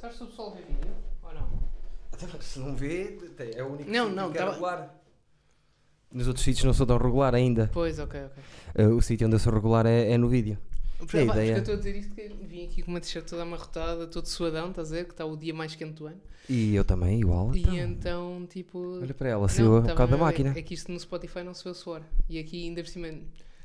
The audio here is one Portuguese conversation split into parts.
Sabes se o pessoal vê vídeo ou não? Até Se não vê, é o único Não, sítio não, que é tava- regular. Nos outros sítios não sou tão regular ainda. Pois, ok, ok. Eh, o sítio onde eu sou regular é, é no vídeo. Porque, a pá, porque ideia? eu estou a dizer isto que vim aqui com uma t-shirt toda amarrotada, todo suadão, estás a ver? Que está o dia mais quente do ano. E eu também, igual. então. E então, tipo. Olha para ela, saiu por causa da também máquina. É que isto no Spotify não se vê o suor. E aqui ainda por cima.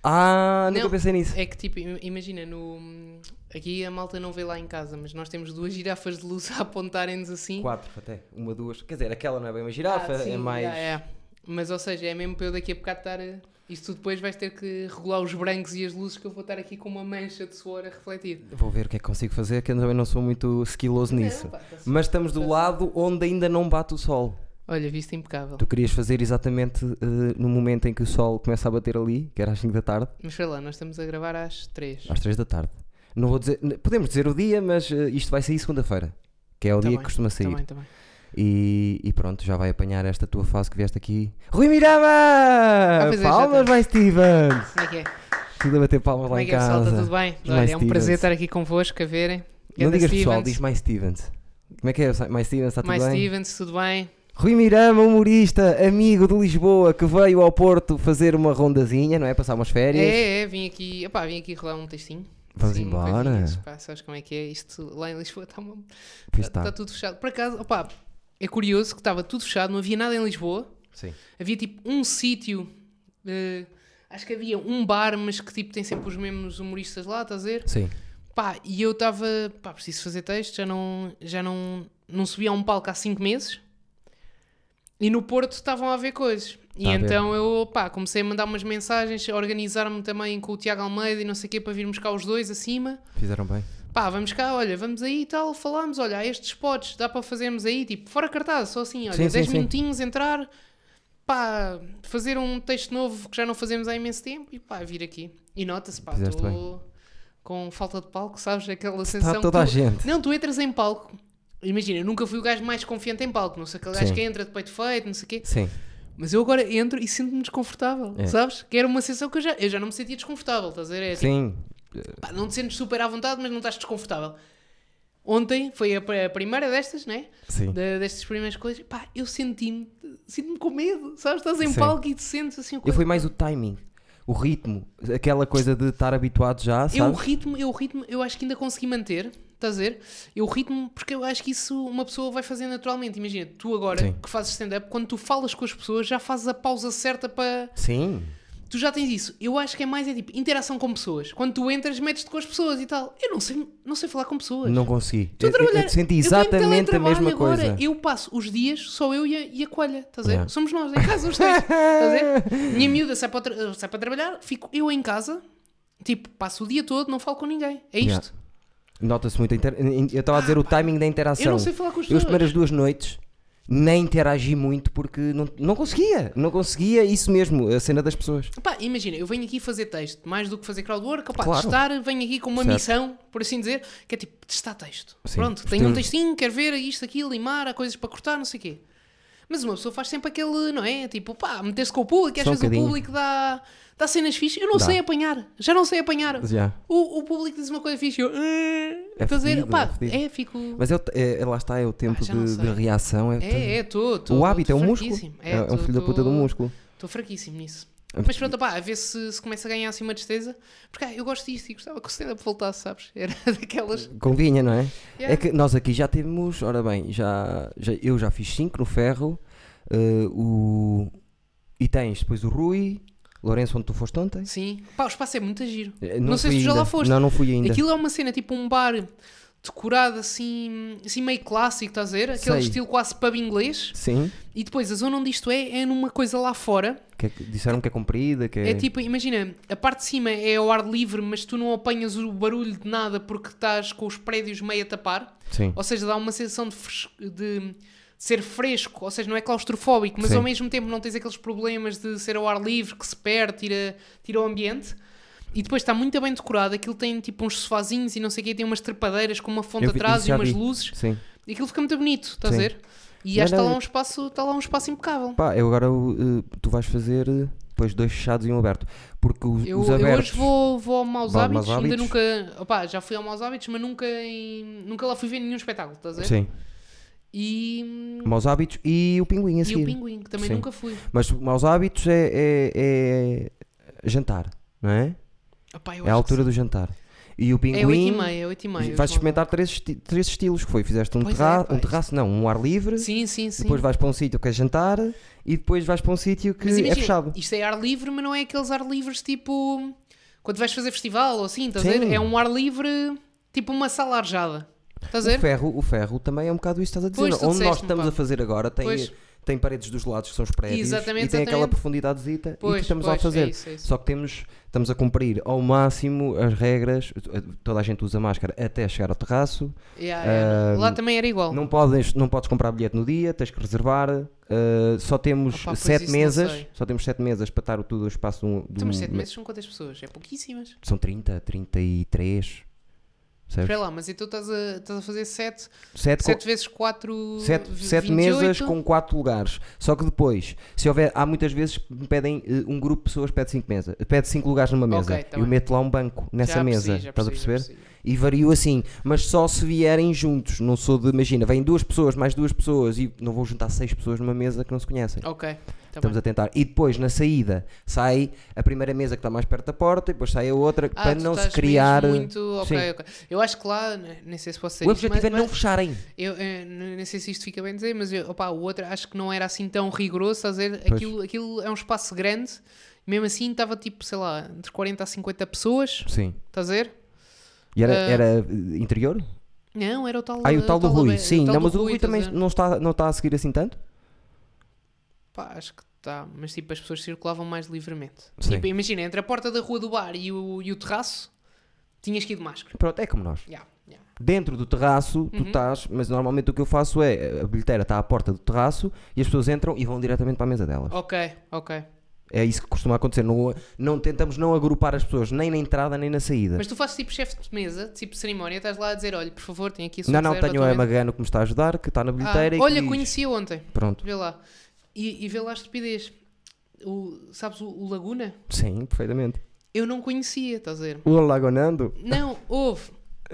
Ah, nunca Não, pensei nisso. É que tipo, im- imagina, no. Aqui a malta não vê lá em casa, mas nós temos duas girafas de luz a apontarem-nos assim. Quatro até. Uma, duas. Quer dizer, aquela não é bem uma girafa, Ah, sim, é mais. já é. Mas ou seja, é mesmo para eu daqui a bocado estar. A... Isto tu depois vais ter que regular os brancos e as luzes que eu vou estar aqui com uma mancha de suor a refletir. Vou ver o que é que consigo fazer, que eu também não sou muito skilloso nisso. Não, pá, tá-se- Mas estamos do lado onde ainda não bate o sol. Olha, visto impecável. Tu querias fazer exatamente eh, no momento em que o sol começa a bater ali, que era às 5 da tarde, Mas sei lá, nós estamos a gravar às 3. às 3 da tarde. Não vou dizer, n- podemos dizer o dia, mas eh, isto vai sair segunda-feira, que é Tá o dia bem, que costuma sair. Também, também. E, e pronto, já vai apanhar esta tua fase que vieste aqui. Rui Mirama! pois é, já palmas, tá. vai Stevens! Como é que é? Tudo a bater palmas Como lá é em que é, pessoal? Está casa. tudo bem? Os Olha, mais é um prazer Stevens. estar aqui convosco a verem. Não Ganda digas pessoal, Stevens. diz mais Stevens. Como é que é? Mais Stevens, está tudo Mais bem? Stevens, tudo bem? Rui Mirama, humorista, amigo de Lisboa, que veio ao Porto fazer uma rondazinha, não é? Passar umas férias. É, é, vim aqui, opá, vim aqui rolar um textinho. Vamos Assim, embora. coisinhas, pá, sabes como é que é? Isto lá em Lisboa está uma... Pois tá- está. tá tudo fechado. Por acaso, opá, é curioso que estava tudo fechado, não havia nada em Lisboa. Sim. Havia tipo um sítio, eh, acho que havia um bar, mas que tipo tem sempre os mesmos humoristas lá, estás a ver? Sim. Pá, e eu estava, pá, preciso fazer texto, já não, já não, não subi a um palco há 5 meses. E no Porto estavam a ver coisas. E Tá a ver. então eu, pá, comecei a mandar umas mensagens, a organizar-me também com o Tiago Almeida e não sei o quê, para virmos cá os dois acima. Fizeram bem. Pá, vamos cá, olha, vamos aí e tal, falámos, olha, há estes spots, dá para fazermos aí, tipo, fora cartaz, só assim, olha, Sim, 10 sim, sim. minutinhos, entrar, pá, fazer um texto novo que já não fazemos há imenso tempo e pá, vir aqui. E nota-se, pá, Fizeste estou com falta de palco, sabes, aquela sensação... Está toda a tu- gente. Não, tu entras em palco, imagina, eu nunca fui o gajo mais confiante em palco, não sei aquele gajo Sim. que entra de peito feito, não sei o quê, Sim. mas eu agora entro e sinto-me desconfortável, É. sabes, que era uma sensação que eu já, eu já não me sentia desconfortável, estás a ver, é Sim. Pá, não te sentes super à vontade, mas não estás desconfortável. Ontem foi a, pr- a primeira destas, né? Sim. De, destas primeiras coisas. Pá, eu senti-me, sinto-me com medo, sabes? Estás em Sim. palco e te sentes assim. Eu coisa- fui mais o timing, o ritmo, aquela coisa de estar habituado já, eu o sabe? ritmo, eu o ritmo, eu acho que ainda consegui manter, estás a ver? Eu o ritmo, porque eu acho que isso uma pessoa vai fazendo naturalmente. Imagina, tu agora Sim. que fazes stand-up, quando tu falas com as pessoas, já fazes a pausa certa para. Sim. Tu já tens isso. Eu acho que é mais é tipo interação com pessoas. Quando tu entras, metes-te com as pessoas e tal. Eu não sei, não sei falar com pessoas. Não consegui. Estou Eu- a eu- trabalhar. Eu, senti Eu tenho exatamente a teletrabalho mesma agora. coisa. Eu passo os dias, só eu e a, e a coelha, estás a ver? Yeah. Somos nós, em casa, os três. Estás a ver? Minha miúda sai para, o tra- sai para trabalhar, fico eu em casa, tipo, passo o dia todo, não falo com ninguém. É isto. Ah, Yeah. Nota-se muito. a inter- Eu estava a dizer o timing da interação. Eu não sei falar com as Eu pessoas. as primeiras duas noites nem interagi muito porque não, não conseguia. Não conseguia isso mesmo, a cena das pessoas. Pá, imagina, eu venho aqui fazer texto, mais do que fazer crowdwork, opá, Claro. testar, venho aqui com uma Certo. missão, por assim dizer, que é tipo, testar texto. Sim, Pronto, porque tenho um tu- textinho, quero ver isto, aquilo, limar, há coisas para cortar, não sei o quê. Mas uma pessoa faz sempre aquele, não é? Tipo, pá, meter-se com o público, às Só um vezes o bocadinho. público dá, dá cenas fixas. Eu não Dá. sei apanhar, já não sei apanhar. Já. O, o público diz uma coisa fixe, eu. "Ah", É estás a dizer, fedido, pá, é fedido. é, fico. Mas é, o- é- lá está, é o tempo Ah, já não de, sei. de reação. É, É, é, estou. o hábito é um músculo. É, é um filho da puta do músculo. Estou fraquíssimo nisso. Mas pronto, pá, a ver se, se começa a ganhar assim uma tristeza. Porque ah, eu gosto disto e gostava que o stand-up voltasse, sabes? Era daquelas. Convinha, não é? Yeah. É que nós aqui já temos, ora bem, já, já- eu já fiz 5 no ferro, eh, o, e tens depois o Rui, Lourenço, onde tu foste ontem? Sim. Pá, o espaço é muito giro. Eh, Não sei fui se tu já ainda. lá foste. Não, não fui ainda. Aquilo é uma cena, tipo um bar decorado assim, assim meio clássico, estás a ver? Aquele Sei. estilo quase pub inglês. Sim, E depois a zona onde isto é, é numa coisa lá fora. que é que- disseram que é comprida, que é... É tipo, imagina, a parte de cima é ao ar livre, mas tu não apanhas o barulho de nada porque estás com os prédios meio a tapar. Sim, Ou seja, dá uma sensação de, fres- de ser fresco, ou seja, não é claustrofóbico, mas Sim. ao mesmo tempo não tens aqueles problemas de ser ao ar livre, que se perde, tira, tira o ambiente. E depois está muito bem decorado, aquilo tem tipo uns sofazinhos e não sei o quê, tem umas trepadeiras com uma fonte Eu vi- atrás isso e já umas vi. luzes. sim. E aquilo fica muito bonito, estás a Sim. ver? E Não, acho que está não, lá, eu- um espaço, está lá um espaço impecável. Pá, eu agora, eh, tu vais fazer... eh, depois dois fechados e um aberto. Porque os, Eu, os eu abertos. hoje vou, vou ao Maus Vá ao Hábitos, Maus ainda Hábitos. nunca. Opá, já fui ao Maus Hábitos, mas nunca, em- nunca lá fui ver nenhum espetáculo, estás a ver? Sim, E, hum, maus hábitos e o pinguim a e o seguir. Pinguim, que também Sim. nunca fui. Mas maus hábitos é, é- é jantar, não é? Opá, eu É a acho que altura do jantar. E o sim. É 8 e pinguim. meia, é 8 e meia. vais experimentar três, esti- três estilos que foi. Fizeste um, Pois é, terra um pois. terraço, não, um ar livre. Sim, sim, sim. Depois vais para um sítio que é jantar e depois vais para um sítio que Mas é imagina, fechado. isto é ar livre, mas não é aqueles ar livres tipo. Quando vais fazer festival ou assim, estás a ver? Sim. É um ar livre, tipo uma sala arejada. Estás a O ver? ferro, o ferro também é um bocado isso que estás a dizer. Pois, tu Onde nós disseste-me, estamos pá. a fazer agora tem, Pois. tem paredes dos lados que são os prédios Exatamente, e tem aquela exatamente. profundidadezita e que Pois, estamos lá a pois, é fazer. isso, é isso. Só que temos, estamos a cumprir ao máximo as regras. Toda a gente usa máscara até chegar ao terraço. Yeah, yeah. Lá também era igual. Ah, Não podes, não podes comprar bilhete no dia, tens que reservar. Uh, só temos Opa, pois sete isso não mesas. sei. Só temos sete mesas para estar o tudo o espaço de um. de Então, mas um- 7 meses são quantas pessoas? É pouquíssimas. São 30, 33. Espera Percebes? lá, mas então estás a, estás a fazer 7, Sete co- 7 vezes 4. Sete, sete mesas com um quatro lugares. Só que depois, se houver, há muitas vezes que me pedem eh, um grupo de pessoas pede cinco mesas, pede cinco lugares numa mesa. Ok, tá eu bem. meto lá um banco nessa mesa. estás a perceber? perceber? E vario assim, mas só se vierem juntos. Não sou de, imagina, vêm duas pessoas, mais duas pessoas e não vou juntar seis pessoas numa mesa que não se conhecem. Ok, tá Estamos bem. a tentar. E depois, na saída, sai a primeira mesa que está mais perto da porta e depois sai a outra Ah, para tu não se estás mesmo criar. Muito... Ok, Sim. ok. Eu acho que lá, né, nem sei se posso ser O isto, objetivo mas- é não mas- fecharem. Eu, eh, n- nem sei se isto fica bem dizer, mas eu, opá, o outro acho que não era assim tão rigoroso, estás a dizer? Pois. Aquilo, aquilo é um espaço grande, mesmo assim estava tipo, sei lá, entre 40 a 50 pessoas, Sim. estás a ver? E era, Ah. era eh, interior? Não, era o tal Ah, e o tal do abe- Rui, o sim. tal do Não, mas o Rui estás a também ver? não está, não está a seguir assim tanto? Pá, acho que está, mas tipo, as pessoas circulavam mais livremente. Sim. Tipo, imagina, entre a porta da rua do bar e o, e o terraço, tinhas que ir de máscara. Pronto, é como nós. Yeah, yeah. Dentro do terraço, tu Uhum. estás, mas normalmente o que eu faço é a bilheteira está à porta do terraço e as pessoas entram e vão diretamente para a mesa delas. Ok, ok. É isso que costuma acontecer. Não, não tentamos não agrupar as pessoas nem na entrada nem na saída. Mas tu fazes tipo chefe de mesa, tipo cerimónia, estás lá a dizer, olha, por favor, tem aqui a sua não, não, reserva, tenho atualmente- a Magano que me está a ajudar, que está na Ah, bilheteira e que olha, diz- conheci ontem. Pronto, Vê lá. E, e vê lá a estupidez. O, sabes o, o Laguna? sim, perfeitamente. Eu não conhecia, estás a ver? O Lagonando? Não, houve.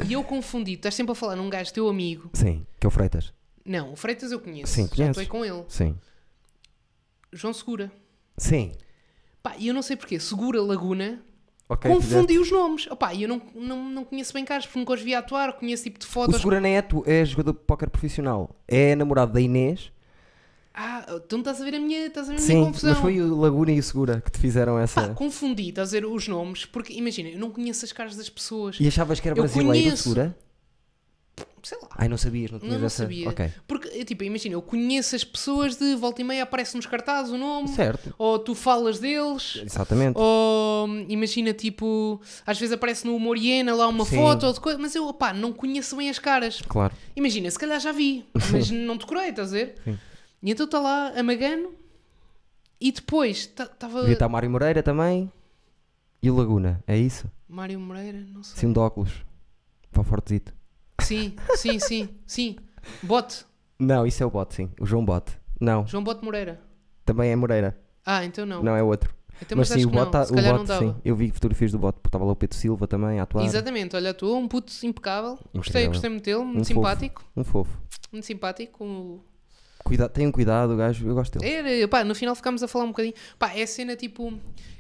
E eu confundi. Tu Estás sempre a falar num gajo teu amigo. Sim, que é o Freitas. Não, o Freitas eu conheço. Sim, Já conheces. estou com ele. Sim. João Segura. Sim. Pá, e eu não sei porquê. Segura Laguna. Ok, fizeste. confundi os nomes. Opá, e eu não, não, não conheço bem caras, porque nunca os vi atuar. Conheço tipo de O fotos. Segura Neto é jogador de póquer profissional. É namorado da Inês. Ah, tu não estás a ver a minha, estás a ver a minha Sim, confusão. mas foi é. o Laguna e o Segura que te fizeram Pá, essa. confundi, estás a ver os nomes, porque imagina, eu não conheço as caras das pessoas. E achavas que era Eu brasileiro o conheço. Segura? Sei lá. Ai, não sabias, não tinhas Não, não essa. sabia. Ok. Porque, eh, tipo, imagina, eu conheço as pessoas de volta e meia, aparece nos cartazes o nome, Certo. ou tu falas deles, Exatamente. ou hum, imagina, tipo, às vezes aparece no Humor Iena lá uma Sim. foto ou de coisa, mas eu, opá, não conheço bem as caras. Claro. Imagina, se calhar já vi, mas não decorei, estás a ver? Sim. E então está lá a Magano, e depois estava Devia tá- estar o Mário Moreira também. E o Laguna, é isso? Mário Moreira, não sei. Sim, de óculos. Para o fortezito. Sim, sim, sim, sim. Bote, Não, isso é o Bote, sim. O João Bote. Não, João Bote Moreira. também é Moreira. Ah, então não. Não, é outro. Então, mas acho sim, o que não. Bote, tá- Se o calhar não Bote dava. sim. Eu vi fotografias do Bote, porque estava lá o Pedro Silva também a atuar. Exatamente, olha, tu um puto impecável. Gostei, Um Incrível. gostei muito dele, muito Um fofo. simpático. Um fofo. Muito simpático. o- Cuida... Tenham cuidado, o gajo, eu gosto dele. Era, pá, no final ficámos a falar um bocadinho. Pá, é cena tipo.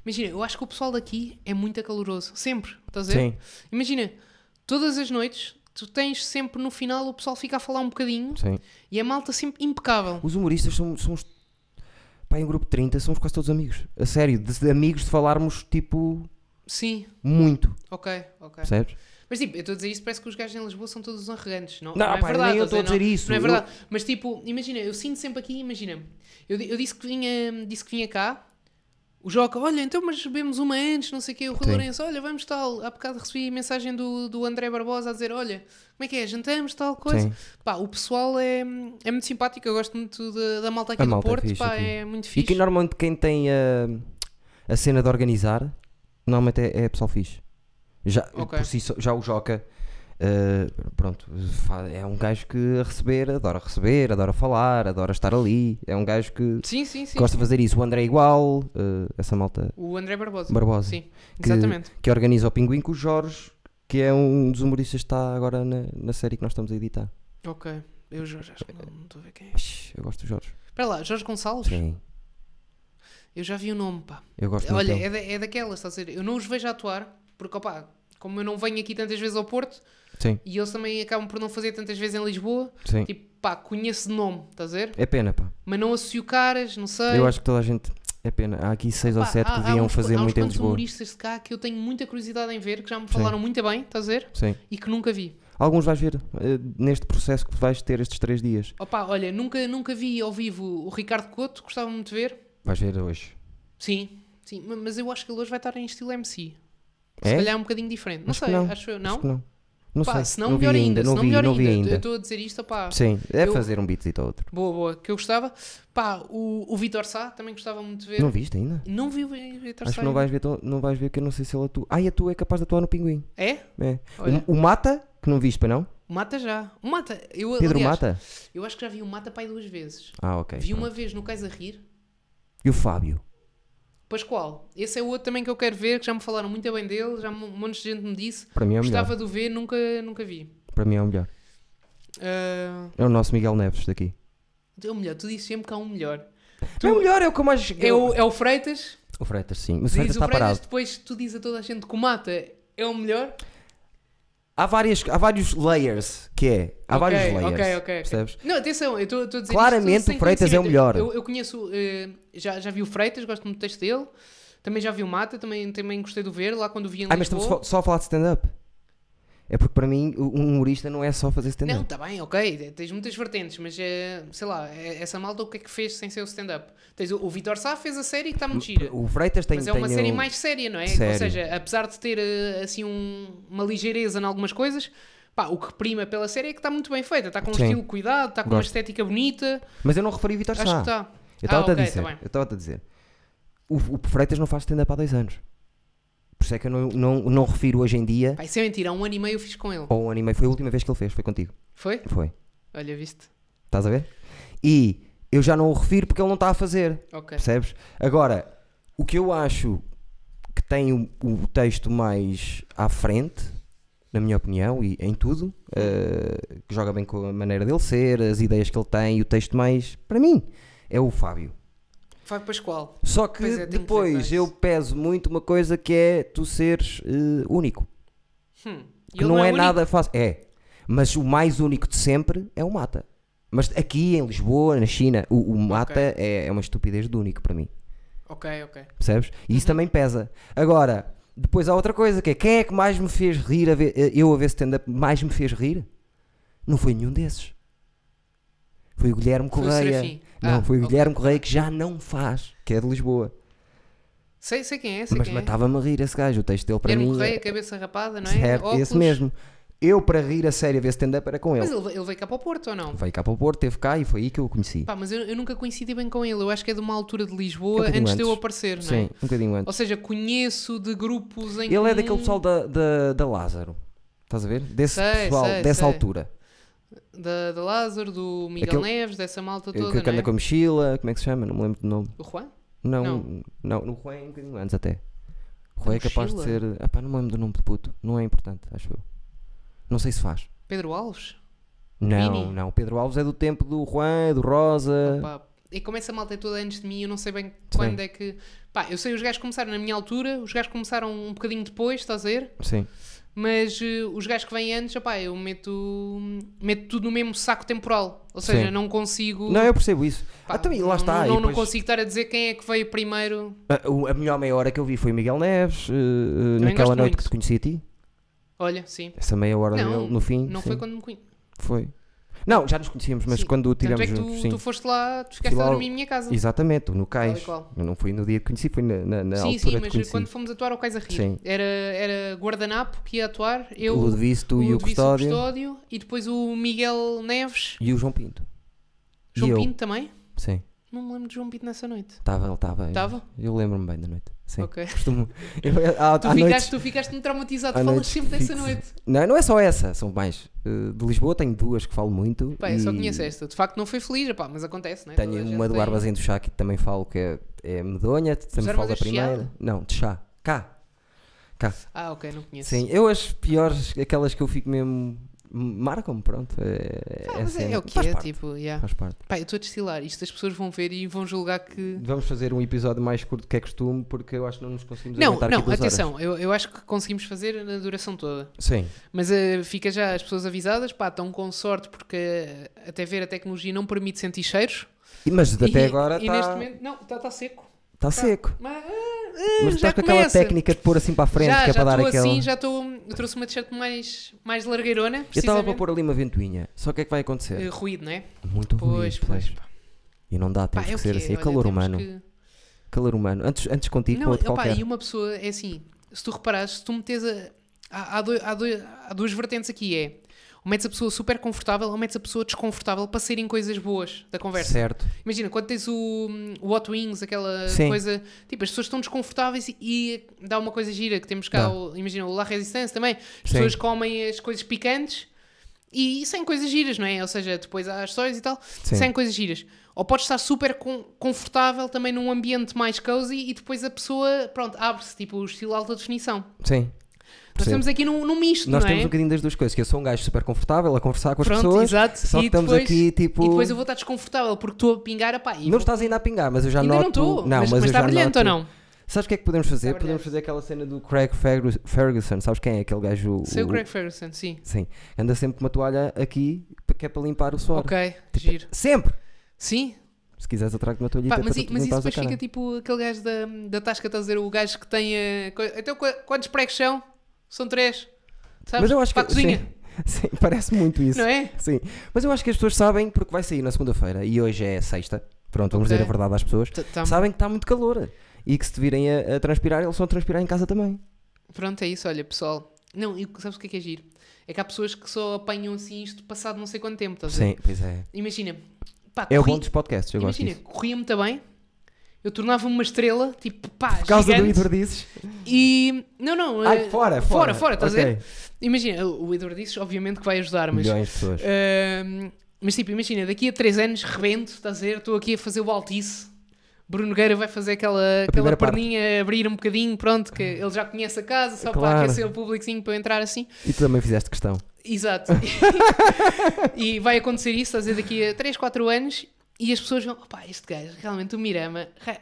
Imagina, eu acho que o pessoal daqui é muito acaloroso. Sempre, estás a ver? Sim, Imagina, todas as noites. Tu tens sempre no final o pessoal fica a falar um bocadinho sim. e a malta sempre impecável. Os humoristas somos. somos pá, em grupo de 30 somos quase todos amigos. A sério, de, de amigos de falarmos tipo Sim, muito, ok, ok. percebes? Mas tipo, eu estou a dizer isto, parece que os gajos em Lisboa são todos arrogantes, não? Não, é pá, verdade, nem eu estás estou a não- dizer isso, Não é eu- verdade. Mas tipo, imagina, eu sinto sempre aqui, imagina, eu, di- eu disse, que vinha, disse que vinha cá, o Joca, olha, então mas bebemos uma antes, não sei o quê, o Rui Sim. Lourenço, olha, vamos tal. Há bocado recebi mensagem do, do André Barbosa a dizer, olha, como é que é, jantamos, tal coisa. Sim. Pá, o pessoal é, é muito simpático, eu gosto muito da, da malta aqui A do malta é Porto, fixe pá, aqui. é muito E que fixe. normalmente quem tem a, a cena de organizar, normalmente é, é pessoal fixe. Já, Ok. por si só- já o Joca Eh, pronto, fa- é um gajo que a receber, adora receber, adora falar, adora estar ali. É um gajo que Sim, sim, sim. gosta de fazer isso. O André é igual, eh, essa malta O André Barbosa. Barbosa. Sim, Que- exatamente. que organiza o Pinguim com o Jorge, que é um dos humoristas que está agora na, na série que nós estamos a editar. Ok. Eu Jorge, acho que não não estou a ver quem é. Ixi, Eu gosto do Jorge. Espera lá, Jorge Gonçalves? Sim, Eu já vi o nome, pá. eu gosto muito Olha, dele. é, da, é daquelas, estás a dizer? Eu não os vejo a atuar, porque, opá, como eu não venho aqui tantas vezes ao Porto Sim, e eles também acabam por não fazer tantas vezes em Lisboa, sim. é tipo, pá, conheço de nome, estás a ver? É pena, pá. Mas não associo caras, não sei. Eu acho que toda a gente. É pena. Há aqui seis ou Pá, sete há- que há deviam uns- fazer há uns muito em quantos Lisboa. humoristas de cá que eu tenho muita curiosidade em ver, que já me Sim. falaram muito bem, estás a ver? Sim. E que nunca vi. Alguns vais ver eh, neste processo que vais ter estes três dias. Opá, olha, nunca, nunca vi ao vivo o Ricardo Couto, gostava muito de ver. Vais ver hoje. Sim, sim, ma- mas eu acho que ele hoje vai estar em estilo MC. Se É? calhar um bocadinho diferente. Não Acho que sei, não. acho eu, Acho não? que não. Não Pá, sei. se não, não vi melhor ainda, ainda. se Não não vi, melhor não vi ainda. Eu ainda. estou a dizer isto, opá. Sim, é Eu- fazer um beatzito ou outro. Boa, boa, que eu gostava. Pá, o, o Vitor Sá também gostava muito de ver. Não viste ainda? Não vi o Vitor Sá. Acho que não ainda. vais ver, tão- não vais ver que eu não sei se ele atua. Ah, e atua é capaz de atuar no Pinguim. É? É. Olha. O, o Mata, que não viste, para não? O Mata já. O Mata, eu, Pedro aliás, Mata? eu acho que já vi o Mata pai duas vezes. Ah, ok. vi pronto. uma vez no Cais a Rir. E o Fábio? Pascoal, esse é o outro também que eu quero ver, que já me falaram muito bem dele, já um monte de gente me disse. Para mim é o melhor. Gostava de o ver, nunca, nunca vi. Para mim é o melhor. Ah, É o nosso Miguel Neves daqui. é o melhor, tu dizes sempre que há um melhor. É o melhor, é o que eu mais. É o, é o Freitas, O Freitas, sim. Mas diz o Freitas o está Freitas, parado. depois tu dizes a toda a gente que o mata é o melhor. Há, várias, há vários layers, que é. Há Ok, vários layers. ok, ok, ok. Percebes? Não, atenção, eu estou a dizer Claramente isto sem o Freitas é o conhecimento. melhor. Eu, eu conheço, eh, já, já vi o Freitas, gosto muito do texto dele. Também já vi o Mata, também, também gostei de o ver lá quando o vi em Ah, mas Lisboa. estamos só, só a falar de stand-up. É porque para mim um humorista não é só fazer Não, tá stand-up. está bem, ok, tens muitas vertentes, mas eh, sei lá, eh, essa malta o que é que fez sem ser o stand-up? Tens o, o Vitor Sá fez a série que está Hum, muito gira. O Freitas tem. Mas é uma tem série um- mais séria, não é? Ou Sério. seja, apesar de ter eh, assim um- uma ligeireza em algumas coisas, pá, o que prima pela série é que está muito bem feita, está com um Sim. estilo cuidado, está com uma Gosto. estética bonita, Mas eu não referi o Vitor acho que Sá. está. Eu estava-te ah, a ok, dizer. tá bem. eu estava-te a dizer. O, o Freitas não faz stand-up há dois anos. Por isso é que eu não, não, não refiro hoje em dia. Pá, isso é mentira, há um ano e meio eu fiz com ele. Ou um anime. Foi a última vez que ele fez, foi contigo. Foi? Foi. Olha, viste? Estás a ver? E eu já não o refiro porque ele não está a fazer. Ok. Percebes? Agora, o que eu acho que tem o, o texto mais à frente, na minha opinião, e em tudo, eh, que joga bem com a maneira dele ser, as ideias que ele tem, e o texto mais, para mim, é o Fábio. Fábio Pascoal. Só que Pois é, tenho que depois aceitar eu isso. peso muito uma coisa que é tu seres eh, único. Hum. Que não, é, nada fácil. É. Mas o mais único de sempre é o Mata. Mas aqui em Lisboa, na China, o, o Mata Ok. é, é uma estupidez de único para mim. Ok, ok. Percebes? E Uhum. isso também pesa. Agora, depois há outra coisa que é quem é que mais me fez rir a ver, eh, eu a ver stand-up mais me fez rir? Não foi nenhum desses. Foi o Guilherme Foi o Correia. Serafim. não, Ah, foi o ok. Guilherme Correia que já não faz, que é de Lisboa. Sei, sei quem é, sei Mas quem é. matava-me a rir esse gajo. O texto dele para Guilherme mim. é Correia, cabeça rapada, não é? certo, Óculos. esse mesmo. Eu para rir a sério a ver stand-up era com Mas ele. ele, ele veio cá para o Porto ou não? Veio cá para o Porto, teve cá e foi aí que eu o conheci. Pá, mas eu, eu nunca coincidi bem com ele. Eu acho que é de uma altura de Um Lisboa antes, bocadinho de eu antes. aparecer, não é? Sim, um bocadinho antes. Ou seja, conheço de grupos em Ele é comum. daquele pessoal da, da, da Lázaro. Estás a ver? Desse Sei, pessoal, sei, dessa sei. altura. Da, da Lázaro, do Miguel Aquele- Neves, dessa malta Que- toda, que não anda é? com a mochila, como é que se chama? Não me lembro do nome. O Juan? Não, Não. não, no Juan é um bocadinho antes até. O Juan é capaz de mochila? ser. Ah, pá, não me lembro do nome de puto. Não é importante, acho eu. Não sei se faz. Pedro Alves? Não, Vini? não. O Pedro Alves é do tempo do Juan, do Rosa. Pá, e como essa malta é toda antes de mim, eu não sei bem quando é que... Pá, eu sei, os gajos começaram na minha altura, os gajos começaram um bocadinho depois, estás a ver? Sim. Mas eh, os gajos que vêm antes, opá, eu meto, meto tudo no mesmo saco temporal. Ou seja, Sim. não consigo... Não, eu percebo isso. pá, ah, também, não- lá está. Não, e não depois- consigo estar a dizer quem é que veio primeiro. a, o- a melhor meia hora que eu vi foi o Miguel Neves, eh, eh, gosto naquela noite muito. que te conheci a ti. Olha, sim. Essa meia hora Não, dele, no fim. Não sim, foi quando me conhe... foi. Não, já nos conhecíamos, mas Sim. quando Tanto estivemos é que juntos, tu, sim. tu foste lá, tu ficaste Fui lá- a dormir em minha casa. Exatamente, tu no Tal cais. e qual. Eu não fui no dia que conheci, foi na, na, na sim, altura sim, que mas conheci. quando fomos atuar ao Cais a Rir, Sim. era, era Guardanapo que ia atuar, eu, o Ludovico, tu e o Luís Custódio Custódio, e depois o Miguel Neves, e o João Pinto. João eu. Pinto também. Sim. Não me lembro de João Pinto nessa noite. Estava, ele estava. Estava? Eu lembro-me bem da noite. Sim. Ok. Costumo. Eu, há, Tu há noites- ficaste, tu ficaste muito traumatizado, há falas noites sempre dessa fixo. noite. Não, não é só essa, são mais. Uh, de Lisboa tenho duas que falo muito. Pá, eu só e conheço esta. De facto, não foi feliz, epá, mas acontece, né? Toda a Hum. Tenho gente uma do tem- Armazém do Chá que também falo que é, é medonha, também falo da Armazéns de Chiado? primeira. Não, de chá. Cá. Cá. Ah, ok, não conheço. Sim, eu as piores, aquelas que eu fico mesmo. Marcam-me, pronto. É, Ah, mas é, cena. é o que Faz é, parte, tipo, yeah. Faz parte. Pá, eu estou a destilar. Isto as pessoas vão ver e vão julgar que. Vamos fazer um episódio mais curto que é costume, porque eu acho que não nos conseguimos Não, aguentar aqui não, duas horas. atenção, eu, eu acho que conseguimos fazer na duração toda. Sim, Mas eh, fica já as pessoas avisadas, pá, estão com sorte porque eh, até ver a tecnologia não permite sentir cheiros. E- mas até e, agora E neste está momento, não, está tá seco. tá tá- seco. Mas, ah, ah, Mas já estás com aquela começa. técnica de pôr assim para a frente, já, que já é para dar estou aquela. assim, já estou. Eu trouxe uma t-shirt mais, mais largueirona. Eu estava para precisamente. pôr ali uma ventoinha, só que o que é que vai Eh, acontecer? ruído, não é? Muito Pois, ruim, pois. pá. E não dá, Pá, temos é o que ser quê? assim. É Olha, calor temos humano. que- Calor humano. Antes, antes contigo, com Não, outro opá, qualquer. e uma pessoa é assim, se tu reparares, se tu metes a. Há, há doi- há doi- há duas vertentes aqui: é ou metes a pessoa super confortável ou metes a pessoa desconfortável para serem coisas boas da conversa. Certo. Imagina, quando tens o, hum, o Hot Wings, aquela Sim. coisa, tipo, as pessoas estão desconfortáveis e, e dá uma coisa gira que temos cá, Dá. o- imagina, o La Resistance também, as Sim. pessoas comem as coisas picantes e sem coisas giras, não é? Ou seja, depois há as histórias e tal, Sim. sem coisas giras. Ou podes estar super con- confortável também num ambiente mais cozy e depois a pessoa, pronto, abre-se, tipo o estilo alta definição. Sim. Nós Percebo. estamos aqui num, num misto, Nós não temos é? um bocadinho das duas coisas, que eu sou um gajo super confortável a conversar com as pronto, pessoas. exato. Só e que estamos depois, aqui tipo. E depois eu vou estar desconfortável porque estou a pingar a pá. e Não estás ainda a pingar, mas eu já Ainda noto. não estou, Não, mas, mas, eu está já brilhante noto... ou não? Sabes o que é que podemos fazer? Está Podemos brilhante. fazer aquela cena do Craig Fergu- Ferguson. Sabes quem é aquele gajo? Sei o o- Craig Ferguson, sim. Sim. Anda sempre com uma toalha aqui, que é para limpar o suor. Ok, Tipo, giro. Sempre! Sim, Se quiseres, eu trago uma toalhita pá, mas, para i- tu mas isso limpares a depois cara. fica tipo aquele gajo da, da Tasca, estás a dizer, o gajo que tem a. co- Então qu- quantos pregos são? São três. Sabes? Mas eu acho Para que a cozinha, Sim, sim, parece muito isso. não é? Sim. Mas eu acho que as pessoas sabem porque vai sair na segunda-feira e hoje é sexta. Pronto, vamos Ok. dizer a verdade às pessoas. Tá- tá- Sabem que está muito calor e que se te virem a, a transpirar, eles vão transpirar em casa também. Pronto, é isso, olha, pessoal. Não, e o que- sabes o que é que é giro? É que há pessoas que só apanham assim isto passado não sei quanto tempo, estás a ver? Sim, pois é. Imagina, pá, É o corri- bom dos podcasts, eu gosto imagina, disso. corria-me também, eu tornava-me uma estrela, tipo, pá, Por causa do gigante, Igor dizes. e... Não, não, Ai, eh, fora, fora, fora. fora, estás a Ok. ver? Imagina, o Edward disse, obviamente que vai ajudar, mas Milhões de pessoas. Ahm, mas tipo, imagina, daqui a 3 anos rebento, estás a ver? Estou aqui a fazer o altice. Bruno Nogueira vai fazer aquela, aquela primeira parte. perninha, abrir um bocadinho, pronto, que ele já conhece a casa, só para Claro. aquecer o publicozinho é para eu entrar assim. E tu também fizeste questão. Exato. e vai acontecer isso, estás a ver, daqui a 3, 4 anos e as pessoas vão, opá, este gajo, realmente o Mirama. ra-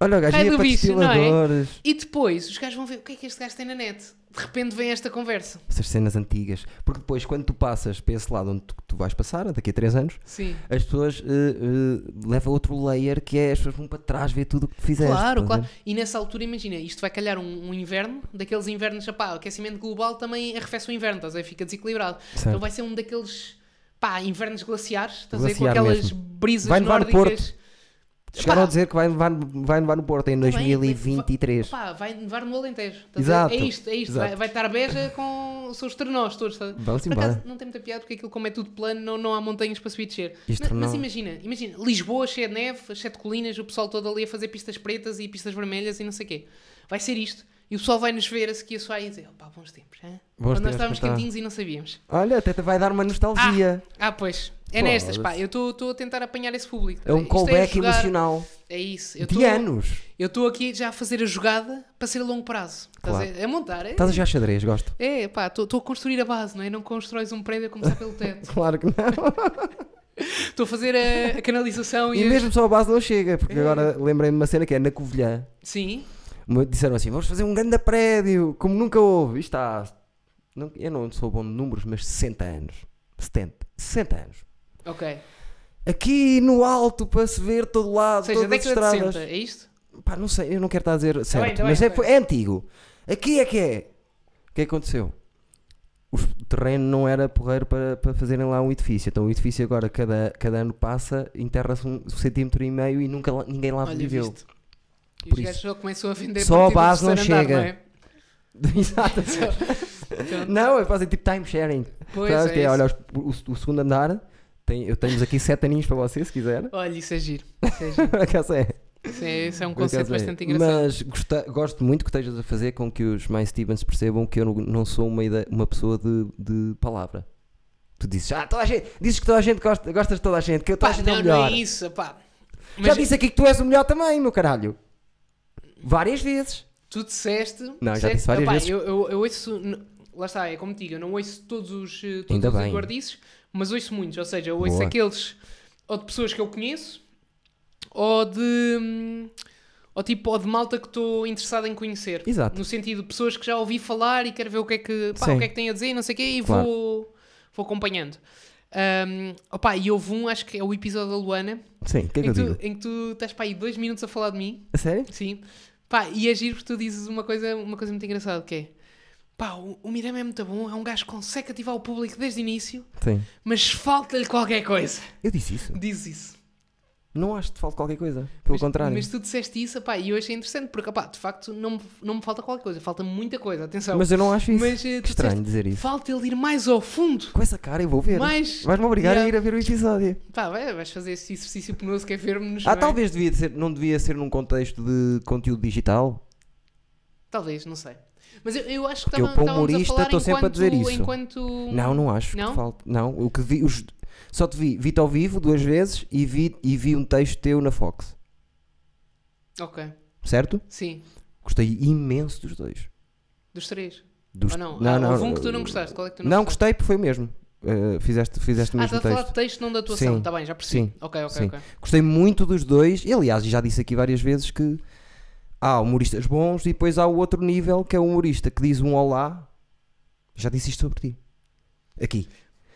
Olha, o gajo Ai, ia do para bicho, não é? destiladores. E depois os gajos vão ver o que é que este gajo tem na net. De repente vem esta conversa. Essas cenas antigas. Porque depois, quando tu passas para esse lado onde tu, tu vais passar, daqui a 3 anos, Sim. as pessoas eh, eh, leva outro layer que é as pessoas vão para trás ver tudo o que tu fizeste. Claro, estás claro. a ver? E nessa altura, imagina, isto vai calhar um, um inverno, daqueles invernos, pá, aquecimento global também arrefece o inverno, estás a ver? Fica desequilibrado. Então Certo. vai ser um daqueles, pá, invernos glaciares, estás a ver? Com Glaciar aquelas mesmo. brisas Vai nevar no nórdicas. Chegaram Pá, a dizer que vai levar, vai levar no Porto em bem, vai- 2023. Pá, vai nevar no Alentejo. estás a ver? Exato, É isto, é isto. exato. assim, Vai, vai estar beja com os seus trenós todos. estás a ver? Vamos Por acaso, embora. não tem muita piada porque aquilo como é tudo plano, não, não há montanhas para subir e descer. Isto mas, mas não- imagina, imagina, Lisboa cheia de neve, as sete colinas, o pessoal todo ali a fazer pistas pretas e pistas vermelhas e não sei o quê. Vai ser isto. E o pessoal vai nos ver a seguir a soar e dizer, opá, bons tempos, hã? Quando nós tempos, estávamos pá. quentinhos e não sabíamos. Olha, até te vai dar uma nostalgia. Ah, pois. É Foda-se. nestas, pá. Eu estou a tentar apanhar esse público. tá é um Ah, Isto callback jogar- emocional É isso. Eu de tô- anos. eu estou aqui já a fazer a jogada para ser a longo prazo. Estás a- a, montar, é? Estás a jogar xadrez, gosto. É, pá, estou a construir a base, não é? Não constróis um prédio a começar pelo teto. Claro que não. Estou a fazer a, a canalização e, E a- mesmo só a base não chega, É. porque agora lembrei-me de uma cena que é na Covilhã. Sim, Me Disseram assim: vamos fazer um grande prédio, como nunca houve. Isto há. não- eu não sou bom de números, mas 60 anos. 70. 60 anos. ok. Aqui no alto para se ver todo lado, Ou seja, todas as década de 60, estradas. é isto? Pá, não sei, eu não quero estar a dizer certo, bem, tá bem, mas é, ok. foi- é antigo. Aqui é que é. O que é que aconteceu? Os- O terreno não era porreiro para, para fazerem lá um edifício. Então o edifício agora, cada, cada ano passa, enterra-se um, centímetro e meio e nunca lá- ninguém lá Olha, viveu. viste? E os Por gajos só começam a vender Só a partir do base não terceiro andar, chega. não é? Exato. Só- Então, Não, é fazer tipo time sharing. pois Sabes é que é, isso. olha, os- o, o segundo andar Tem- eu tenho aqui sete aninhos para você, se quiser. Olha, isso é giro. Isso é, giro. Por acaso é. Isso é- isso é um Por acaso conceito é. bastante engraçado. Mas gosta- gosto muito que estejas a fazer com que os mais Stevens percebam que eu não- não sou uma, ide- uma pessoa de, de palavra. Tu dizes, ah, toda a gente, dizes que toda a gente gosta, gostas de toda a gente, que toda Pá, a gente é o não, não melhor. é isso, pá. Já Mas disse aqui que tu és o melhor também, meu caralho. Várias vezes. tu disseste. já disseste- disse várias opá, vezes. Eu, eu, eu ouço. n- Lá está, é como te digo, eu não ouço todos os, eh, todos Ainda os bem. enguardices, mas ouço muitos. Ou seja, eu ouço Boa. aqueles ou de pessoas que eu conheço ou de. hum, Ou tipo, ou de malta que estou interessado em conhecer. Exato. No sentido de pessoas que já ouvi falar e quero ver o que é que, pá, Sim. o que, é que têm a dizer e não sei o quê e Claro. vou, vou acompanhando. Hum, opá, e houve um, acho que é o episódio da Luana, Sim, o que é em, que eu que digo? tu, em que tu estás para aí dois minutos a falar de mim. A sério? Sim. Pá, e é giro porque tu dizes uma coisa, uma coisa muito engraçada, que é... Pá, o, o Mirama é muito bom, é um gajo que consegue ativar o público desde o início, Sim. mas falta-lhe qualquer coisa. Eu disse isso. Dizes isso. Não acho que te falte qualquer coisa. Pelo mas, contrário. Mas tu disseste isso, pá, e eu achei interessante, porque, pá, de facto, não, me- não me falta qualquer coisa, falta muita coisa, atenção. Mas eu não acho isso. então, Mas, eh, que tu estranho dizer isso. Falta ele ir mais ao fundo, Com essa cara eu vou ver. mais... Vais-me obrigar Yeah. a ir a ver o episódio. Pá, vai- vais fazer esse exercício penoso que é ver-me-nos, Ah, não é? talvez devia de ser, não devia ser num contexto de conteúdo digital. Talvez, não sei. Mas eu, eu acho que Porque eu, estava- para estávamos humorista, a falar estou enquanto... sempre a dizer isso. enquanto... Não, não acho Hum. Não? que falte. Não, o que vi, os- só te vi, vi-te ao vivo duas vezes e vi, e vi um texto teu na Fox, Ok, certo? sim, Gostei imenso dos dois. dos três. Dos- Ou não? Ah, houve um que tu não gostaste. Qual é que tu não, Não, gostaste? gostei porque foi o mesmo. Uh, fizeste, fizeste o Ah, mesmo estás a falar texto. de texto, não da atuação. Sim. Está bem, já percebi. Sim. Ok, ok, Sim. ok. Gostei muito dos dois. E, aliás, já disse aqui várias vezes que há humoristas bons e depois há o outro nível que é o humorista que diz um olá. Já disse isto sobre ti. Aqui.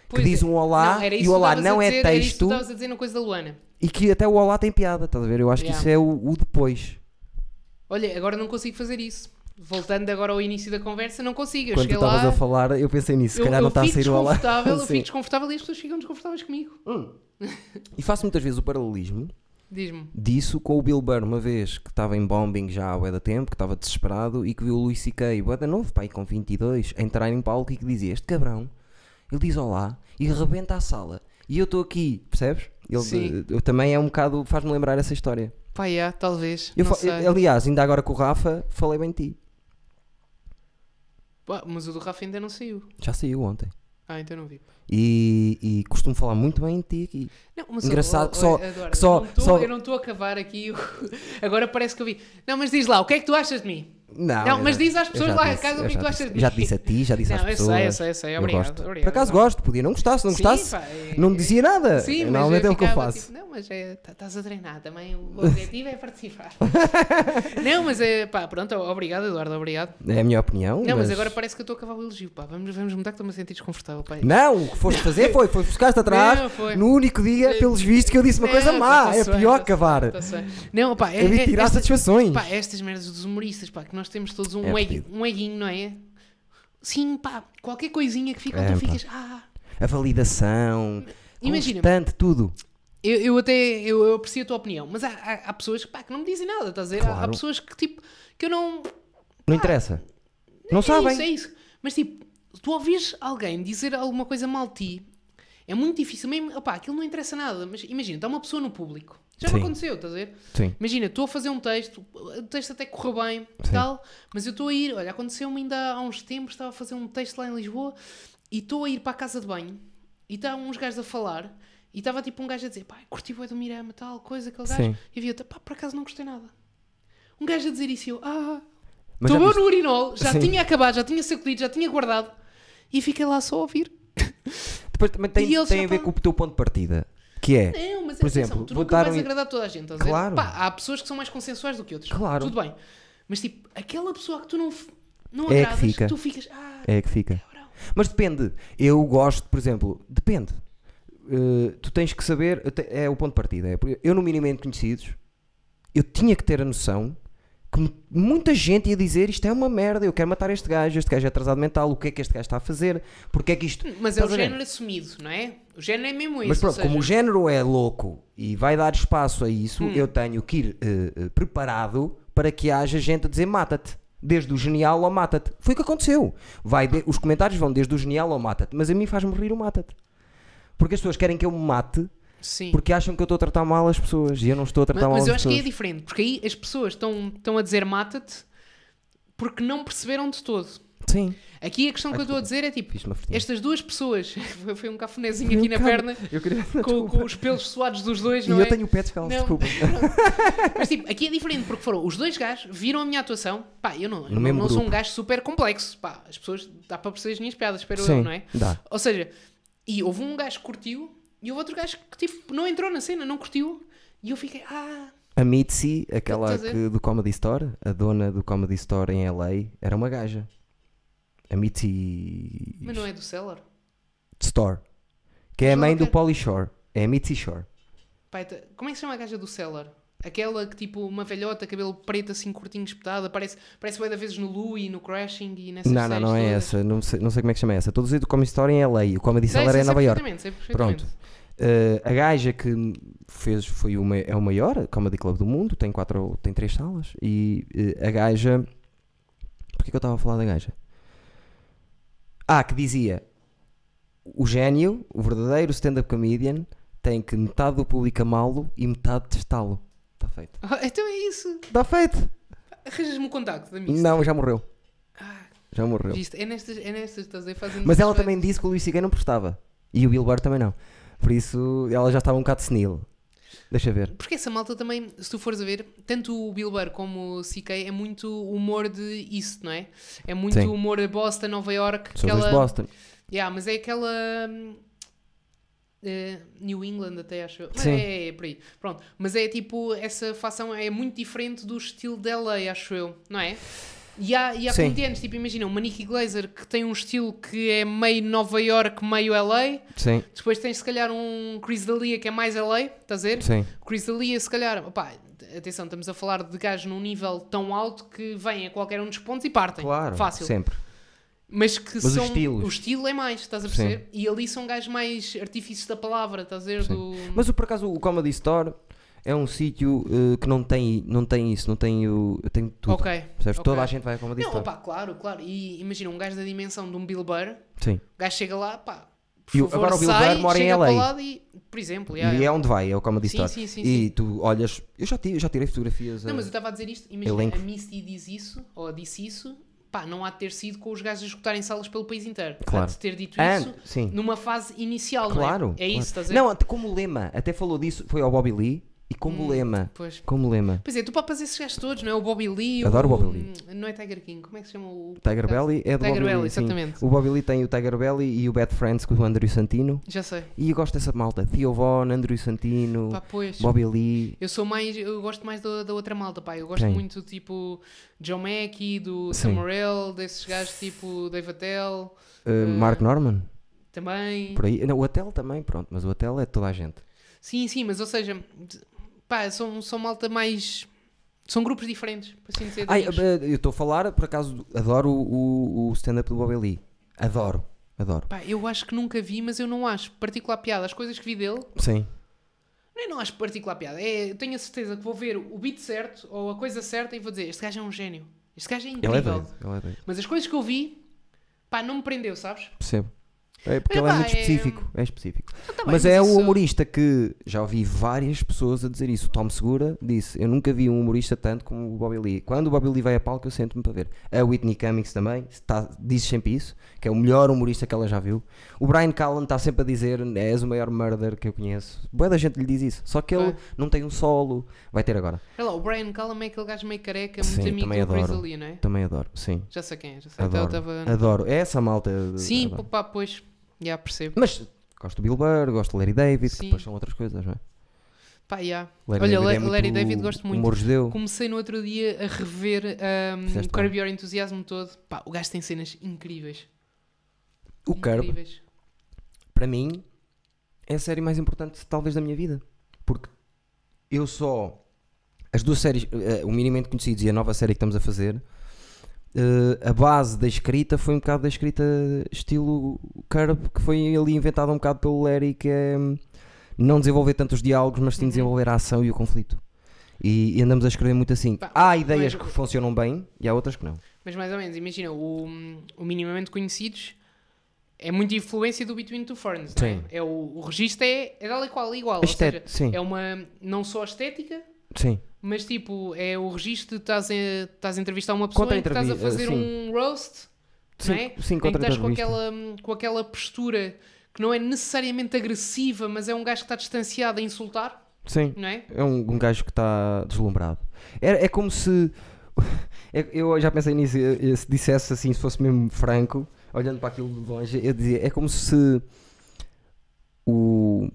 Pois que diz é. um olá Não, era isso e que o olá estavas a não é dizer, Era isso que tu texto estavas a dizer na coisa da Luana. e que até o olá tem piada. Estás a ver? Eu acho Yeah. que isso é o, o depois. Olha, agora não consigo fazer isso. Voltando agora ao início da conversa, não consigo. Eu Quando tu cheguei estavas lá. a falar, eu pensei nisso. Se eu, calhar não eu está a fico sair o olá. desconfortável, eu Sim. fico desconfortável e as pessoas ficam desconfortáveis comigo. E faço muitas vezes o paralelismo Diz-me. disso com o Bill Burr, uma vez que estava em bombing já há bué da tempo, que estava desesperado e que viu o Luís C.K., bué da novo, pai, com 22, entrar em palco e que dizia, este cabrão, ele diz olá e rebenta a sala. E eu estou aqui, percebes? Ele, Sim. Eu também é um bocado, faz-me lembrar essa história. Pá, yeah, talvez. Eu não fa- eh, sei. aliás, ainda agora com o Rafa, falei bem de ti. Pá, mas o do Rafa ainda não saiu. Já saiu ontem. Ah, então não vi. E, e costumo falar muito bem de ti aqui. Não, mas Engraçado que oh, só- oh, Eduardo, que só- eu não tô- só- Eu não estou a acabar aqui. o- Agora parece que eu vi. Não, mas diz lá, o que é que tu achas de mim? Não, Não, eu mas já- diz às eu pessoas já lá em disse, casa o eu que é que já tu achas de disse. Já mim. disse a ti, já disse Não, às eu sei, pessoas. eu sei, eu sei, obrigado, gosto. obrigado. Por acaso gosto, podia não gostar, se não gostasse, Sim, pá, é- não me dizia nada. Sim, mas Normalmente é o que eu ficava, faço. tipo, não, mas é, tá- estás a treinar também. O objetivo é participar. não, mas é pá, pronto, obrigado, Eduardo, obrigado. É a minha opinião. tipo Não, mas agora parece que eu estou a acabar o elogio, pá. Vamos, vamos mudar que estou-me a sentir desconfortável, pá. Não, o que foste fazer foi, foi buscar-te atrás Não, foi. no único dia, pelos vistos, que eu disse uma coisa Não, má. tá é suave, pior tá cavar. suave, tá suave. Não, pá, é, É me é, tirar esta- satisfações. Pá, estas merdas dos humoristas, pá, que nós temos todos um, É egg, fodido. um eguinho, não é? Sim, pá, qualquer coisinha que fica, É, tu pá. ficas. Ah, A validação, Imagina. constante, tudo. eu, eu até eu, eu aprecio a tua opinião, mas há, há, há pessoas pá, que não me dizem nada, estás a dizer? Há- Há, Claro. pessoas que tipo, que eu não. Não interessa. Não é sabem. isso, é isso. Mas tipo, tu ouvires alguém dizer alguma coisa mal de ti, é muito difícil, mesmo, opá, aquilo não interessa nada, mas imagina, está uma pessoa no público. Já me Sim. aconteceu, estás a ver? Sim. Imagina, estou a fazer um texto, o texto até correu bem, Sim. tal, mas eu estou a ir, olha, aconteceu-me ainda há uns tempos, estava a fazer um texto lá em Lisboa e estou a ir para a casa de banho e estavam uns gajos a falar e estava tipo um gajo a dizer, pá, curti o do Mirama, tal, coisa, aquele gajo, Sim. e havia outro, pá, por acaso não gostei nada. Um gajo a dizer isso e eu, ah, estou Mas já eu viste- no urinol, já Sim. tinha acabado, já tinha sacudido, já tinha guardado e fiquei lá só a ouvir. Depois também tem, E eles tem já a ver estão- com o teu ponto de partida. Que é. Não, mas Por atenção, exemplo, tu vou nunca dar vais um- agradar toda a gente, estás a ver? Claro. Pá, há pessoas que são mais consensuais do que outras. Claro. Tudo bem. Mas tipo, aquela pessoa que tu não, f- não É que agradas, fica. tu ficas. Ah, É que fica. cabrão. Mas depende. Eu gosto, por exemplo, depende. Uh, tu tens que saber, eu te- é o ponto de partida. É, porque eu, no Minimamente Conhecidos, eu tinha que ter a noção que m- muita gente ia dizer isto é uma merda, eu quero matar este gajo, este gajo é atrasado mental, o que é que este gajo está a fazer, porque é que isto. Mas é o Estás a ver? género assumido, não é? O género é mesmo isso. Mas pronto, ou seja, Hum. como o género é louco e vai dar espaço a isso, eu tenho que ir eh, eh, preparado para que haja gente a dizer mata-te. Desde o genial ao mata-te. Foi o que aconteceu. Vai de- Os comentários vão desde o genial ao mata-te, mas a mim faz-me rir o mata-te. Porque as pessoas querem que eu me mate Sim. porque acham que eu estou a tratar mal as pessoas e eu não estou a Mas, tratar mal mas as eu acho que é pessoas. diferente, porque aí as pessoas estão, estão a dizer mata-te porque não perceberam de todo. Sim, Aqui a questão que eu estou a dizer é tipo, fiz uma fotinha. estas duas pessoas, foi- foi um cafunézinho Foi aqui um na cabo. perna, Eu queria. com, com os pelos suados dos dois, E não eu é? tenho o pé descalço, Não. desculpa. Mas tipo, aqui é diferente, porque foram os dois gajos, viram a minha atuação, pá, eu não, eu No não, mesmo não sou um grupo. gajo super complexo, pá, as pessoas, dá para perceber as minhas piadas, espero eu, Sim, não é? dá. Ou seja, e houve um gajo que curtiu e houve outro gajo que tipo, não entrou na cena, não curtiu, e eu fiquei, ah, A Mitzi, Estás aquela a ver? que, do Comedy Store, a dona do Comedy Store em LA, era uma gaja. A Mitzi mas não é do seller. Store. Que é a Mas mãe ela do quer- Polly Shore. É a Mitzi Shore. Pai, tá- como é que se chama a gaja do Cellar? Aquela que, tipo, uma velhota, cabelo preto, assim, curtinho, espetado, aparece, aparece bem da vezes no Lu e no Crashing e nessas não, não, séries não é todas. essa. Não sei, não sei como é que chama essa. Todos os do Comedy Store em LA. O Comedy Sei, Cellar sei, é em sei Nova York. perfeitamente, sei perfeitamente. Eh, a gaja que fez foi o, ma- é o maior comedy club do mundo, tem quatro, tem três salas e eh, a gaja Porquê que eu estava a falar da gaja? Ah, que dizia o gênio, o verdadeiro stand-up comedian tem que metade do público amá-lo e metade testá-lo. Está feito. Ah, então é isso. Está feito. Arranjas-me o contacto da minha. Não, já morreu. Ah, Já morreu. viste? É nestas, é nestas, estás aí fazendo. Mas ela também disse que o Luís Ciguei não prestava. E o Bilbar também não. Por isso ela já estava um bocado senil. Deixa ver. Porque essa malta também, se tu fores a ver, tanto o Bill Burr como o CK é muito humor de isso, não é? É muito Sim. humor de Boston, Nova York. São dois de Boston. Yeah, mas é aquela. hum, eh, New England, até acho eu. Mas Sim. É, é, por aí. Pronto. Mas é tipo, essa facção é muito diferente do estilo de LA, acho eu, não é? E há, e há Sim. comediantes, tipo, imagina, uma Nicky Glazer que tem um estilo que é meio Nova York, meio LA. Sim, Depois tens, se calhar, um Chris D'Elia que é mais LA, estás a ver? sim. Chris D'Elia, se calhar, opá, atenção, estamos a falar de gajos num nível tão alto que vêm a qualquer um dos pontos e partem. Claro, Fácil. sempre. Mas que os são. estilos. O estilo é mais, estás a Sim. perceber? E ali são gajos mais artífices da palavra, estás a ver? Sim. Do... Mas o- por acaso o Comedy Store é um sítio eh, que não tem, não tem isso, não tem o. Tem tudo. ok. Percebes? ok. Toda a gente vai ao Comedy Não, Store. opá, claro, claro. E imagina um gajo da dimensão de um Bill Burr, Sim. o gajo chega lá, pá, por E o- favor, agora o Bill sai, Burr mora em chega LA. para o lado e. Por exemplo, yeah, E é yeah. onde vai, é o Comedy Sim, Store. sim, sim, E tu olhas. Eu já, ti- já tirei fotografias. Não, eh, mas eu estava a dizer isto, imagina, Elenco. a Misty diz isso, ou disse isso, pá, não há de ter sido com os gajos a escutarem salas pelo país inteiro. Há Claro. de ter dito and- isso sim. numa fase inicial, Claro. não é? É claro. isso, estás a dizer? Não, até como lema. Até falou disso. Foi ao Bobby Lee. E Hum. como lema. Pois. Como lema. Pois é, tu papas esses gajos todos, não é? O Bobby Lee. Adoro o o Bobby Lee. Não é Tiger King, como é que se chama o. Tiger Belly Tiger é do Bobby Belly, Lee. sim. exatamente. O Bobby Lee tem o Tiger Belly e o Bad Friends com o Andrew Santino. Já sei. E eu gosto dessa malta. Theo Von, Andrew Santino, Pá, pois. Bobby Lee. Eu sou mais. Eu gosto mais da, da outra malta, pá. Eu gosto Quem? muito, tipo, John Mackey, do Sim. Samuel, desses gajos, tipo, Dave Attell, Uh, Hum. Mark Norman, também. por aí. Não, o Atel também, pronto, mas o Atel é toda a gente. Sim, sim, mas ou seja, de- pá, são, são malta mais. São grupos diferentes, por assim dizer. de Ai, amigos. eh, eu estou a falar, por acaso, adoro o, o- o stand-up do Bobby Lee. Adoro, adoro. Pá, eu acho que nunca vi, mas eu não acho particular piada. As coisas que vi dele, Sim, não, é não acho particular piada. É, eu tenho a certeza que vou ver o beat certo ou a coisa certa e vou dizer: este gajo é um gênio. Este gajo é ele é incrível. doido, ele é doido. mas as coisas que eu vi, pá, não me prendeu, sabes? Percebo. É porque Olha ele é pá, muito é- específico, é específico. Ah, tá bem, mas é isso- o humorista que já ouvi várias pessoas a dizer isso. O Tom Segura disse: Eu nunca vi um humorista tanto como o Bobby Lee. Quando o Bobby Lee vai a palco, eu sento-me para ver. A Whitney Cummings também está, diz sempre isso: que é o melhor humorista que ela já viu. O Brian Callen está sempre a dizer: És o maior murder que eu conheço. Boa da gente lhe diz isso. Só que ele Pois. não tem um solo. Vai ter agora. Olha lá, o Brian Callum é aquele gajo meio careca, Sim, muito amigo também do Chris adoro. ali, não é? Também adoro, sim. Já sei quem é, já sei. Até eu Adoro. estava. Adoro. É essa malta. de- Sim, adoro. pá, pois. Já percebo. Mas gosto do Bill Burr, gosto do Larry David, Sim. que depois são outras coisas, não é? Pá, já. Olha, David Le- é muito Larry David gosto muito. Humor judeu. Comecei no outro dia a rever um, Fizeste Curb Your Enthusiasm todo. Pá, o gajo tem cenas incríveis. O Curb, incríveis. para mim, é a série mais importante talvez da minha vida. Porque eu só... As duas séries, eh, o Minimamente Conhecidos e a nova série que estamos a fazer, eh, a base da escrita foi um bocado da escrita estilo Curb, que foi ali inventada um bocado pelo Larry, que é hum, não desenvolver tantos diálogos, mas sim Uhum. desenvolver a ação e o conflito. E, e andamos a escrever muito assim. Pá, Há ideias mas- que funcionam bem e há outras que não. Mas mais ou menos, imagina, o, o minimamente conhecidos é muita influência do Between Two Ferns. não é? Sim. É o, o registro é, é tal e qual, igual. Ou Estet- seja, sim. é uma. Não só estética, Sim, mas tipo, é o registro de estás a, estás a entrevistar uma pessoa Contra em que estás a entrevi- eh, fazer sim. um roast. sim, não é? sim em que contra estás com entrevista. aquela, com aquela postura que não é necessariamente agressiva, mas é um gajo que está distanciado a insultar, Sim, não é? é um, um gajo que está deslumbrado. É, é como se. é- eu já pensei nisso, eu- eu se dissesse assim, se fosse mesmo franco, olhando para aquilo de longe, eu dizia: é como se o,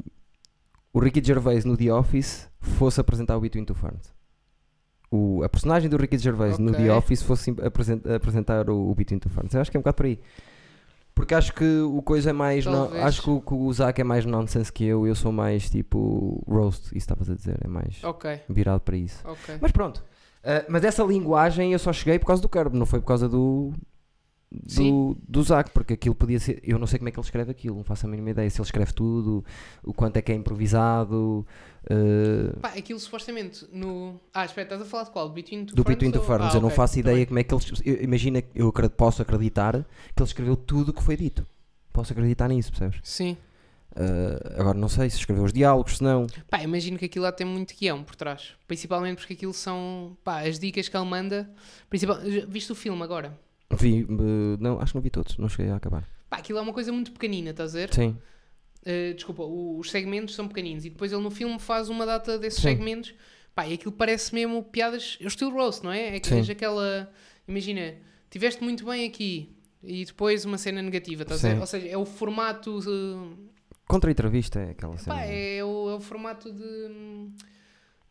o Ricky Gervais no The Office fosse apresentar o Between Two Ferns. O, a personagem do Ricky Gervais no Ok. The Office fosse im- apresen- apresentar o, o Between Two Ferns. Eu acho que é um bocado por aí. Porque acho que o coisa é mais. não- Talvez. acho que o, que o Zac é mais nonsense que eu, eu sou mais tipo roast, isso estavas a dizer, é mais Ok, virado para isso. ok. Mas pronto. Ah, mas essa linguagem eu só cheguei por causa do Curb, não foi por causa do. Do, Sim. do Zac, porque aquilo podia ser. Eu não sei como é que ele escreve aquilo, não faço a mínima ideia. Se ele escreve tudo, o quanto é que é improvisado, ah, Pá, aquilo supostamente no. Ah, espera, estás a falar de qual? Between Two do Ferns Between Two ou- Ferns. Ah, eu não ok, faço tá ideia bem. como é que ele. eu- Imagina, eu acred- posso acreditar que ele escreveu tudo o que foi dito. Posso acreditar nisso, percebes? Sim. Ah, agora não sei se escreveu os diálogos, se não. Pá, imagino que aquilo lá tem muito guião por trás. Principalmente porque aquilo são. Pá, as dicas que ele manda. Principal... já Viste o filme agora? Vi, eh, não, acho que não vi todos, não cheguei a acabar. Pá, aquilo é uma coisa muito pequenina, estás a ver? Sim, Uh, desculpa, o- os segmentos são pequeninos e depois ele no filme faz uma data desses Sim. segmentos. Pá, e aquilo parece mesmo piadas. É o estilo roast, não é? É que Sim. tens aquela. Imagina, tiveste muito bem aqui e depois uma cena negativa, estás a ver? Sim. Ou seja, é o formato. uh, contra a entrevista é aquela cena. pá, não é? é o, é o formato de. hum,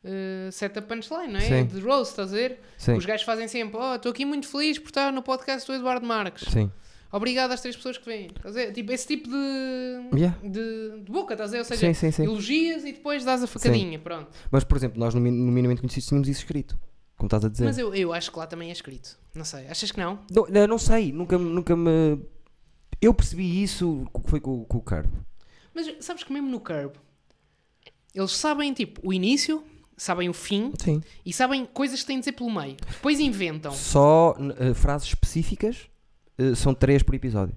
Uh, set up punchline, não é? Sim. De roast, estás a ver? Sim, Os gajos fazem sempre: Oh, estou aqui muito feliz por estar no podcast do Eduardo Marques. sim. Obrigado às três pessoas que vêm. Estás a ver? Tipo, esse tipo de, Yeah. de, de boca, estás a ver? Ou seja, sim, sim, sim. elogias e depois dás a facadinha, pronto. Mas, por exemplo, nós no, min- no Minimamente Conhecidos tínhamos isso escrito, como estás a dizer. Mas eu, eu acho que lá também é escrito. Não sei, achas que não? Não, não, não sei, nunca, me- nunca me. Eu percebi isso co- foi com, com o Carbo. Mas sabes que mesmo no Curb, eles sabem, tipo, o início, sabem o fim Sim. e sabem coisas que têm de dizer pelo meio. Depois inventam. Só n- eh, frases específicas, eh, são três por episódio.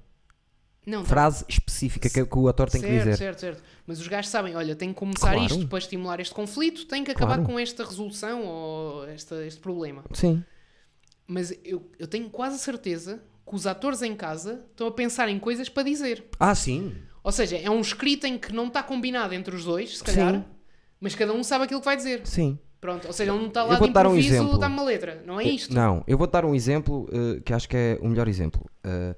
Não, tá Frase específica que, que o ator tem certo, que dizer. certo, certo. Mas os gajos sabem, olha, tenho que começar Claro. isto para estimular este conflito, tenho que acabar Claro. com esta resolução ou esta- este problema. Sim. Mas eu, eu tenho quase certeza que os atores em casa estão a pensar em coisas para dizer. Ah, sim. Ou seja, é um escrito em que não está combinado entre os dois, se calhar, Sim. mas cada um sabe aquilo que vai dizer. Sim. Pronto, ou seja, ele não está Eu lá de vou dar um improviso, exemplo. dá-me uma letra. Não é Eu- isto? Não, eu vou dar um exemplo eh, que acho que é o melhor exemplo. Eh,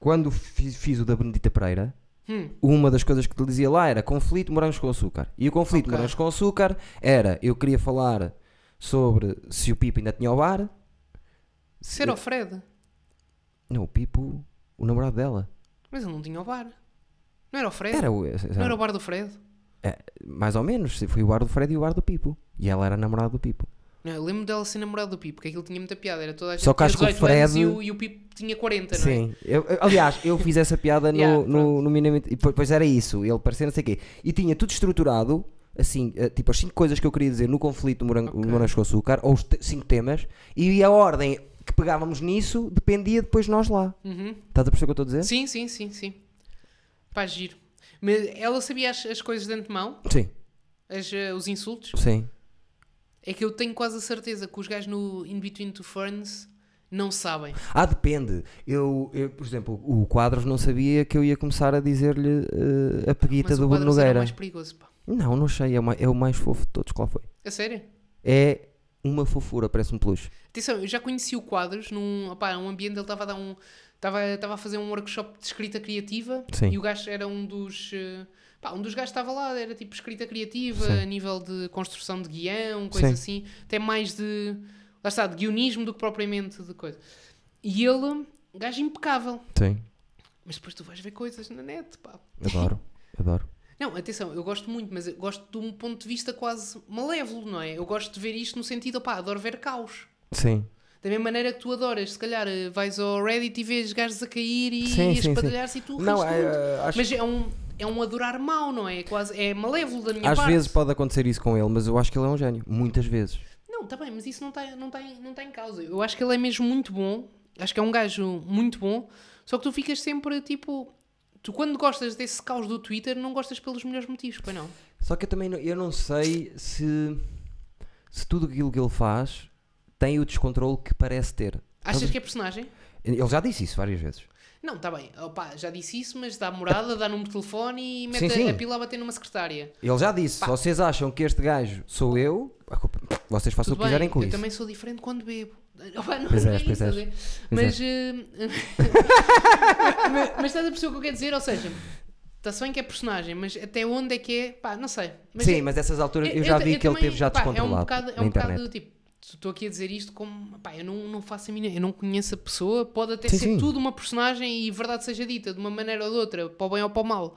quando fi- fiz o da Benedita Pereira, Hum. uma das coisas que te dizia lá era conflito morangos com açúcar. E o conflito Ok. morangos com açúcar era eu queria falar sobre se o Pipo ainda tinha o bar. Ser ao Fred. Não, o Pipo, o namorado dela. Mas ele não tinha o bar. Não era o Fred? Era o, É. é, Não era o bar do Fred? mais ou menos, foi o bar do Fred e o bar do Pipo. E ela era a namorada do Pipo. Não, eu lembro dela ser namorado do Pipo, porque aquilo tinha muita piada. Era toda a gente Só que tinha acho que o 18 anos Fred- E o, e o Pipo tinha 40, não é? Sim, eu, eu- aliás, eu fiz essa piada no, Yeah, no, no minimamente. e po- Pois era isso, ele parecia não sei o quê. E tinha tudo estruturado, assim, eh, tipo as cinco coisas que eu queria dizer no conflito do morango, Ok. morangos com açúcar, ou os te- cinco temas, e a ordem que pegávamos nisso dependia depois de nós lá. Uhum. Estás a perceber o que eu estou a dizer? Sim, sim, sim, sim. Pá, giro. Mas ela sabia as, as coisas de antemão, Sim, as, eh, os insultos. sim. É que eu tenho quase a certeza que os gajos no In Between Two Ferns não sabem. Ah, depende. Eu, eu, por exemplo, o Quadros não sabia que eu ia começar a dizer-lhe eh, a peguita Mas do o Bruno quadro era Nogueira. mais perigoso, pá. Não, não sei, é o, mais, é o mais fofo de todos, qual foi? A sério? É uma fofura, parece um peluche. Atenção, eu já conheci o Quadros num, opá, num ambiente, ele estava a dar um. Estava, estava a fazer um workshop de escrita criativa Sim. e o gajo era um dos. eh, Pá, um dos gajos que estava lá, era tipo escrita criativa, Sim. a nível de construção de guião, coisa Sim. assim, até mais de. Lá está, de guionismo do que propriamente de coisa. E ele, um gajo impecável. Sim. Mas depois tu vais ver coisas na net, pá. Adoro, adoro. Não, atenção, eu gosto muito, mas eu gosto de um ponto de vista quase malévolo, não é? Eu gosto de ver isto no sentido, pá, adoro ver caos. Sim. Da mesma maneira que tu adoras, se calhar eh, vais ao Reddit e vês gajos a cair e Sim, a sim, sim. espadalhar-se e tu rires Não, é, muito. é, acho, Mas é um, é um adorar mau, não é? É Quase, é malévolo da minha às parte. vezes pode acontecer isso com ele, mas eu acho que ele é um gênio. Muitas vezes. Não, está bem, mas isso não está não tá, em- não tá em causa. Eu acho que ele é mesmo muito bom. Acho que é um gajo muito bom. Só que tu ficas sempre tipo. Tu, quando gostas desse caos do Twitter, não gostas pelos melhores motivos, pois não? Só que eu também não, eu não sei se, se tudo aquilo que ele faz tem o descontrole que parece ter. Achas Sabes- que é personagem? Ele já disse isso várias vezes. Não, está bem. Opa, já disse isso, mas dá morada, dá número de telefone e mete Sim, a- sim. a pila a bater numa secretária. Ele já disse: se vocês acham que este gajo sou eu, a culpa- vocês façam o Tudo que bem, quiserem com eu isso. também sou diferente quando bebo. Opa, não Pois não és, é pois isso, és. estás a ver? Pois é. mas, eh, mas, mas estás a perceber o que eu quero dizer? Ou seja, está-se bem que é personagem, mas até onde é que é? Pá, não sei. Mas Sim, é- mas essas alturas eu, já vi que ele também- teve já pá, descontrolado É um bocado, é na um internet. bocado do tipo, estou aqui a dizer isto como, pá, eu não, não faço a minha, eu não conheço a pessoa, pode até Sim, ser sim. tudo uma personagem e verdade seja dita, de uma maneira ou de outra, para o bem ou para o mal.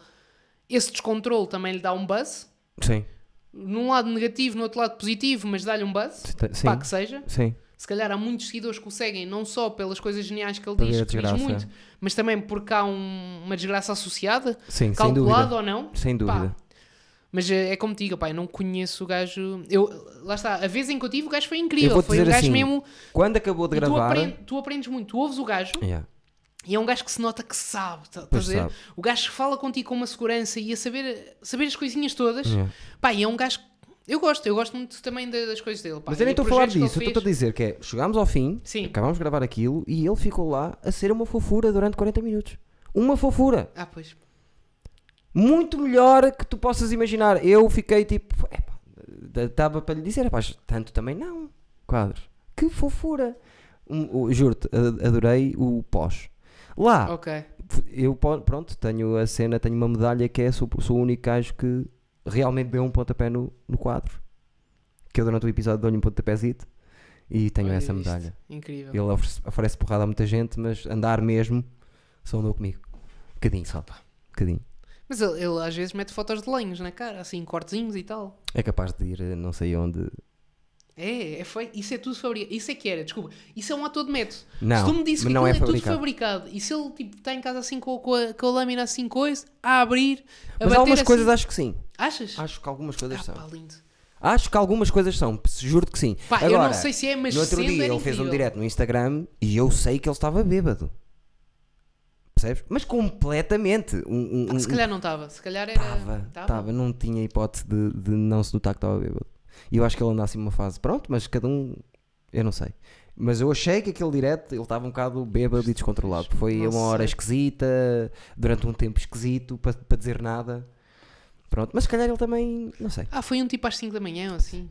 Esse descontrole também lhe dá um buzz, Sim, num lado negativo, no outro lado positivo, mas dá-lhe um buzz, Sim, sim. pá, que seja. sim. Se calhar há muitos seguidores que o seguem, não só pelas coisas geniais que ele Para ver diz, a que diz é, desgraça. muito, mas também porque há um- uma desgraça associada, Sim, sem calculada dúvida. ou não. Sem dúvida. Pá. Mas eh, é como te digo, pá, eu não conheço o gajo. Eu, lá está, a vez em que eu tive, o gajo foi Eu incrível. vou-te Foi um dizer gajo assim, mesmo. Quando acabou de e tu, gravar. aprend- tu aprendes muito, tu ouves o gajo Yeah. e é um gajo que se nota que sabe, tá- Pois estás a ver? sabe. O gajo que fala contigo com uma segurança e a saber, saber as coisinhas todas. Yeah. Pá, e é um gajo. que- Eu gosto, eu gosto muito também da- das coisas dele. Pá. Mas eu nem E estou a falar projetos que ele disso, eu fez. estou a dizer que é, chegámos ao fim, Sim. acabámos de gravar aquilo e ele ficou lá a ser uma fofura durante 40 minutos. Uma fofura! Ah, pois. Muito melhor que tu possas imaginar. Eu fiquei tipo, epá, estava para lhe dizer, epá, tanto também não. Quadros. Que fofura! Um, o- Juro-te, a- adorei o pós. Lá, Ok. eu po- pronto, tenho a cena, tenho uma medalha que é, sou, sou o único gajo que realmente deu um pontapé no, no quadro. Que eu durante o episódio dou-lhe um pontapézito e tenho Olha essa isto. medalha. Incrível. Ele oferece, oferece porrada a muita gente, mas andar mesmo só andou comigo. Um bocadinho só, pá. Um bocadinho. Mas ele, ele às vezes mete fotos de lenhos na cara, assim, cortezinhos e tal. É capaz de ir eh, não sei onde. É, é foi, isso é tudo fabricado. Isso é que era, desculpa. Isso é um ator de método. Não, se tu me disse que mas não aquilo é é, tudo fabricado. fabricado e se ele tipo, está em casa assim com, com, a, com a lâmina assim coisa, a abrir, a Mas bater algumas assim. coisas acho que sim. Achas? Acho que algumas coisas ah, são. pá, lindo. Acho que algumas coisas são, juro-te que sim. Pá, Agora, eu não sei se é, mas no outro sendo dia era ele fez um incrível. direct no Instagram e eu sei que ele estava bêbado. Percebes? Mas completamente. Um, um, Pá, Ah, se um- calhar não estava. Se calhar era. Estava, tava? estava, não tinha hipótese de, de não se notar que estava bêbado. E eu acho que ele anda assim numa fase, pronto, mas cada um, eu não sei. Mas eu achei que aquele direto ele estava um bocado bêbado e descontrolado. Foi Não uma hora sei. esquisita, durante um tempo esquisito, para para dizer nada. Pronto, mas se calhar ele também, não sei. Ah, foi um tipo às 5 da manhã, ou assim.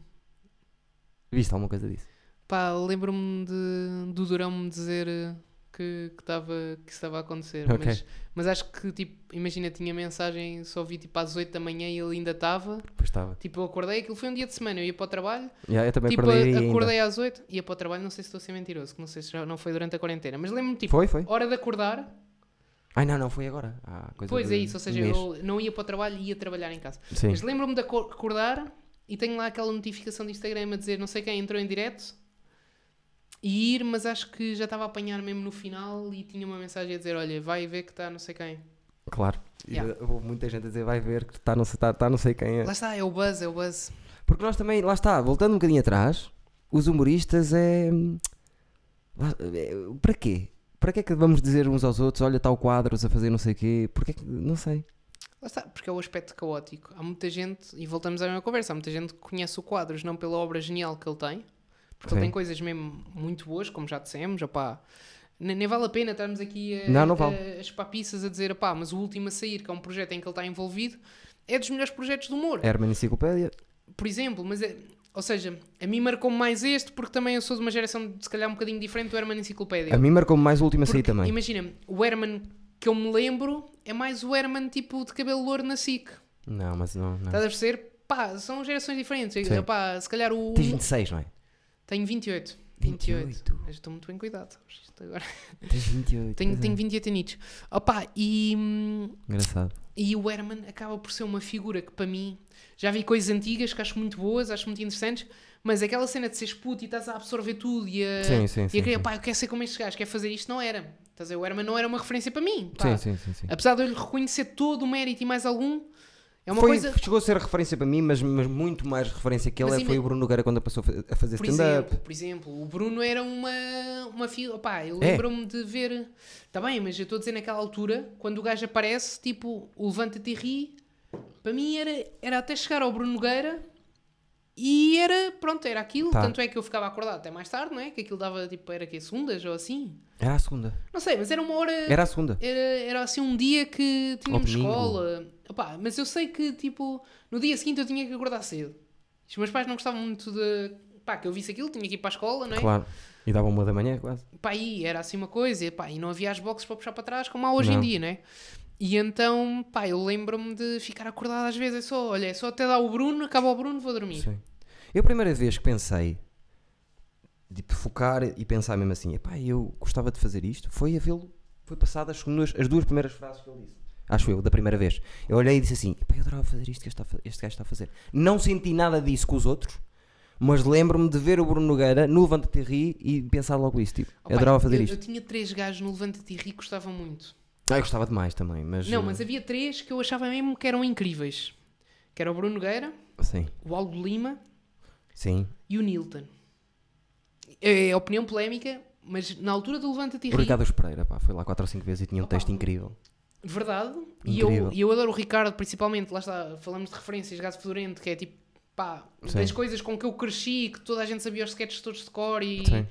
Viste alguma coisa disso? Pá, lembro-me de, do Durão me dizer eh, que, que, tava, que isso estava a acontecer. Ok. Mas, mas acho que, tipo, imagina, tinha mensagem, só vi tipo às 8 da manhã e ele ainda estava. Pois estava. Tipo, eu acordei, aquilo foi um dia de semana, eu ia para o trabalho. Já, eu também tipo, acordei, a- ainda. acordei às 8, ia para o trabalho, não sei se estou a ser mentiroso, que não sei se já não foi durante a quarentena, mas lembro-me, tipo, Foi, foi. hora de acordar, Ai não, não, foi agora. Ah, coisa pois de- é isso, ou seja, mês. eu não ia para o trabalho e ia trabalhar em casa. Sim. Mas lembro-me de acor- acordar e tenho lá aquela notificação do Instagram a dizer não sei quem entrou em direto e ir, mas acho que já estava a apanhar mesmo no final e tinha uma mensagem a dizer: olha, vai ver que está não sei quem. Claro. E Yeah. eu- Houve muita gente a dizer, vai ver que está não, sei- está, está não sei quem é. Lá está, é o buzz, é o buzz. Porque nós também, lá está, voltando um bocadinho atrás, os humoristas é. lá- é- Para quê? Para que é que vamos dizer uns aos outros, olha, está o quadros a fazer não sei o quê? Porque é que. Não sei. Lá está, porque é o aspecto caótico. Há muita gente, e voltamos à mesma conversa, há muita gente que conhece o Quadros não pela obra genial que ele tem, porque ele Sim. tem coisas mesmo muito boas, como já dissemos, opá, ne- nem vale a pena estarmos aqui a, Não, não a- vale. as papiças a dizer, opá, mas o último a sair, que é um projeto em que ele está envolvido, é dos melhores projetos do humor, Era uma enciclopédia. por exemplo, mas é... Ou seja, a mim marcou-me mais este porque também eu sou de uma geração de se calhar um bocadinho diferente do Herman Enciclopédia. A mim marcou-me mais o último a sair Porque, também. Imagina, o Herman que eu me lembro é mais o Herman tipo de cabelo louro na SIC. Não, mas não. não. Estás a perceber? Pá, são gerações diferentes. É. Sim. Pá, se calhar o. um Tens 26, não é? Tenho 28. 28. 28. Mas estou muito bem cuidado. sabes? Isto agora- Tens 28. Tenho, pois é. tenho 28 anitos. Opá, e, hum, Engraçado. e o Herman acaba por ser uma figura que para mim. Já vi coisas antigas que acho muito boas, acho muito interessantes, mas aquela cena de seres puto e estás a absorver tudo e a. Sim, sim, e sim, a querer, sim. pá, eu quero ser como estes gajos, quero fazer isto, não era. Estás a ver? O Herman não era uma referência para mim. Pá. Sim, sim, sim. sim. Apesar de eu lhe reconhecer todo o mérito e mais algum, É uma Foi- coisa. Chegou a ser referência para mim, mas, mas muito mais referência que ele Mas é- foi ima- o Bruno Nogueira quando passou a fa- a fazer Por stand-up. exemplo, por exemplo, o Bruno era uma, uma fila. Opá, eu É. lembro-me de ver. Está bem, mas eu estou a dizer naquela altura, quando o gajo aparece, tipo, o Levanta-te e ri, para mim era, era até chegar ao Bruno Nogueira e era, pronto, era aquilo. Tá. Tanto é que eu ficava acordado até mais tarde, não é? Que aquilo dava, tipo, era que segundas ou assim. Era a segunda. Não sei, mas era uma hora. Era a segunda. Era, era assim um dia que tínhamos Ao domingo. escola. Opá, mas eu sei que, tipo, no dia seguinte eu tinha que acordar cedo. Os meus pais não gostavam muito de. Pá, que eu visse aquilo, tinha que ir para a escola, não é? Claro. E dava uma da manhã quase. Pá, e era assim uma coisa. E, pá, e não havia as boxes para puxar para trás, como há hoje em Não. dia, não é? E então, pá, eu lembro-me de ficar acordado às vezes. É só, olha, é só até dar o Bruno, acaba o Bruno, vou dormir. Sim. Eu a primeira vez que pensei de focar e pensar mesmo assim, epá, eu gostava de fazer isto, foi a vê-lo, foi passado as, segundas, as duas primeiras frases que ele disse. Acho eu, da primeira vez. Eu olhei e disse assim, epá, eu adorava fazer isto que este, está a fa- este gajo está a fazer. Não senti nada disso com os outros, mas lembro-me de ver o Bruno Nogueira no Levanta-te e Ri e pensar logo isso, tipo, Opá, eu adorava fazer eu, isto. Eu tinha três gajos no Levanta-te e Ri que gostavam muito. Ah, eu gostava demais também, mas... eh, Não, mas havia três que eu achava mesmo que eram incríveis. Que era o Bruno Nogueira, Sim, o Aldo Lima sim. e o Nilton. É, é opinião polémica, mas na altura do Levanta-te e O Ri, Ricardo Pereira, pá, foi lá 4 ou 5 vezes e tinha um Opa, texto incrível. verdade, e eu, Incrível. e eu adoro o Ricardo principalmente, lá está, falamos de referências, Gato Fedorento, que é tipo, pá, Sim. das coisas com que eu cresci, que toda a gente sabia os sketches todos de cor e Sim.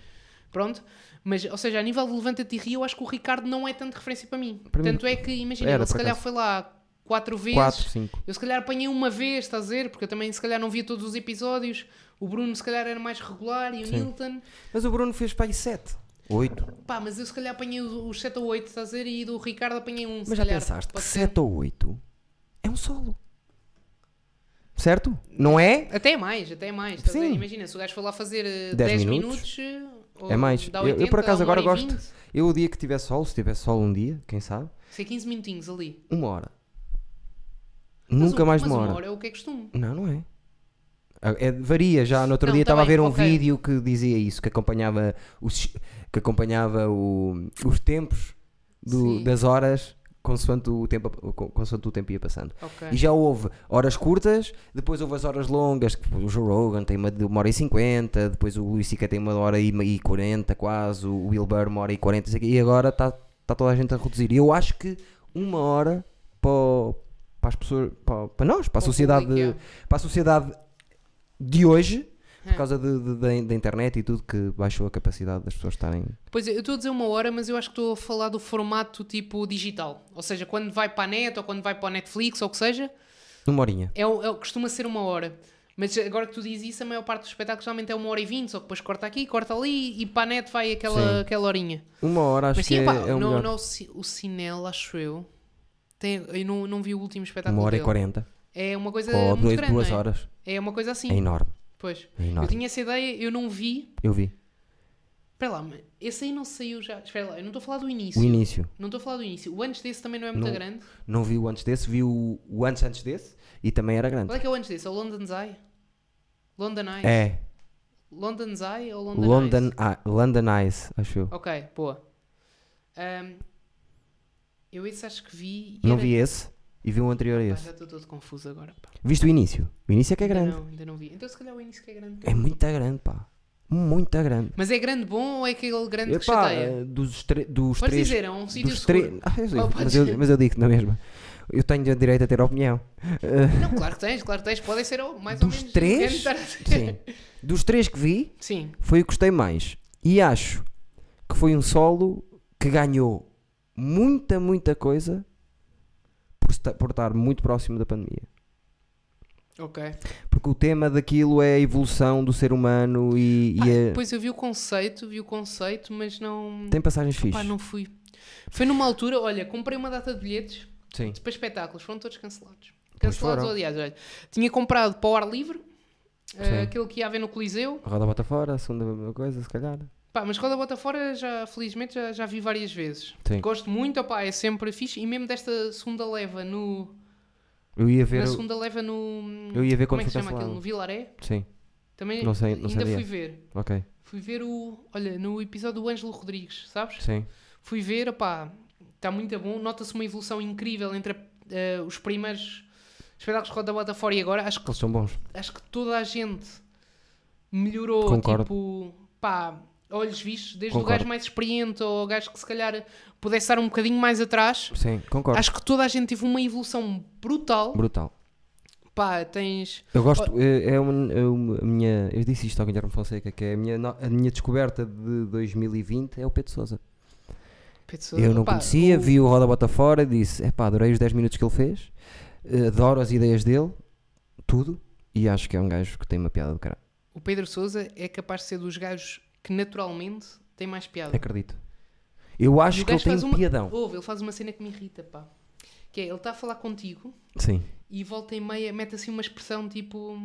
pronto. Mas, ou seja, a nível de Levanta-te e Ri, eu acho que o Ricardo não é tanto referência para mim. Para mim- tanto é que, imagina, Era, ele se por calhar acaso. foi lá quatro vezes. 4, 5. Eu se calhar apanhei uma vez, estás a ver? Porque eu também se calhar não via todos os episódios. O Bruno se calhar era mais regular e o Sim. Nilton. Mas o Bruno fez, pá, 7. 8. Pá, mas eu se calhar apanhei os 7 ou 8, estás a ver? E do Ricardo apanhei um. se Mas já calhar. pensaste que Pode ser. 7 ou 8 é um solo. Certo? Não é? Até mais, até mais. Estás a ver? Sim. Imagina, se o gajo for lá fazer eh, 10 10 minutos. minutos. eh, ou É mais. dá Eu- eu, por 80, acaso, dá uma agora hora e gosto. 20. Eu o dia que tiver solo, se tiver solo um dia, quem sabe, Sei 15 minutinhos ali. uma hora. Mas Nunca um- mais mas uma hora. é o que é costume. Não, não é. Ah, é- varia já. No outro Não, dia tá estava bem, a ver um ok. vídeo que dizia isso, que acompanhava os, que acompanhava o- os tempos do- Sim. das horas consoante o tempo, a- con- consoante o tempo ia passando. Ok. E já houve horas curtas, depois houve as horas longas, que o Joe Rogan tem uma de uma hora e cinquenta, depois o Luís Sica tem uma hora e, e quarenta quase, o Will Burr uma hora e quarenta, e agora está tá toda a gente a reduzir. E eu acho que uma hora para, o- para as pessoas, para, para nós, para a Para o sociedade, público, para a sociedade de hoje, É. por causa de- de- da- da internet e tudo que baixou a capacidade das pessoas estarem... Pois é, eu estou a dizer uma hora, mas eu acho que estou a falar do formato tipo digital. Ou seja, quando vai para a net ou quando vai para o Netflix ou o que seja, Uma horinha. É, o- é, o- costuma ser uma hora. Mas agora que tu dizes isso, a maior parte dos espetáculos geralmente é uma hora e vinte, só que depois corta aqui, corta ali e para a net vai aquela, Sim. aquela horinha. Uma hora acho Mas sim, que pá, é, é o no, melhor. no ci- o Cinel, acho eu. Tem, eu não, não vi o último espetáculo. Uma hora e dele. quarenta. É uma coisa Ou muito dois- grande. duas não é? horas. É uma coisa assim. É enorme. Pois. É Eu enorme. tinha essa ideia, eu não vi. Eu vi. Espera lá, mas esse aí não saiu já. Espera lá, eu não estou a falar do início. O início. Não estou a falar do início. O antes desse também não é muito Não. grande. Não vi o antes desse, vi o, o antes antes desse e também era grande. Qual é que é o antes desse? É o London's Eye? London Eye? É, London's Eye ou London, Eyes? London, Eye- London Eyes, acho eu. Ok, boa. Ahm, eu esse acho que vi. e Não era- vi esse e vi o anterior a Pá, esse. já estou todo confuso agora. Pá. Viste o início? O início é que é Ainda grande. Não, ainda não vi. Então se calhar o início que é grande. É muito grande, pá. Muito grande. Mas é grande bom ou é aquele grande que Epá, chateia? dos, tre- dos Podes três. dizer, é um sítio dos seguro. três. Ah, eu sei, Oh, mas, podes- eu, mas eu digo na mesma. Eu tenho o direito a ter opinião. Ah, Não, claro que tens, claro que tens. Podem ser oh, mais ou dos menos. depende de estar três. a dizer. Sim. Dos três que vi, Sim. foi o que gostei mais. E acho que foi um solo que ganhou muita, muita coisa por, esta- por estar muito próximo da pandemia. Ok. Porque o tema daquilo é a evolução do ser humano e, e é- Pá, a- Pois eu vi o conceito, vi o conceito, mas não. tem passagens fixes. Pá, não fui. Foi numa altura, olha, comprei uma data de bilhetes. Sim. para espetáculos, foram todos cancelados. Pois Cancelados foram. ou adiados, olha. Tinha comprado para o ar livre, eh, Sim. aquele que ia haver no Coliseu. A roda bota fora, a segunda coisa, se calhar. Pá, mas Roda Bota Fora, já, felizmente, já, já vi várias vezes. Sim. Gosto muito, opá, é sempre fixe. E mesmo desta segunda leva no... Eu ia na ver. o- segunda leva no... Eu ia ver como quando é que se foi chama aquele? cancelado. No Vilaré? Sim, Também Não sei- não ainda sabia. fui ver. ok. Fui ver o... Olha, no episódio do Ângelo Rodrigues, sabes? Sim. Fui tá ver, opá, está muito bom. Nota-se uma evolução incrível entre eh, os primeiros espetáculos com a da bota fora e agora, acho que, Eles são bons. acho que toda a gente melhorou, Concordo. tipo, pá, olhos vistos, desde o Concordo. gajo mais experiente ou o gajo que se calhar pudesse estar um bocadinho mais atrás. Sim, concordo. Acho que toda a gente teve uma evolução brutal. Brutal. Pá, tens. Eu gosto, é, é uma, é uma- a minha. Eu disse isto ao Guilherme Fonseca, que é a minha, no- a minha descoberta de 2020 é o Pedro Souza. Pessoa, Eu não pá, conhecia, o- vi o Roda Bota Fora e disse: é pá, adorei os 10 minutos que ele fez, eh, adoro as ideias dele, tudo, e acho que é um gajo que tem uma piada do caralho. O Pedro Souza é capaz de ser dos gajos que naturalmente tem mais piada. Acredito. Eu acho que ele gajo É tem um faz uma- piadão. Ouve, ele faz uma cena que me irrita, pá. Que é, ele está a falar contigo Sim. e volta e meia mete assim uma expressão tipo.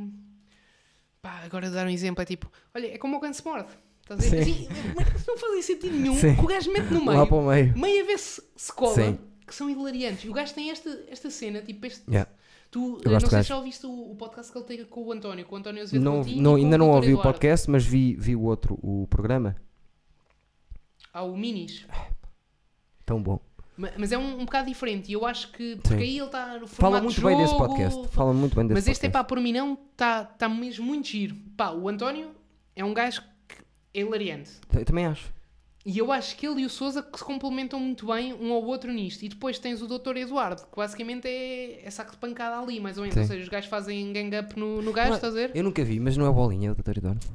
Pá, agora dar um exemplo, é tipo, olha, é como o cão se morde. Estás a dizer? Sim. Assim, mas não fazem sentido nenhum. Sim. que O gajo mete no Lá para Um meio, o meio. meia vez se, se cola, Sim. que são hilariantes. E o gajo tem esta, esta cena, tipo, este. Yeah. Tu, Eu eh, não gosto do sei gajo. se já ouviste o, o podcast que ele tem com o António, com o António Azevedo Não, Coutinho não, e um com ainda não Vítor ouvi o Eduardo. podcast, mas vi, vi o outro, o programa. Há o Minis. Tão bom. Ma- Mas é um, um bocado diferente e eu acho que. Porque Sim. aí ele está no formato Fala muito jogo, bem desse podcast. Fala muito bem desse Mas este é pá, podcast. por mim não, está tá mesmo muito giro. Pá, o António é um gajo que é hilariante. Eu também acho. E eu acho que ele e o Souza que se complementam muito bem um ao outro nisto. E depois tens o Dr. Eduardo, que basicamente é, é saco de pancada ali, mais ou menos. Sim. Ou seja, os gajos fazem gang-up no, no gajo, Não é- estás a ver? Eu nunca vi, mas não é o Bolinha, é o Dr. Eduardo.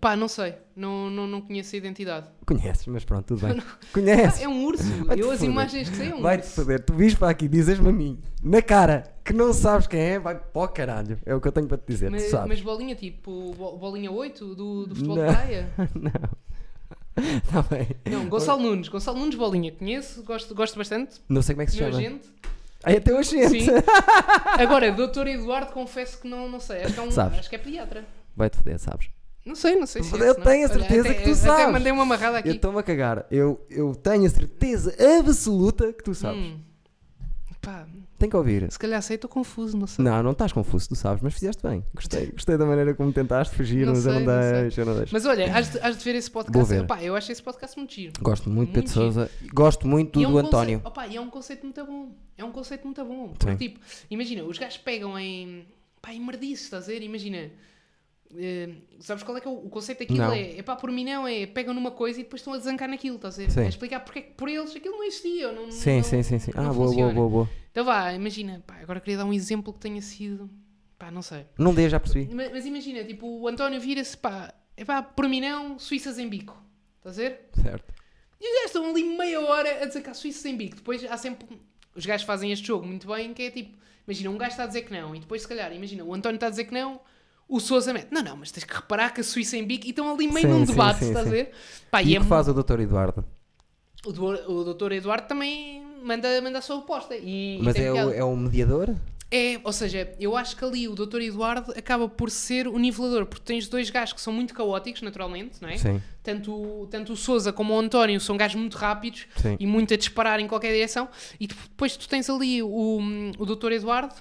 Pá, não sei, não, não, não conheço a identidade. Conheces, mas pronto, tudo bem. Ah, Conheces. é um urso, Vai-te eu as foder. imagens que sei é um Vai-te urso. foder. Tu viste para aqui, dizes-me a mim, na cara, que não sabes quem é, vai para o caralho. É o que eu tenho para te dizer, tu Mas, sabes. mas bolinha tipo, bo- bolinha 8 do, do futebol Não. de praia? não. Está bem. Não, Gonçalo Nunes, Gonçalo Nunes bolinha, conheço, gosto, gosto bastante, Não sei como é que se meu chama. agente. Ai, até hoje gente. Sim. Agora, doutor Eduardo, confesso que não, não sei, acho que é, um, Sabes. acho que é pediatra. Vai-te foder, sabes? Não sei, não sei se é Eu esse nome. tenho a Olha, certeza até- que tu Até sabes. mandei uma amarrada Eu Tá aqui. estou-me a cagar. Eu, eu tenho a certeza absoluta que tu sabes. Hum. Pá, Tem que ouvir. se calhar sei, estou confuso, não sei. Não, não estás confuso, tu sabes, mas fizeste bem. Gostei, gostei da maneira como tentaste fugir, Não mas eu sei, não não sei. deixo, eu não deixo. Mas olha, has de, has de ver esse Vou podcast. ver. Opá, eu acho esse podcast muito giro. Gosto muito de Pedro Muito giro. Sousa, gosto muito E é do um conce- António. opá, e é um conceito muito bom. É um conceito muito bom. Porque, Sim. tipo, imagina, os gajos pegam em. Pá, em merdice, estás a ver? Imagina. eh, sabes qual é que é o, o conceito daquilo? Não. É, é pá, por mim não, é pegam numa coisa e depois estão a desancar naquilo, estás a ver? Sim. É explicar porque é que por eles aquilo não existia. ou Não, Sim, não- sim, sim, sim. não Ah, boa, É boa, um funciona. boa, boa. Então vá, imagina, pá, agora queria dar um exemplo que tenha sido. pá, não sei. Não dei, já percebi. Mas, mas imagina, tipo, o António vira-se, pá, é pá, por mim não, Suíças em bico, estás a ver? Certo. E os gajos estão ali meia hora a dizer que há suíço sem bico. Depois há sempre. um- Os gajos fazem este jogo muito bem, que é tipo. Imagina, um gajo está a dizer que não, e depois, se calhar, imagina, o António está a dizer que não, o Sousa mete. Não, não, mas tens que reparar que a Suíça é em bico. E estão ali meio Sim, num sim, debate, sim, estás sim. a ver? Pá, E e o é que mu- faz o Dr. Eduardo? o, doutor, o doutor Eduardo também manda, manda a sua oposta. E, e Mas tem é o, piada. é o mediador? É, ou seja, eu acho que ali o Dr. Eduardo acaba por ser o nivelador, porque tens dois gajos que são muito caóticos, naturalmente, não é? Sim, Tanto, tanto o Sousa como o António são gajos muito rápidos sim. e muito a disparar em qualquer direção. E tu- depois tu tens ali o, o Dr. Eduardo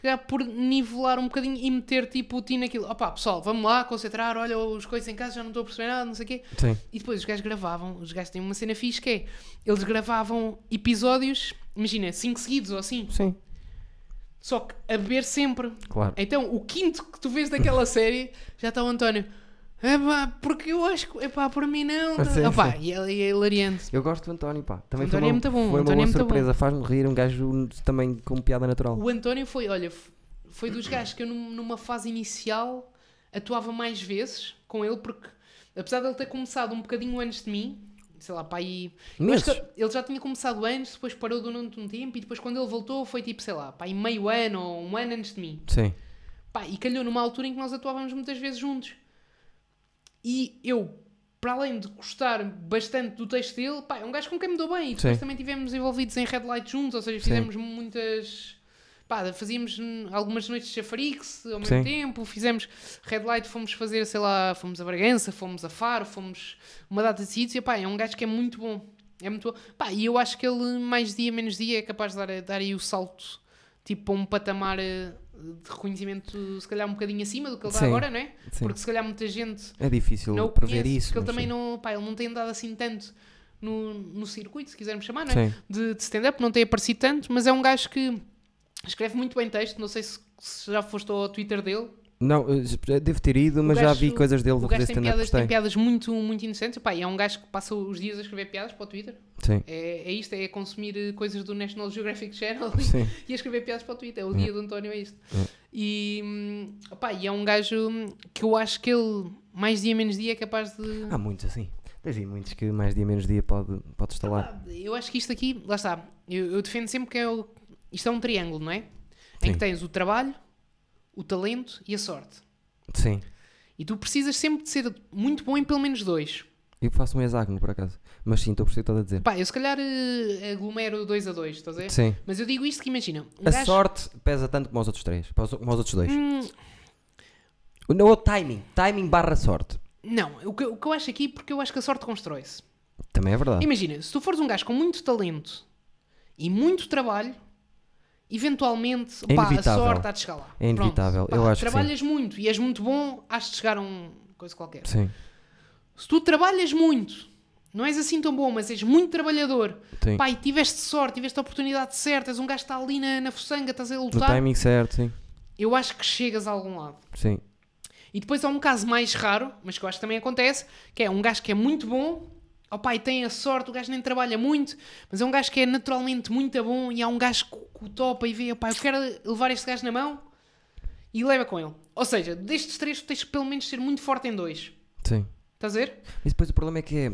que é por nivelar um bocadinho e meter tipo o ti naquilo. Opa, pessoal, vamos lá, concentrar, olha os coisas em casa, já não estou a perceber nada, não sei o quê. Sim. E depois os gajos gravavam, os gajos têm uma cena fixe que é, eles gravavam episódios, imagina, 5 seguidos ou assim, Sim, só que a beber sempre. claro. Então, o quinto que tu vês daquela série, já está o António. Epá, porque eu acho que. Epá, para mim não. Ah, sim, Epá, e ele e é hilariante. Eu gosto do António, pá. Também O foi António uma, é muito bom, o Foi uma António boa é muito surpresa. Faz-me rir um gajo também com piada natural. O António foi, olha, f- foi dos gajos que eu num- numa fase inicial atuava mais vezes com ele, porque apesar de ele ter começado um bocadinho antes de mim, sei lá, pá, aí. eu acho que Meses. Ele já tinha começado antes, depois parou durante um tempo e depois quando ele voltou foi tipo, sei lá, pá, aí meio ano ou um ano antes de mim. Sim. Pá, e calhou numa altura em que nós atuávamos muitas vezes juntos. E eu, para além de gostar bastante do texto dele, pá, é um gajo com quem me dou bem. E depois Sim. também estivemos envolvidos em Red Light juntos, ou seja, Sim. fizemos muitas. Pá, fazíamos hum, algumas noites de chafariz ao mesmo Sim. tempo, fizemos Red Light, fomos fazer, sei lá, fomos a Bragança, fomos a Faro, fomos uma data de sítios. E pá, é um gajo que é muito bom. É muito bom. Pá, e eu acho que ele, mais dia, menos dia, é capaz de dar, dar aí o salto, tipo, a um patamar eh, de reconhecimento, se calhar um bocadinho acima do que ele Sim, dá agora, não é? sim. Porque se calhar muita gente É difícil não o prever conhece, isso. porque ele mas também sim. não, pá, ele não tem andado assim tanto no, no circuito, se quisermos chamar, não é? Sim. De, de stand-up, não tem aparecido tanto, mas é um gajo que Escreve muito bem texto, não sei se, se já foste ao Twitter dele. Não, eh, devo ter ido, mas já gajo- vi coisas dele o a gajo fazer tem stand-up. piadas, Gostei. tem piadas muito, muito inocentes. Pá, e é um gajo que passa os dias a escrever piadas para o Twitter. Sim, É, é isto, é consumir eh, coisas do National Geographic Channel sim. e a escrever piadas para o Twitter. O dia do António é isto. Yeah. E, hum, opá, e é um gajo hum, que eu acho que ele, mais dia menos dia, é capaz de. Há muitos assim. Tens aí muitos que mais dia menos dia pode, pode instalar. Pá, Eu acho que isto aqui, lá está, eu, eu defendo sempre que é o, isto é um triângulo, não é? Em Sim. que tens o trabalho, o talento e a sorte. Sim. E tu precisas sempre de ser muito bom em pelo menos dois. Eu faço um hexágono por acaso. Mas sim, estou por isso que estás a dizer. Pá, eu se calhar eh, aglomero dois a dois, estás a ver? Sim. Mas eu digo isto que imagina, um A gajo- sorte pesa tanto como os outros três. Como os como os outros dois. Hum, O- Não, o timing. Timing barra sorte. não, o que, o que eu acho aqui, porque eu acho que a sorte constrói-se. Também é verdade. Imagina, se tu fores um gajo com muito talento e muito trabalho, eventualmente É pá, a inevitável. sorte há de chegar lá. É inevitável, Pá, eu acho que Trabalhas muito e és muito bom, has de chegar a um coisa qualquer. Sim, Se tu trabalhas muito, não és assim tão bom, mas és muito trabalhador, sim. pá, e tiveste sorte, tiveste a oportunidade certa, és um gajo que está ali na, na fuçanga, estás a No lutar, timing certo, sim. eu acho que chegas a algum lado. Sim. E depois há um caso mais raro, mas que eu acho que também acontece, que é um gajo que é muito bom, ó pai, tem a sorte, o gajo nem trabalha muito, mas é um gajo que é naturalmente muito bom e há um gajo que que o topa e vê, pá, eu quero levar este gajo na mão e leva com ele. Ou seja, destes três tu tens que pelo menos ser muito forte em dois. Sim. Estás a ver? E depois o problema é que é.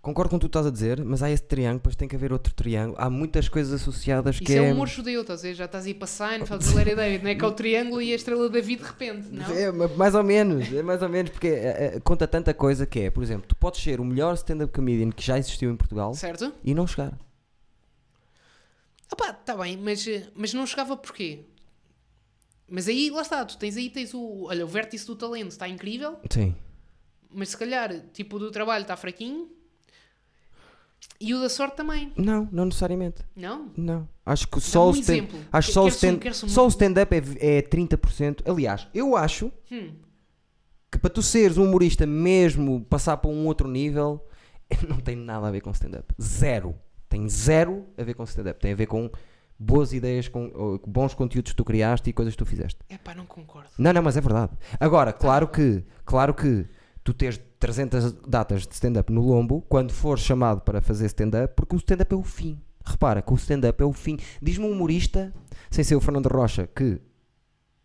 Concordo com o que tu estás a dizer, mas há esse triângulo, depois tem que haver outro triângulo. Há muitas coisas associadas que Isso é um humor judeu, estás a ver? Já estás aí para Seinfeld, Larry David, não é que é o triângulo e a estrela David de repente, não? É, ma- mais ou menos, é mais ou menos, porque é, é, conta tanta coisa que é, por exemplo, tu podes ser o melhor stand-up comedian que já existiu em Portugal Certo? e não chegar. Ah pá, tá bem, mas, eh, mas não chegava porquê? Mas aí, lá está, tu tens aí, tens o, olha, o vértice do talento, está incrível, Sim. mas se calhar, tipo, o do trabalho está fraquinho e o da sorte também, Não, não necessariamente. não? Não. Acho que só um o stand exemplo. acho que só o Quer-se um- stand- quer-se um- só o stand-up é, é 30%. Aliás, eu acho Hum. que para tu seres um humorista mesmo, passar para um outro nível, não tem nada a ver com stand-up. Zero. Tem zero a ver com stand-up. Tem a ver com boas ideias, com ou, com bons conteúdos que tu criaste e coisas que tu fizeste. É pá, não concordo. Não, não, mas é verdade. Agora, claro que, claro que tu tens 300 datas de stand-up no lombo quando fores chamado para fazer stand-up, porque o stand-up é o fim. Repara que o stand-up é o fim. Diz-me um humorista, sem ser o Fernando Rocha, que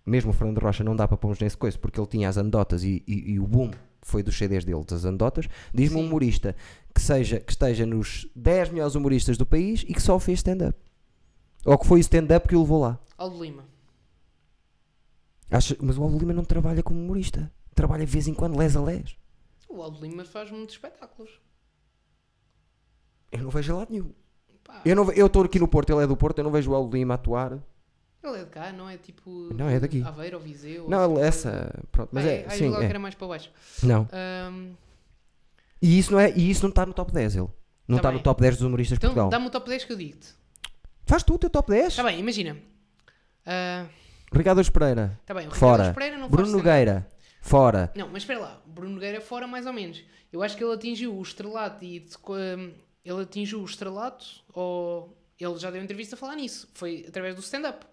mesmo o Fernando Rocha não dá para pôr nesse coisa, porque ele tinha as andotas e, e- e o boom foi dos CDs dele, das andotas. Diz-me um Sim. humorista que, seja, que esteja nos 10 melhores humoristas do país e que só fez stand-up. Ou que foi o stand-up que o levou lá. Aldo Lima. Acha- mas o Aldo Lima não trabalha como humorista. Trabalha de vez em quando, les a les. O Aldo Lima faz muitos espetáculos. Eu não vejo lado nenhum. Pá, Eu não- eu estou aqui no Porto, ele é do Porto, eu não vejo o Aldo Lima atuar. Ele é de cá, não é tipo... Não, é daqui. Aveiro ou Viseu. Ah, Não, ele- é essa. Pronto, mas é. Aí sim, logo é. era mais para baixo. Não. Ahm, E isso não é- e isso não está no top 10, ele. Não Tá está no bem. top 10 dos humoristas de então, Tá Portugal. dá-me o top 10 que eu digo-te. Faz tu o teu top 10. Está bem, imagina. Ah, Ricardo Aires Pereira, Está Tá bem, o Fora. Ricardo Pereira não faz Bruno stand-up. Nogueira, fora. Não, mas espera lá, Bruno Nogueira é fora mais ou menos. Eu acho que ele atingiu o estrelato e de- co- hum, ele atingiu o estrelato ou ele já deu entrevista a falar nisso. Foi através do stand-up.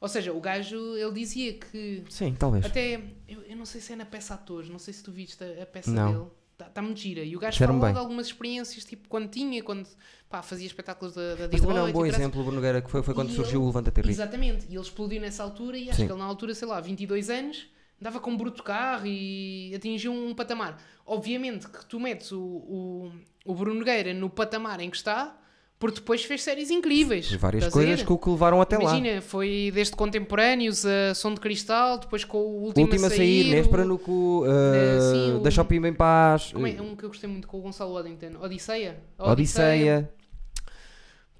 Ou seja, o gajo ele dizia que Sim, talvez. até eu, eu não sei se é na peça atores, não sei se tu viste a, a peça Não. dele. Está tá muito gira. E o gajo Disseram-me falou de bem. algumas experiências, tipo quando tinha, quando pá, fazia espetáculos da, da Mas também não é Deloitte um bom e o caralho. exemplo, o Bruno Nogueira, que foi, foi quando E surgiu ele- o Levanta Terri. Exatamente, e ele explodiu nessa altura e acho Sim. que ele na altura, sei lá, 22 anos, andava com um bruto carro e atingiu um patamar. Obviamente que tu metes o, o, o Bruno Nogueira no patamar em que está, porque depois fez séries incríveis. Várias Estás a coisas ver? que o que levaram até lá. Imagina, foi desde Contemporâneos a Som de Cristal, depois com o Último, Última a a Sair, sair, o- Neve para no cu, uh, eh, sim, o- da Shopping em paz, como é? eh, um que eu gostei muito com o Gonçalo Waddington, Odisseia? Odisseia.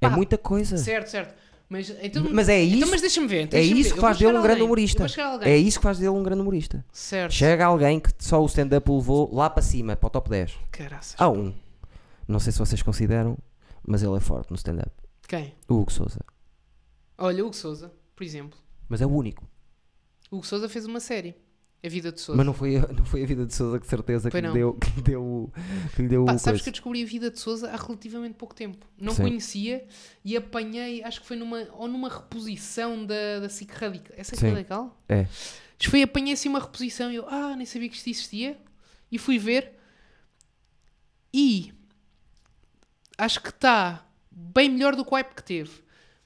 É Pá, muita coisa. Certo, certo. Mas, então, Mas é então, isso- mas deixa-me ver. É deixa-me ver. isso Eu que vou faz buscar dele um grande alguém, eu humorista. vou buscar alguém. É isso que faz dele um grande humorista. Certo. Chega alguém que só o stand-up o levou lá para cima, para o top 10. Caraças. Há um. Não sei se vocês consideram, mas ele é forte no stand-up. Quem? O Hugo Souza. Olha, o Hugo Souza, por exempo. Mas é o único. O Hugo Souza fez uma série. A vida de Sousa. Mas não foi, a- não foi a vida de Sousa que de certeza que Foi lhe, não. deu, que lhe deu, o- que lhe deu Pá, o sabes coisa. que eu descobri a vida de Sousa há relativamente pouco tempo. Não Sim. conhecia e apanhei, acho que foi numa, ou numa reposição da, da SIC Radical. Essa é SIC Sim. Radical? É. Mas Foi, apanhei assim uma reposição e eu, ah, nem sabia que isto existia. E fui ver. E acho que está bem melhor do que o hype que teve.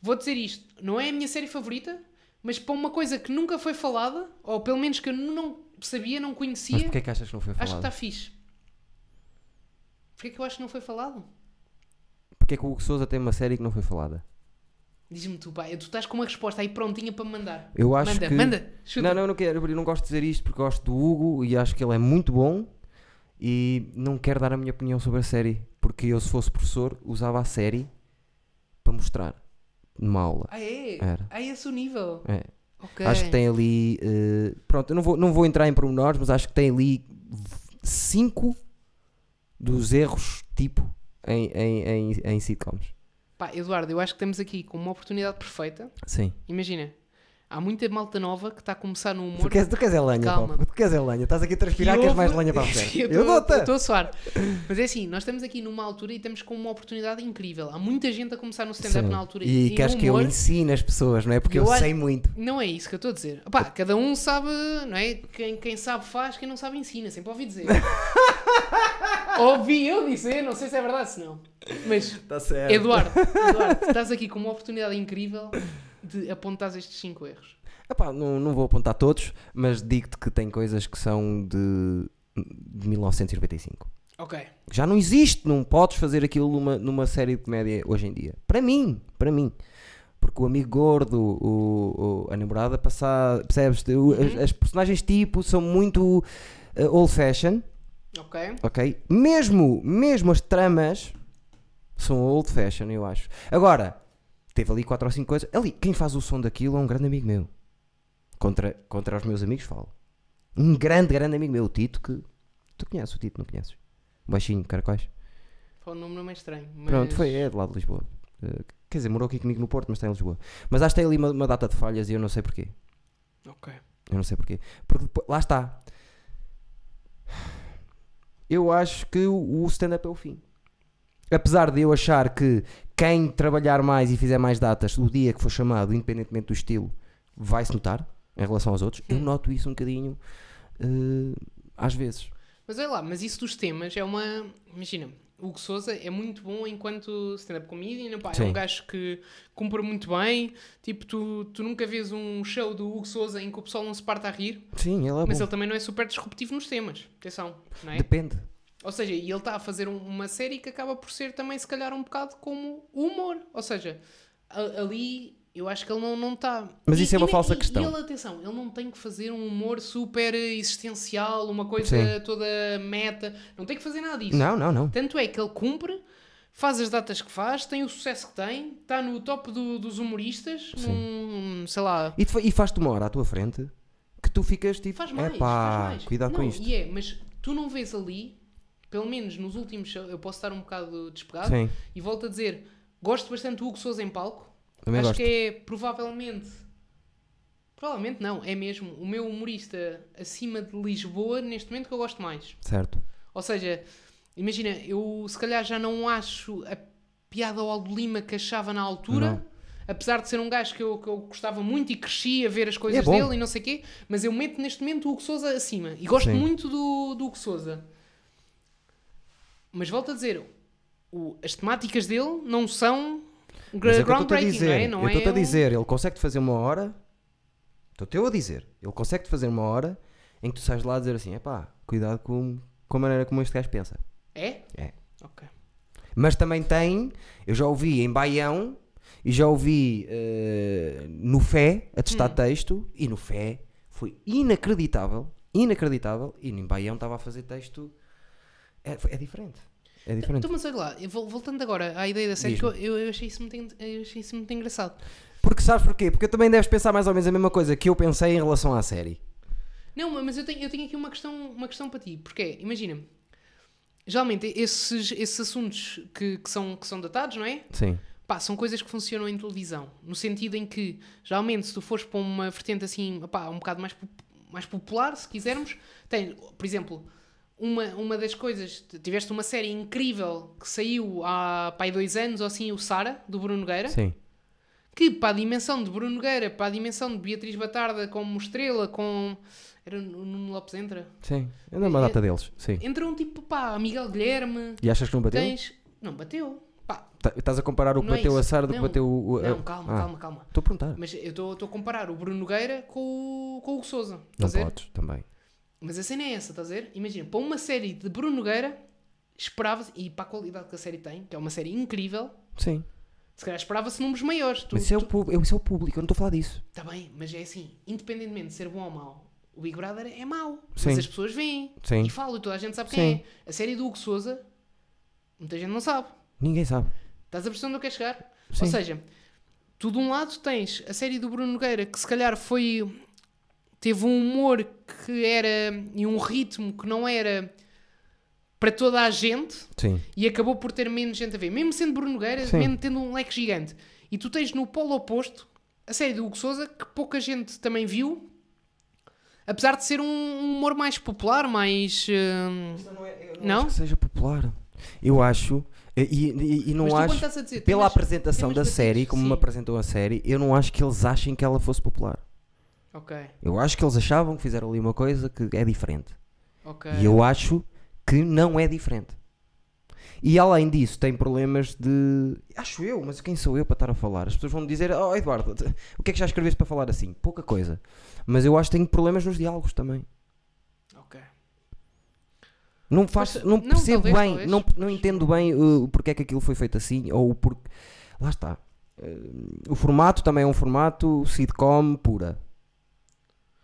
Vou dizer isto, não é a minha série favorita, mas para uma coisa que nunca foi falada, ou pelo menos que eu não sabia, não conhecia, Mas porquê é que achas que não foi acho que tá falado? está fixe. Porquê que eu acho que não foi falado? Porquê é que o Hugo Sousa tem uma série que não foi falada? Diz-me tu, pá, tu estás com uma resposta aí prontinha para me mandar. Eu acho manda, que... manda, chuta. Não, não, não quero. Eu não gosto de dizer isto porque gosto do Hugo e acho que ele é muito bom e não quero dar a minha opinião sobre a série. Porque eu, se fosse professor, usava a série para mostrar numa aula. Ah, é? Era. Ah, é esse o nível. É. Ok. Acho que tem ali. eh, pronto, eu não vou, não vou entrar em pormenores, mas acho que tem ali cinco dos erros tipo em, em, em, em sitcoms. Pá, Eduardo, eu acho que estamos aqui com uma oportunidade perfeita. Sim. Imagina, há muita malta nova que está a começar no humor. Tu queres, tu queres é lenha, Calma. Paulo. Tu queres é lenha. Estás aqui a transpirar, que queres houve- mais lenha para a Sim, frente. eu Eu tô- eu dou-te. estou a soar. Mas é assim, nós estamos aqui numa altura e estamos com uma oportunidade incrível. Há muita gente a começar no stand-up Sim. na altura. E no queres que eu humor. ensine as pessoas, não é? Porque Eu eu, acho- sei muito. Não é isso que eu estou a dizer. Opá, cada um sabe, não é? Quem, quem sabe faz, quem não sabe ensina. Sempre ouvi dizer. ouvi eu dizer, não sei se é verdade se não. Mas, Está certo. Eduardo, Eduardo, estás aqui com uma oportunidade incrível de apontar estes cinco erros. Epá, É não, não vou apontar todos, mas digo-te que tem coisas que são de, de 1995. Ok. Já não existe, não podes fazer aquilo numa, numa série de comédia hoje em dia. Para mim, para mim. Porque o amigo gordo, o, o- a namorada passada, percebes? O- as, Uhum. as personagens tipo são muito eh, old fashion, Ok. ok? Mesmo, mesmo as tramas são old fashion, eu acho. Agora, teve ali quatro ou cinco coisas. Ali, quem faz o som daquilo é um grande amigo meu. Contra, contra os meus amigos falo. Um grande, grande amigo meu, o Tito, que tu conheces o Tito, não conheces? Um baixinho, caracóis. Foi um nome não é estranho. Mas... Pronto, foi, é de lá de Lisboa. Eh, quer dizer, morou aqui comigo no Porto, mas está em Lisboa. Mas acho que tem ali uma, uma data de falhas e eu não sei porquê. Ok. Eu não sei porquê. Porque depois- lá está. Eu acho que o o stand-up é o fim. Apesar de eu achar que quem trabalhar mais e fizer mais datas, o dia que for chamado, independentemente do estilo, vai-se notar em relação aos outros, eu noto isso um bocadinho eh, às vezes. Mas olha lá, mas isso dos temas é uma. Imagina, o Hugo Souza é muito bom enquanto stand-up comedian, pá, é um Sim. gajo que cumpre muito bem. Tipo, tu, tu nunca vês um show do Hugo Souza em que o pessoal não se parte a rir, Sim, ele é mas bom. ele também não é super disruptivo nos temas. Atenção, não é? Depende. Ou seja, e ele está a fazer um- uma série que acaba por ser também, se calhar, um bocado como o humor. Ou seja, a- ali eu acho que ele não, não está. Mas E- isso é uma e- falsa e- questão. E ele, atenção, ele não tem que fazer um humor super existencial, uma coisa Sim. toda meta. Não tem que fazer nada disso. Não, não, não. Tanto é que ele cumpre, faz as datas que faz, tem o sucesso que tem, está no top do- dos humoristas, num, sei lá. E, te fa- e faz-te uma hora à tua frente que tu ficas tipo, Faz mais, "Epá, faz mais. cuidado não, com isto. E é, mas tu não vês ali, pelo menos nos últimos shows, eu posso estar um bocado despegado, Sim, e volto a dizer, gosto bastante do Hugo Souza em palco. também Acho gosto. que é provavelmente. Provavelmente não, é mesmo o meu humorista acima de Lisboa neste momento que eu gosto mais. Certo. Ou seja, imagina, eu se calhar já não acho a piada ao Aldo Lima que achava na altura, Não. apesar de ser um gajo que eu, que eu gostava muito e cresci a ver as coisas É bom. dele e não sei o quê, mas eu meto neste momento o Hugo Souza acima. E gosto Sim. muito do, do Hugo Souza. Mas volto a dizer, o- as temáticas dele não são Mas gra- é o que eu estou a groundbreaking, não é? dizer. Não eu estou-te é a dizer, ele consegue-te fazer uma hora. Estou-te eu a dizer. Ele consegue-te fazer uma hora em que tu sais de lá a dizer assim: epá, cuidado com, com a maneira como este gajo pensa. Um... É? É. Ok. Mas também tem, eu já ouvi em Baião e já ouvi eh, no Fé a Hum. testar texto e no Fé foi inacreditável, inacreditável e em Baião estava a fazer texto. É, é diferente. É diferente. Então, mas olha lá, eu vou- voltando agora à ideia da série, que eu, Diz-me. eu, eu achei isso muito, en- eu achei isso muito engraçado. Porque sabes porquê? Porque também deves pensar mais ou menos a mesma coisa que eu pensei em relação à série. Não, ma- mas eu tenho, eu tenho aqui uma questão, uma questão para ti, porque é, imagina-me, geralmente esses, esses assuntos que, que são, que são datados, não é? Sim. Pá, são coisas que funcionam em televisão, no sentido em que, geralmente, se tu fores para uma vertente assim, pá, um bocado mais pop- mais popular, se quisermos, tem, por exemplo, uma, uma das coisas, tiveste uma série incrível que saiu há pai dois anos ou assim, o Sara, do Bruno Nogueira, Sim. que para a dimensão de Bruno Nogueira, para a dimensão de Beatriz Batarda como estrela, com. Era o Nuno Lopes entra? Sim. Eu dou uma É- data deles. Sim. Entra um tipo, pá, Miguel Guilherme, E achas que não bateu? tens. Não bateu. Pá, Tá- Estás a comparar o que Não é bateu a isso. Sara do que Não. bateu o. o- não, a- calma, Ah, calma, calma. Estou a perguntar. Mas eu estou estou a comparar o Bruno Nogueira com o, com o Hugo Souza. Não Estás a ver? podes também. Mas a cena é essa, estás a ver? Imagina, para uma série de Bruno Nogueira, esperava-se, e para a qualidade que a série tem, que é uma série incrível, Sim. se calhar esperava-se números maiores. Tu, Mas isso é, o tu- público, isso é o público, eu não estou a falar disso. Tá bem, mas é assim, independentemente de ser bom ou mau, o Big Brother é mau. Sim. Mas as pessoas veem Sim. e falam, e toda a gente sabe quem Sim. é. A série do Hugo Souza, muita gente não sabe. Ninguém sabe. Estás a perceber onde eu quero chegar? Sim. Ou seja, tu de um lado tens a série do Bruno Nogueira, que se calhar foi. teve um humor que era. e um ritmo que não era para toda a gente Sim. e acabou por ter menos gente a ver. Mesmo sendo Bruno Nogueira, Sim. mesmo tendo um leque gigante. E tu tens no polo oposto a série do Hugo Souza, que pouca gente também viu, apesar de ser um, um humor mais popular, mais. hum, Não? é, Acho que seja popular. Eu acho. E, e- e não Mas tu quando acho. estás a dizer, pela temas- apresentação temas da batidos, série, como me sim. apresentou a série, eu não acho que eles achem que ela fosse popular. Ok, Eu acho que eles achavam que fizeram ali uma coisa que é diferente. ok. E eu acho que não é diferente. E além disso, tem problemas de. Acho eu, mas quem sou eu para estar a falar? As pessoas vão dizer: Oh, Eduardo, t- o que é que já escreveste para falar assim? Pouca coisa. Mas eu acho que tenho problemas nos diálogos também. Ok. Não, faço, Mas, não não, percebo talvez, bem, talvez. Não, não entendo bem uh, o porque é que aquilo foi feito assim, ou o porque. Lá está. Uh, o formato também é um formato sitcom pura.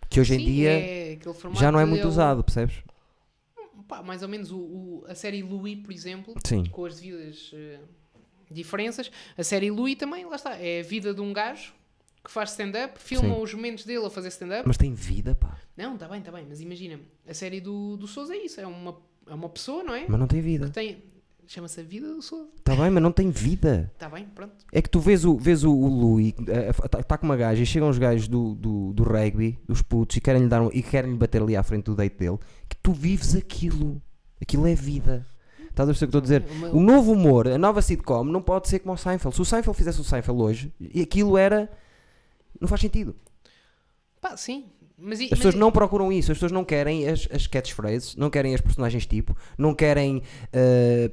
Que hoje em Sim, dia é aquele já não é formato, muito o- usado, percebes? pá, mais ou menos o, o- a série Louis, por exemplo, Sim. com as devidas eh, diferenças. A série Louis também, lá está, é a vida de um gajo que faz stand-up, filma Sim. os momentos dele a fazer stand-up. Mas tem vida, pá. Não, está bem, está bem, mas imagina, a série do, do Souza é isso, é uma, é uma pessoa, não é? Mas não tem vida. Tem, chama-se a vida do Souza. Está Tá bem, mas não tem vida. Está bem, pronto. É que tu vês o, vês o, o Louis, está tá, com uma gaja e chegam os gajos do, do, do rugby, dos putos, e querem lhe dar um, e querem lhe bater ali à frente do date dele, que tu vives aquilo. Aquilo é vida. Estás a perceber o que estou a dizer? O meu- O novo humor, a nova sitcom, não pode ser como o Seinfeld. Se o Seinfeld fizesse o Seinfeld hoje, e aquilo era. Não faz sentido. Pá, sim. Mas, e- As pessoas mas- não procuram isso, as pessoas não querem as, as catchphrases, não querem as personagens tipo, não querem eh,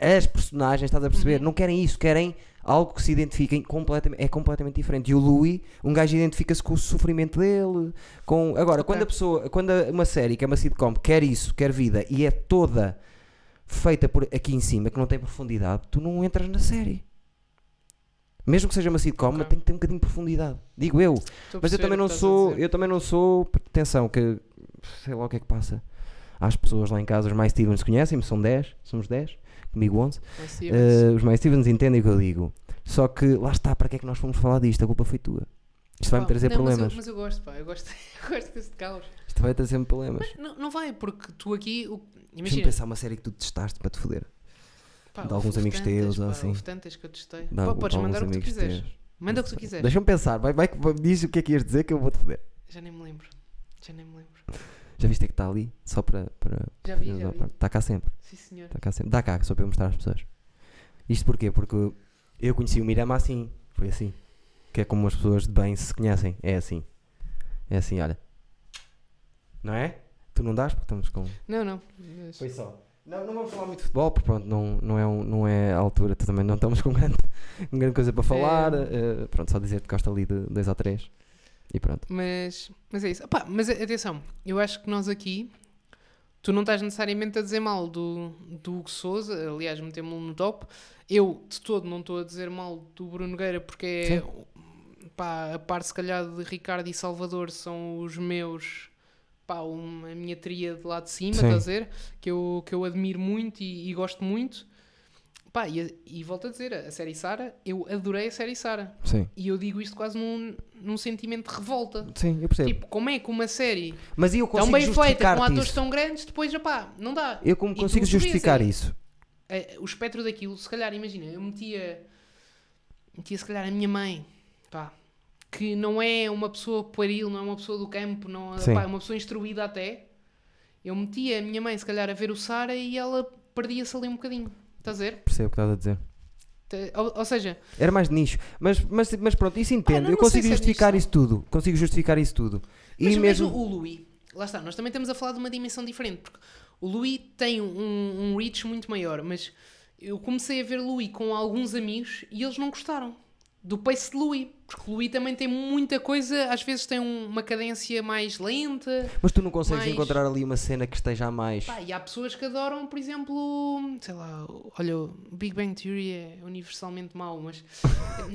as personagens, estás a Uhum. perceber? Não querem isso, querem algo que se identifiquem completamente, é completamente diferente. E o Louis, um gajo identifica-se com o sofrimento dele, com... Agora, Ok. quando a pessoa, quando a- uma série que é uma sitcom quer isso, quer vida, e é toda feita por aqui em cima, que não tem profundidade, tu não entras na série. Mesmo que seja uma sitcom, Ok. mas tem que ter um bocadinho de profundidade. Digo eu. estou a Mas eu perceber também o não que estás a sou, dizer. eu também não sou, atenção, que sei lá o que é que passa às pessoas lá em casa, os mais Stevens conhecem-me, são 10, somos 10, comigo 11, Mas, sim, mas- Eh, os mais Stevens entendem o que eu digo, só que lá está, para que é que nós fomos falar disto, a culpa foi tua, isto vai-me Pá, trazer não, mas eu- problemas, Mas eu, gosto, pá, eu gosto, eu gosto desse caos. isto vai trazer-me problemas, Não, não vai, porque tu aqui. o- deixa-me Imagina. pensar uma série que tu testaste para te foder, Pá, de houve alguns amigos tantas, teus ou pá, assim. Houve tantas que eu testei. De Pá, algum- podes de mandar o alguns que tu amigos quiseres. teus. Manda o que tu quiseres. deixa-me pensar, vai, vai, vai- diz o que é que ias dizer que eu vou-te foder, Já nem me lembro. Já nem me lembro. já viste é que está ali, só para, para Já vi, já vi. está cá sempre. Sim, senhor. Está Tá cá sempre. Dá cá, só para eu mostrar às pessoas. Isto porquê? Porque eu conheci o Mirama assim. Foi assim. Que é como as pessoas de bem se conhecem. É assim. É assim, olha. Não é? Tu não dás porque estamos com. Não, não. Foi só. Não, não vamos falar muito de futebol, porque pronto, não, não, é, um- não é a altura, tu também não estamos com grande, com grande coisa É. para falar. eh, pronto, só dizer-te que gosto ali de dois ou três. E pronto. Mas, mas é isso. Opá, mas a- atenção, eu acho que nós aqui. Tu não estás necessariamente a dizer mal do, do Hugo Souza, aliás, metemos-lo no top. Eu, de todo, não estou a dizer mal do Bruno Nogueira, porque é. Pá, a par, se calhar, de Ricardo e Salvador são os meus. Pá, uma, a minha tria de lá de cima, Sim. estás a dizer? Que eu, que eu admiro muito e, e gosto muito. Pá, e, a- e volto a dizer, a série Sara, eu adorei a série Sara. Sim. E eu digo isto quase num, num sentimento de revolta. Sim, eu percebo. Tipo, como é que uma série Mas eu tão consigo bem feita, justificar com atores isso. tão grandes, depois, opá, não dá. Eu como e é. tu consigo vês aí. justificar isso. Eh, O espectro daquilo, se calhar, imagina, eu metia, metia se calhar a minha mãe, pá, que não é uma pessoa pueril, não é uma pessoa do campo, não Sim. pá, é uma pessoa instruída até. Eu metia a minha mãe, se calhar, a ver o Sara e ela perdia-se ali um bocadinho. Estás a ver? Percebo o que estás a dizer. Te- Ou, ou seja, Era mais de nicho. Mas, mas, mas pronto, isso entendo. não- não sei eu consigo se é justificar nicho, isso tudo. Consigo justificar isso tudo. E mas mesmo. mesmo o Louis, lá está, nós também estamos a falar de uma dimensão diferente, porque o Louis tem um, um reach muito maior, mas eu comecei a ver Louis com alguns amigos e eles não gostaram do pace de Louis, porque Louis também tem muita coisa, às vezes tem um- uma cadência mais lenta. Mas tu não consegues mais- encontrar ali uma cena que esteja a mais. Pá, e há pessoas que adoram, por exemplo, sei lá, olha, o Big Bang Theory é universalmente mau, mas.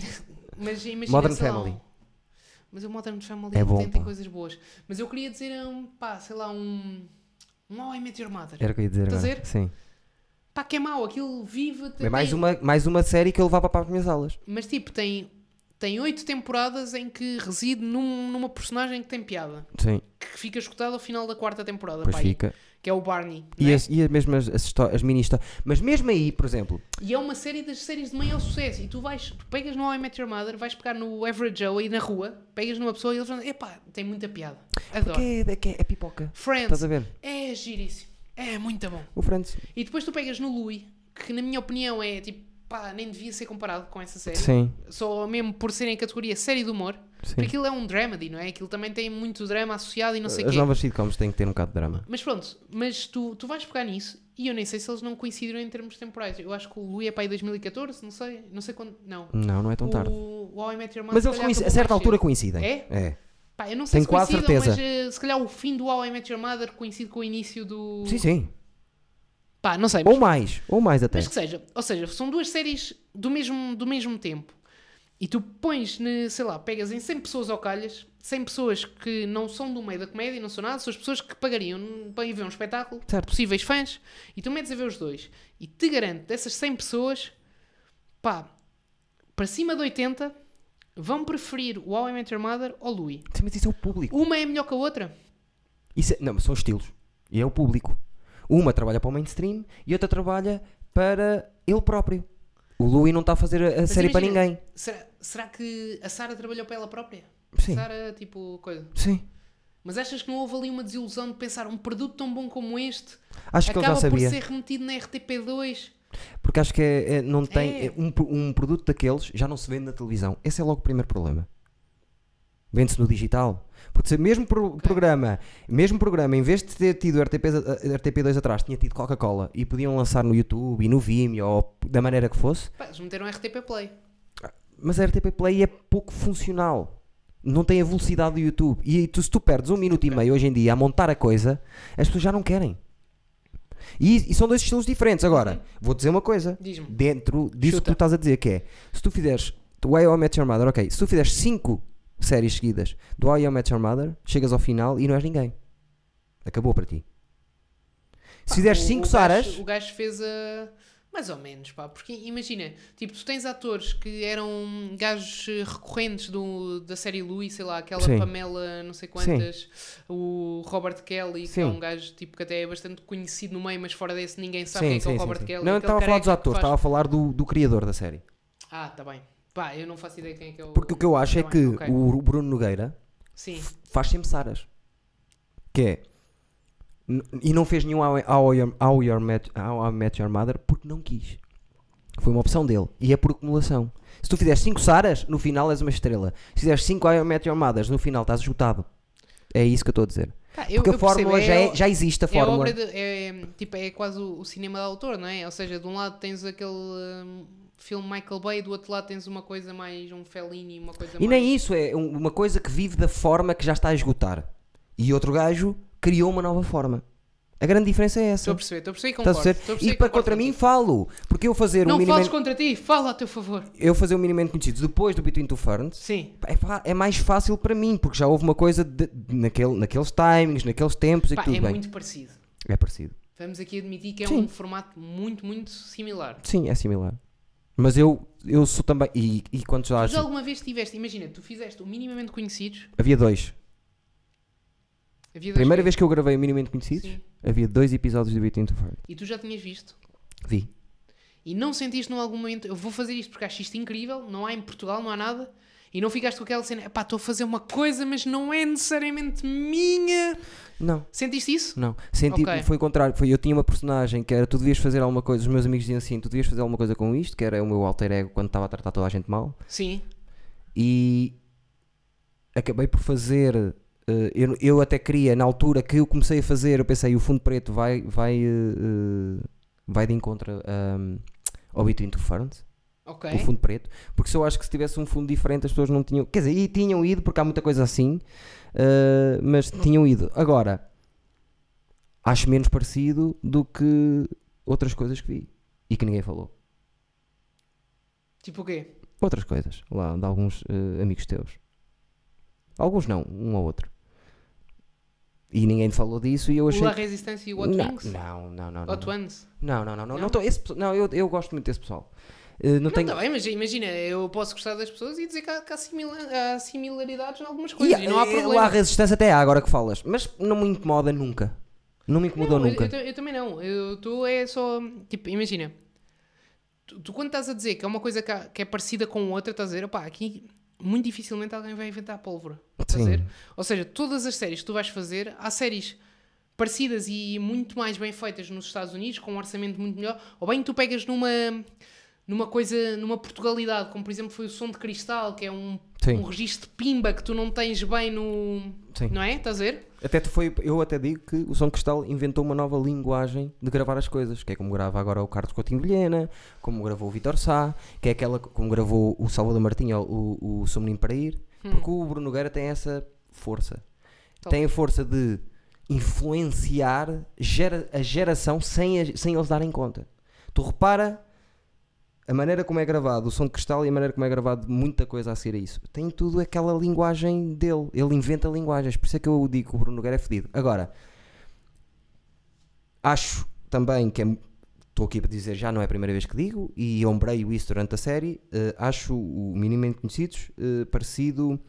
mas imagina, Modern sei lá, Family. um- mas o Modern Family É bom, tem, tem pá. coisas boas. Mas eu queria dizer, um, pá, sei lá, um. Um How I Met Your Mother. Era o que eu ia dizer Estás a agora. Sim. Pá, que é mau, aquilo vive. É tem- mais tem- uma, mais uma série que eu levava para as minhas aulas. Mas tipo, tem. Tem oito temporadas em que reside num- numa personagem que tem piada, Sim, que fica escutada ao final da quarta temporada, pois pá, e- fica. que é o Barney. não E, é? as, e as mesmas as, histó- as mini histórias. Mas mesmo aí, por exemplo, E é uma série das séries de maior sucesso. E tu vais, tu pegas no I Met Your Mother, vais pegar no Average Joe aí na rua, pegas numa pessoa e eles vão dizer: epá, tem muita piada. Adoro. que é, é, que é- é pipoca. Estás Friends a ver? é giríssimo. É muito bom. O Friends. E depois tu pegas no Louis, que na minha opinião é tipo, pá, nem devia ser comparado com essa série. Sim, Só mesmo por ser em categoria série de humor, porque sim. aquilo é um dramedy, não é? Aquilo também tem muito drama associado e não sei o As quê. novas sitcoms têm que ter um bocado de drama. Mas pronto, mas tu, tu vais pegar nisso e eu nem sei se eles não coincidiram em termos temporais. Eu acho que o Louis é para aí 2014, não sei, não sei quando. Não. Não, não é tão tarde. O, o How I Met Your Mother. Mas se eles calhar, coinci- a acabou certa mais altura cedo. coincidem. É? É. Pá, eu não sei Tenho se quase coincidem, certeza. mas eh, se calhar o fim do How I Met Your Mother coincide com o início do. Sim, sim. Pá, não sei. Mas, Ou mais, ou mais até. mas que seja. Ou seja, são duas séries do mesmo, do mesmo tempo. E tu pões, ne, sei lá, pegas em 100 pessoas ao calhas, 100 pessoas que não são do meio da comédia, não são nada, são as pessoas que pagariam para ir ver um espetáculo, Certo. possíveis fãs, e tu metes a ver os dois. E te garanto, dessas 100 pessoas, pá, para cima de 80, vão preferir o How I Met Your Mother ou Louis. Sim, Mas isso é o público. Uma é melhor que a outra? Isso é- Não, mas são estilos. E é o público. Uma trabalha para o mainstream e outra trabalha para ele próprio. O Louis não está a fazer a- a série para Assim, imagina- ninguém. Será, será que a Sara trabalhou para ela própria? Sim. Sara, tipo, coisa. Sim. Mas achas que não houve ali uma desilusão de pensar um produto tão bom como este Acho que ele já acaba por sabia. ser remetido na RTP2? Porque acho que é- é- não tem. É. é um, pro- um produto daqueles já não se vende na televisão. Esse é logo o primeiro problema. Vende-se no digital. Porque se o mesmo pro- programa, mesmo programa, em vez de ter tido RTP, RTP2 atrás, tinha tido Coca-Cola e podiam lançar no YouTube e no Vimeo ou da maneira que fosse, Pá, eles meteram RTP Play. mas a RTP Play é pouco funcional. Não tem a velocidade do YouTube. E aí tu, se tu perdes um minuto e meio hoje em dia a montar a coisa, as pessoas já não querem. E, e são dois estilos diferentes. Agora, vou dizer uma coisa. Diz-me. Dentro disso que Chuta. tu estás a dizer, que é se tu fizeres do I.O. Match Your Mother, ok, se tu fizeres 5 séries seguidas do I.O. Match Your Mother, chegas ao final e não és ninguém. Acabou para ti. Se Pá, fizeres Ah, o- 5 o gajo- Saras, O gajo fez a. Mais ou menos, pá, porque imagina, tipo, tu tens atores que eram gajos eh, recorrentes do, da série Louis, sei lá, aquela Sim. Pamela, não sei quantas, o Robert Kelly, que é Sim. um gajo tipo, que até é bastante conhecido no meio, mas fora desse ninguém sabe sim, quem é que é sim, o Robert sim, sim. Kelly. Não, eu aquele estava a falar careca dos que atores, faz- estava a falar do- do criador da série. Ah, tá bem. Pá, eu não faço ideia quem é que é o. Porque o que eu acho é Tá que bem, ok. o Bruno Nogueira Sim, faz sempre Saras. Que é. n- E não fez nenhum How, I- How, I- How, Your Met, How I Met Your Mother porque não quis. Foi uma opção dele. E é por acumulação. Se tu fizeres 5 Saras, no final és uma estrela. Se fizeres 5 How I Met Your Mothers, no final estás esgotado. É isso que eu estou a dizer. Pá, eu- Porque eu a fórmula percebo, já, é- é- já existe. A É a fórmula. obra de, é, tipo, é quase o, o cinema de autor, não é? Ou seja, de um lado tens aquele hum, filme Michael Bay, do outro lado tens uma coisa mais, um Fellini, uma coisa E mais... nem isso. É um- uma coisa que vive da forma que já está a esgotar. E outro gajo criou uma nova forma. A grande diferença é Estou a essa. perceber, estou a perceber e Estás concordo. a ser? estou a perceber E para concordo contra mim contigo. falo. Porque eu fazer Não um fales minimamente. contra ti, fala a teu favor. Eu fazer o minimamente conhecidos depois do Between Two Ferns Sim. é, fa- é mais fácil para mim, porque já houve uma coisa de- de- naquele, naqueles timings, naqueles tempos e Pá, que tudo é bem. muito parecido. É parecido. Vamos aqui admitir que é Sim. um formato muito, muito similar. Sim, é similar. Mas eu, eu sou também. E, e quando já. Mas alguma vez tiveste, imagina, tu fizeste o minimamente conhecidos, Havia dois. havia dois Primeira que- vez que eu gravei o minimamente conhecidos, Sim. havia dois episódios do Between Two Ferns. e tu já tinhas visto. Vi. E não sentiste num algum momento, eu vou fazer isto porque acho isto incrível, não há em Portugal, não há nada. E não ficaste com aquela cena, pá, estou a fazer uma coisa, mas não é necessariamente minha. Não, Sentiste isso? não. Senti, Ok. Foi o contrário. Foi, eu tinha uma personagem que era tu devias fazer alguma coisa. Os meus amigos diziam assim: tu devias fazer alguma coisa com isto, que era o meu alter ego quando estava a tratar toda a gente mal. Sim. e acabei por fazer. eh, eu, eu até queria, na altura que eu comecei a fazer, eu pensei: o fundo preto vai, vai, eh, eh, vai de encontro um, ao Between Two Ferns, Ok. o fundo preto, porque se eu acho que se tivesse um fundo diferente as pessoas não tinham. Quer dizer, e tinham ido, porque há muita coisa assim, eh, mas tinham ido. Agora, acho menos parecido do que outras coisas que vi e que ninguém falou. Tipo o quê? outras coisas lá de alguns eh, amigos teus. Alguns não, um ou outro. E ninguém falou disso e eu achei. O La que- Resistência e o Hot não, Wings? não, não, não, não, Hot não. Ones? Não, não, não, não. Não? Não, tô- esse pesso- não eu, eu gosto muito desse pessoal. Eh, não, Não, tenho. tá bem, mas imagina, eu posso gostar das pessoas e dizer que há, que há simila- há similaridades em algumas coisas. E, não há eh, problema. Lá a resistência até há agora que falas. Mas não me incomoda nunca. Não me incomodou Não, eu- nunca. Eu, ta- eu também não. Eu, tu é só. Tipo, imagina. Tu, tu quando estás a dizer que é uma coisa que, há- que é parecida com outra, estás a dizer, opá, aqui muito dificilmente alguém vai inventar pólvora. Estás a Sim. dizer? Ou seja, todas as séries que tu vais fazer, há séries parecidas e muito mais bem feitas nos Estados Unidos, com um orçamento muito melhor, ou bem tu pegas numa. Numa coisa, numa Portugalidade, como por exemplo foi o Som de Cristal, que é um, Sim. um registro de pimba que tu não tens bem no. Sim. Não é? Estás a ver? Até te foi, eu até digo que o Som de Cristal inventou uma nova linguagem de gravar as coisas, que é como grava agora o Carlos Coutinho Vilhena, como gravou o Vitor Sá, que é aquela co- como gravou o Salvador Martinho, o, o Sou Menino para Ir, porque o Bruno Nogueira tem essa força. Tal- Tem a força de influenciar gera- a geração sem, a- sem eles darem conta. Tu repara a maneira como é gravado o som de cristal e a maneira como é gravado muita coisa a ser isso. Tem tudo aquela linguagem dele. Ele inventa linguagens. Por isso é que eu digo que o Bruno Nogueira é fedido. Agora, acho também que é. Estou aqui para dizer, já não é a primeira vez que digo, e ombreio isso durante a série. eh, acho o Minimamente Conhecidos eh, parecido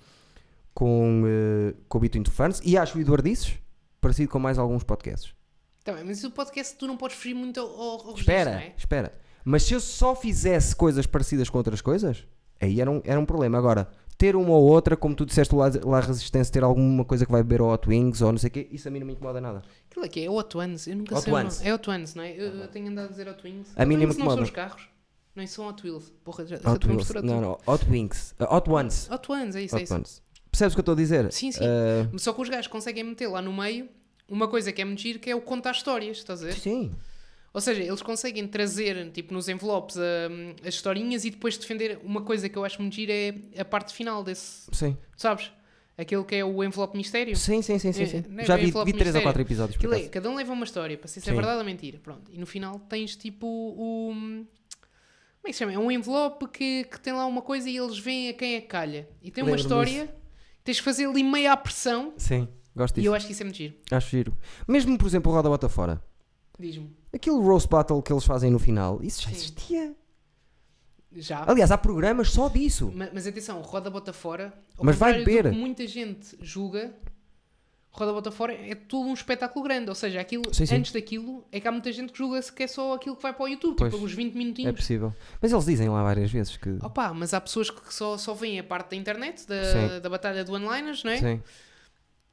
com, eh, com o Bito Into Fans e acho o Eduardices parecido com mais alguns podcasts. Tá bem, mas o podcast tu não podes fugir muito ao, ao ao registro, Espera, não é? espera. Mas se eu só fizesse coisas parecidas com outras coisas, aí era um, era um problema. Agora, ter uma ou outra, como tu disseste lá, lá resistência, ter alguma coisa que vai beber ao Hot Wings ou não sei o quê, isso a mim não me incomoda nada. Aquilo é que é, é o Hot Ones, eu nunca Hot sei o nome. Ones. É Hot Ones, não é? Eu, eu tenho andado a dizer Hot Wings. A Hot mim nem me Wings não são incomoda. os carros, nem são Hot Wheels. Porra, já, já Hot estou a Wheels. misturar Não, tudo. não, Hot Wings. Uh, Hot Ones. Hot Ones, é isso, é Hot isso. Ones. Percebes o que eu estou a dizer? Sim, sim. Ah, Só que os gajos conseguem meter lá no meio uma coisa que é muito giro, que é o contar histórias, estás a ver? sim. Ou seja, eles conseguem trazer, tipo, nos envelopes hum, as historinhas e depois defender uma coisa que eu acho muito giro é a parte final desse, Sim, sabes? Aquele que é o envelope mistério. sim, sim, sim, sim, sim. É, não é Já bem vi, falar vi por 3 ou mistério. 4 episódios. Tipo, Por Aquilo é, acaso. cada um leva uma história para se isso é Sim. verdade ou mentira. Pronto. E no final tens tipo o. Como é que se chama? É um envelope que, que tem lá uma coisa e eles veem a quem é que calha. E tem uma Lembro-me história, tens de fazer ali meio à pressão. Sim, gosto E disso. eu acho que isso é muito giro. Acho giro. Mesmo, por exemplo, o Roda Bota Fora. Diz-me. Aquele roast battle que eles fazem no final, isso já Sim. Ah. existia. Já. Aliás, há programas só disso. Ma- Mas, atenção, roda bota fora. ao Mas vai contrário do beber. que Muita gente julga. Roda bota fora é tudo um espetáculo grande. Ou seja, aquilo, Sim, sim. antes daquilo, é que há muita gente que julga-se que é só aquilo que vai para o YouTube. Pois. Tipo, os 20 É minutinhos. possível. Mas eles dizem lá várias vezes que. Opa, mas há pessoas que só, só veem a parte da internet, da, Sim. da batalha do one-liners, não é? Sim.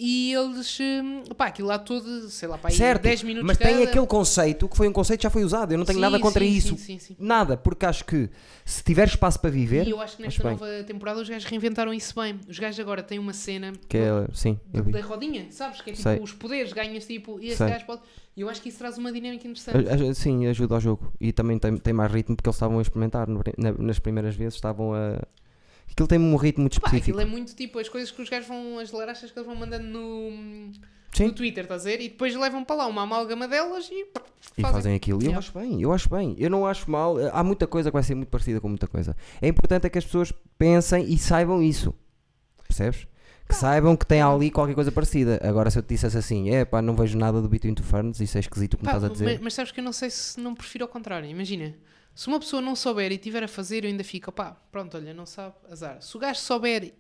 E eles, hum, opá, aquilo lá todo, sei lá, pá, aí Certo, 10 minutos mas tem cada. aquele conceito que foi um conceito que já foi usado. Eu não tenho Sim, nada contra sim, isso. Sim, sim, sim. Nada, porque acho que se tiver espaço para viver. E eu acho que nesta acho bem. nova temporada os gajos reinventaram isso bem. Os gajos agora têm uma cena Que é, sim, da, eu vi. da rodinha, sabes? Que é tipo Sei. os poderes, ganhas tipo, e este Sei. é gajo pode. E eu acho que isso traz uma dinâmica interessante. A- a- Sim, ajuda ao jogo. E também tem, tem mais ritmo porque eles estavam a experimentar. no- na- nas primeiras vezes estavam a. Aquilo tem um ritmo muito Pá, específico. aquilo é muito tipo as coisas que os gajos vão, as larachas que eles vão mandando no, Sim. no Twitter, estás a ver? E depois levam para lá uma amálgama delas e, E fazem aquilo. E eu Yeah. acho bem, eu acho bem. Eu não acho mal. eh, Há muita coisa que vai ser muito parecida com muita coisa. É importante é que as pessoas pensem e saibam isso. Percebes? Que saibam que tem ali qualquer coisa parecida. Agora, se eu te dissesse assim, é pá, não vejo nada do Between Two Ferns, isso é esquisito como Pá, estás a dizer. Mas, mas sabes que eu não sei se não prefiro ao contrário. Imagina, se uma pessoa não souber e tiver a fazer, eu ainda fico, pá, pronto, olha, não sabe, azar. Se o gajo souber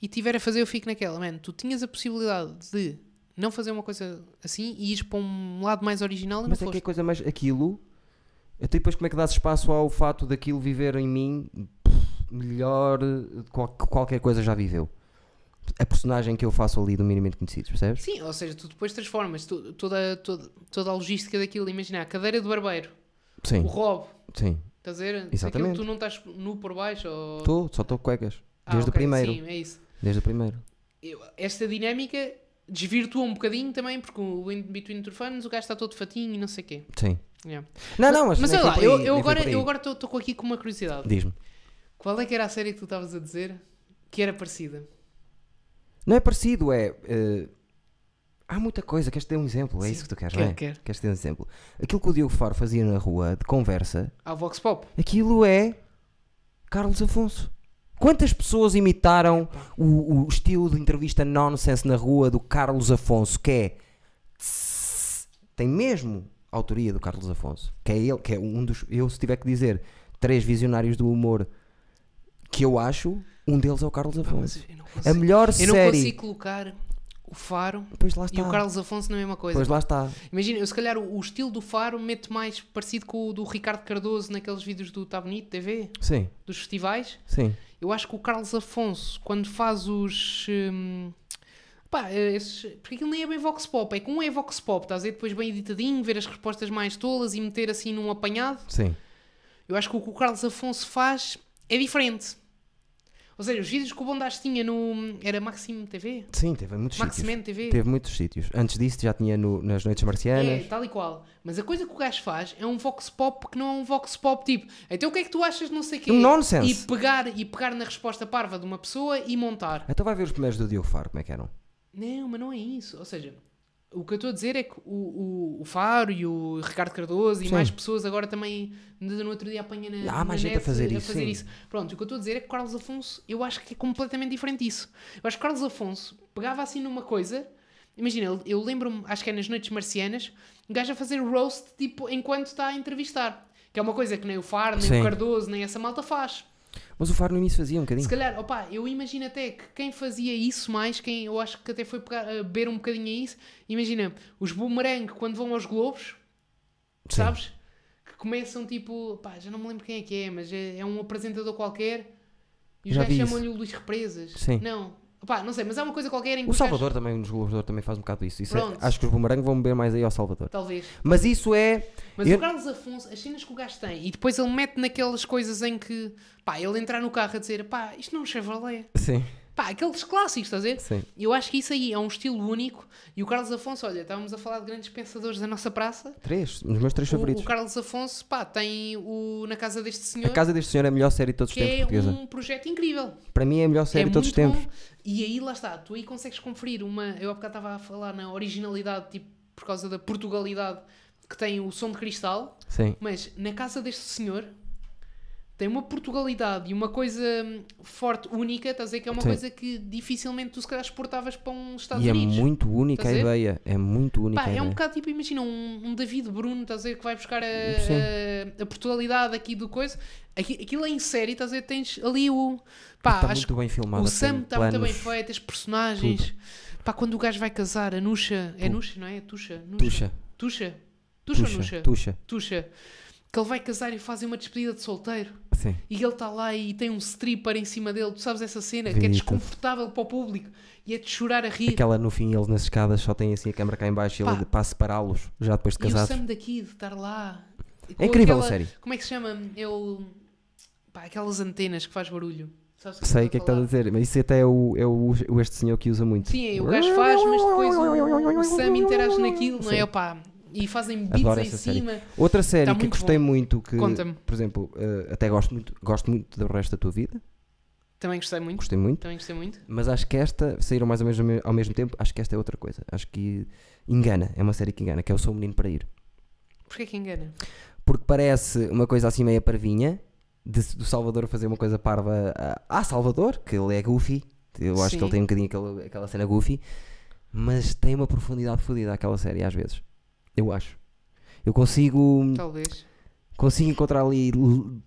e tiver a fazer, eu fico naquela, mano, tu tinhas a possibilidade de não fazer uma coisa assim e ires para um lado mais original e Mas não é que é foste. coisa mais. Então, Aquilo. Até depois, como é que dás espaço ao fato daquilo viver em mim? Pff, melhor de qual- que qualquer coisa já viveu. A personagem que eu faço ali do minimamente conhecidos, percebes? Sim, ou seja, tu depois transformas tu- toda, toda, toda a logística daquilo. Imagina a cadeira de barbeiro, o Sim, rob, sim. estás a ver? Se Exatamente. aquilo tu não estás nu por baixo ou. Estou, só estou cuecas. Ah, Desde o ok, primeiro. Sim, é isso. Desde o primeiro. Eu- Esta dinâmica desvirtua um bocadinho também, porque o In Between Two Fans, o gajo está todo fatinho e não sei o quê. Sim. Yeah. Não, não, mas. Mas nem olha lá, foi por eu, aí, eu nem foi agora por aí. eu agora estou aqui com uma curiosidade. Diz-me. Qual é que era a série que tu estavas a dizer que era parecida? Não é parecido, é. eh, há muita coisa, queres ter um exemplo? É Sim, isso que tu queres, quero, não é? quero. Queres ter um exemplo? Aquilo que o Diogo Faro fazia na rua de conversa, A Vox Pop. aquilo é. Carlos Afonso. Quantas pessoas imitaram o, o estilo de entrevista nonsense na rua do Carlos Afonso, que é. tss, tem mesmo a autoria do Carlos Afonso, que é ele, que é um dos. Eu, se tiver que dizer, três visionários do humor que eu acho, um deles é o Carlos Pá, Ah, mas Afonso. eu não A consigo, melhor eu não é série. consigo colocar o Faro Pois lá está. e o Carlos Afonso na mesma coisa. Pois lá está. Imagina, eu se calhar o, o estilo do Faro mete mais parecido com o do Ricardo Cardoso naqueles vídeos do Tá Bonito TV, Sim, dos festivais. sim. Eu acho que o Carlos Afonso, quando faz os. hum, pá, esses- porque aquilo nem é bem Vox Pop, é que um é Vox Pop, estás a ver? Depois bem editadinho, ver as respostas mais tolas e meter assim num apanhado. Sim. Eu acho que o que o Carlos Afonso faz é diferente. Ou seja, os vídeos que o Bondas tinha no. Era Maxime TV? Sim, teve muitos sítios. Maximen TV? Teve muitos sítios. Antes disso já tinha no- nas Noites É, Marcianas. tal e qual. Mas a coisa que o gajo faz é um vox pop que não é um vox pop tipo. Então o que é que tu achas de não sei o quê? Um nonsense. E pegar, e pegar na resposta parva de uma pessoa e montar. Então vai ver os primeiros do Diogo Faro, como é que eram? Não, mas não é isso. Ou seja, o que eu estou a dizer é que o, o, o Faro e o Ricardo Cardoso e Sim. mais pessoas agora também no no outro dia apanha na, Há na mais gente a net fazer isso, sim. Pronto, o que eu estou a dizer é que o Carlos Afonso, eu acho que é completamente diferente disso. Eu acho que o Carlos Afonso pegava assim numa coisa. Imagina, eu- eu lembro-me, acho que é nas noites marcianas, um gajo a fazer roast tipo enquanto está a entrevistar. Que é uma coisa que nem o Faro, nem Sim. o Cardoso, nem essa malta faz. Mas o Faro no início fazia um bocadinho. Se calhar, opá, eu imagino até que quem fazia isso mais, quem eu acho que até foi pegar, a beber um bocadinho a isso, imagina, os boomerang quando vão aos Globos, Sim. sabes? Que começam tipo, pá, já não me lembro quem é que é, mas é, é um apresentador qualquer e os Já gajos vi isso. chamam-lhe o Luís Represas. Sim. Não, opá, não sei, mas é uma coisa qualquer em que O os gajos- Salvador também, nos Globos de Ouro também faz um bocado isso. Isso é- Pronto. acho que os bumerangue vão beber mais aí ao Salvador. Talvez. Mas isso é. Mas Eu- o Carlos Afonso, as cenas que o gajo tem, e depois ele mete naquelas coisas em que, pá, ele entrar no carro a dizer, pá, isto não é um Chevrolet. Sim, Pá, aqueles clássicos, estás a ver? sim. Eu acho que isso aí é um estilo único. E o Carlos Afonso, olha, estávamos a falar de grandes pensadores da nossa praça. Três, os meus três O, favoritos. o Carlos Afonso, pá, tem o Na Casa deste Senhor, A Casa deste Senhor é a melhor série de todos os que tempos é portuguesa. um projeto incrível. Para mim é a melhor série é de todos os muito tempos. bom. E aí, lá está, tu aí consegues conferir uma. Eu há bocado estava a falar na originalidade, tipo, por causa da Portugalidade que tem o som de cristal. Sim. Mas na casa deste senhor tem uma Portugalidade e uma coisa hum, forte, única, estás a dizer que é uma Sim. coisa que dificilmente tu se calhar exportavas para um Estados E é Unidos. muito única a Estás Tá a ver? ideia. É muito única Pá, a é ideia. um bocado tipo, imagina, um, um David Bruno, estás a dizer que vai buscar a, Sim. a, a Portugalidade aqui do coisa. Aqui, aquilo é em série, estás a dizer, tens ali o. Pá, Está acho muito bem que filmada. o tem Sam está muito bem planos- feito, as personagens. Pá, quando o gajo vai casar, a Nuxa. É Tu- Nuxa, não é? Tuxa? Nuxa? Tuxa, Tuxa? Tuxa ou tuxa, Nuxa? tuxa. Tuxa, que ele vai casar e fazem uma despedida de solteiro. Sim. E ele está lá e tem um stripper em cima dele. Tu sabes essa cena? Vi Que é tudo. desconfortável para o público. E é de chorar a rir. Aquela no fim, eles nas escadas só têm assim a câmera cá em baixo e Pá. ele para separá-los, já depois de E o casados. Sam daqui de estar lá. É Com incrível a aquela- série. Como é que se chama? Eu... Pá, aquelas antenas que faz barulho. Sabes eu Sei o estou que é que estás falar? a dizer, mas isso até é o, é o, o este senhor que usa muito. Sim, é, o gajo faz, mas depois o, o Sam interage naquilo, não é? Opá, e fazem beats Adoro em essa série. cima. Outra série Tá que muito gostei bom. muito, que, Conta-me. por exemplo, eh, até gosto muito, gosto muito do resto da tua vida, Também gostei muito. gostei muito, Também gostei muito. mas acho que esta, saíram mais ou menos ao me- ao mesmo tempo, acho que esta é outra coisa. Acho que engana, é uma série que engana, que é o Sou um Menino para Ir. Porquê que engana? porque parece uma coisa assim meia parvinha de- do Salvador fazer uma coisa parva a- a Salvador, que ele é goofy. Eu acho Sim. que ele tem um bocadinho aquela, aquela cena goofy, mas tem uma profundidade fodida aquela série às vezes. Eu acho. Eu consigo, Talvez. consigo encontrar ali l-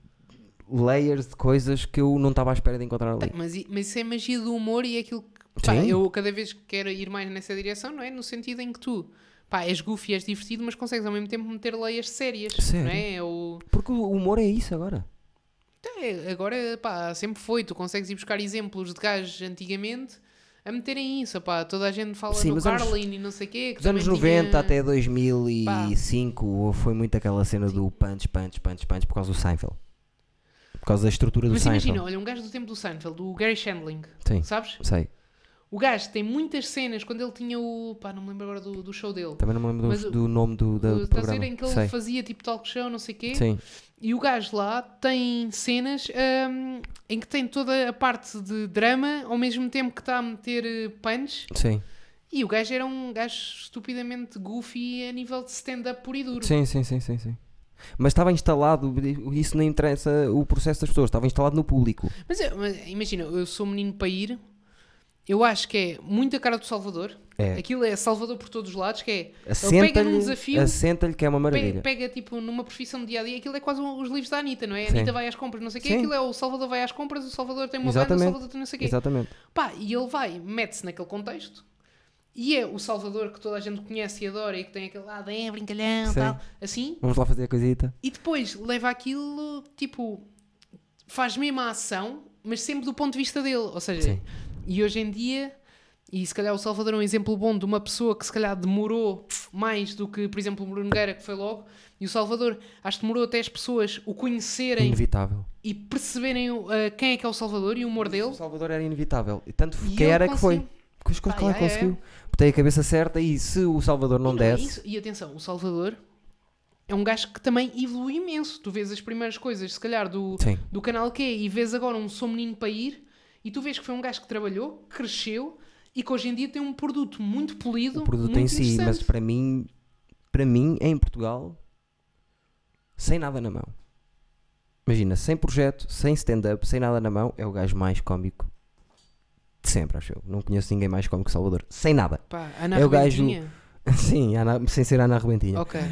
layers de coisas que eu não estava à espera de encontrar Tá, ali. mas, i- mas isso é magia do humor e é aquilo que pá, Sim. eu cada vez quero ir mais nessa direção, não é? No sentido em que tu pá, és goofy, és divertido, mas consegues ao mesmo tempo meter leias sérias, É Sério? não é? Ou, Porque o humor é isso agora. É, agora, pá, sempre foi. Tu consegues ir buscar exemplos de gajos antigamente a meterem isso, pá. Toda a gente fala Sim, do mas anos- Carlin e não sei o quê. que Dos anos também tinha- 90 até 2005 foi muito aquela cena do punch, punch, punch, punch por causa do Seinfeld. Por causa da estrutura do Mas Seinfeld. imagina, olha, um gajo do tempo do Seinfeld, do Gary Shandling, Sim, sabes? sei. O gajo tem muitas cenas quando ele tinha o. pá, não me lembro agora do, do show dele. Também não me lembro Mas do, o- do nome do, da- Do- do Estás a programa. ver em que ele sei. fazia tipo talk show, não sei o quê. Sim, E o gajo lá tem cenas hum, em que tem toda a parte de drama ao mesmo tempo que está a meter eh, punch. sim, E o gajo era um gajo estupidamente goofy a nível de stand-up puro e duro. sim, sim, sim, sim, sim. Mas estava instalado, isso não interessa o processo das pessoas, estava instalado no público. Mas, eh, mas imagina, eu sou um menino para ir, eu acho que é muito a cara do Salvador. É. Aquilo é Salvador por todos os lados, que é ele pega num Assenta-lhe desafio, assenta-lhe que é uma pe- maravilha. pega tipo numa profissão de dia a dia, aquilo é quase um- os livros da Anitta, não é? A Sim. Anitta vai às compras, não sei o quê, Sim. aquilo é o Salvador vai às compras, o Salvador tem uma banda, Exatamente. o Salvador tem não sei o quê. Exatamente. Pá, e ele vai, mete-se naquele contexto e é o Salvador que toda a gente conhece e adora e que tem aquele lado, é brincalhão, Sim. tal, assim. Vamos lá fazer a coisita. E depois leva aquilo, tipo, faz mesmo a ação, mas sempre do ponto de vista dele. Ou seja, Sim. e hoje em dia, e se calhar o Salvador é um exemplo bom de uma pessoa que se calhar demorou mais do que, por exemplo, o Bruno Nogueira, que foi logo, e o Salvador, acho que demorou até as pessoas o conhecerem Inevitável. e perceberem uh, quem é que é o Salvador e o humor O dele. Salvador era inevitável. E tanto E que ele era que foi. conseguiu. Com as coisas que Pá, é, ela é. conseguiu. Botei a cabeça certa e se o Salvador não, E é desse. isso. E atenção, o Salvador é um gajo que também evolui imenso. Tu vês as primeiras coisas, se calhar, do, Sim. do canal Q e vês agora um Sou Menino para ir e tu vês que foi um gajo que trabalhou, cresceu e que hoje em dia tem um produto muito polido. o produto muito em si, mas interessante. para mim, para mim, é em Portugal, sem nada na mão. Imagina, sem projeto, sem stand-up, sem nada na mão, é o gajo mais cómico de sempre, acho eu. Não conheço ninguém mais cómico que Salvador. Sem nada. Pá, Ana é o gajo- Rebentinha? Sim, Ana- sem ser Ana Rebentinha. Ok. Uh,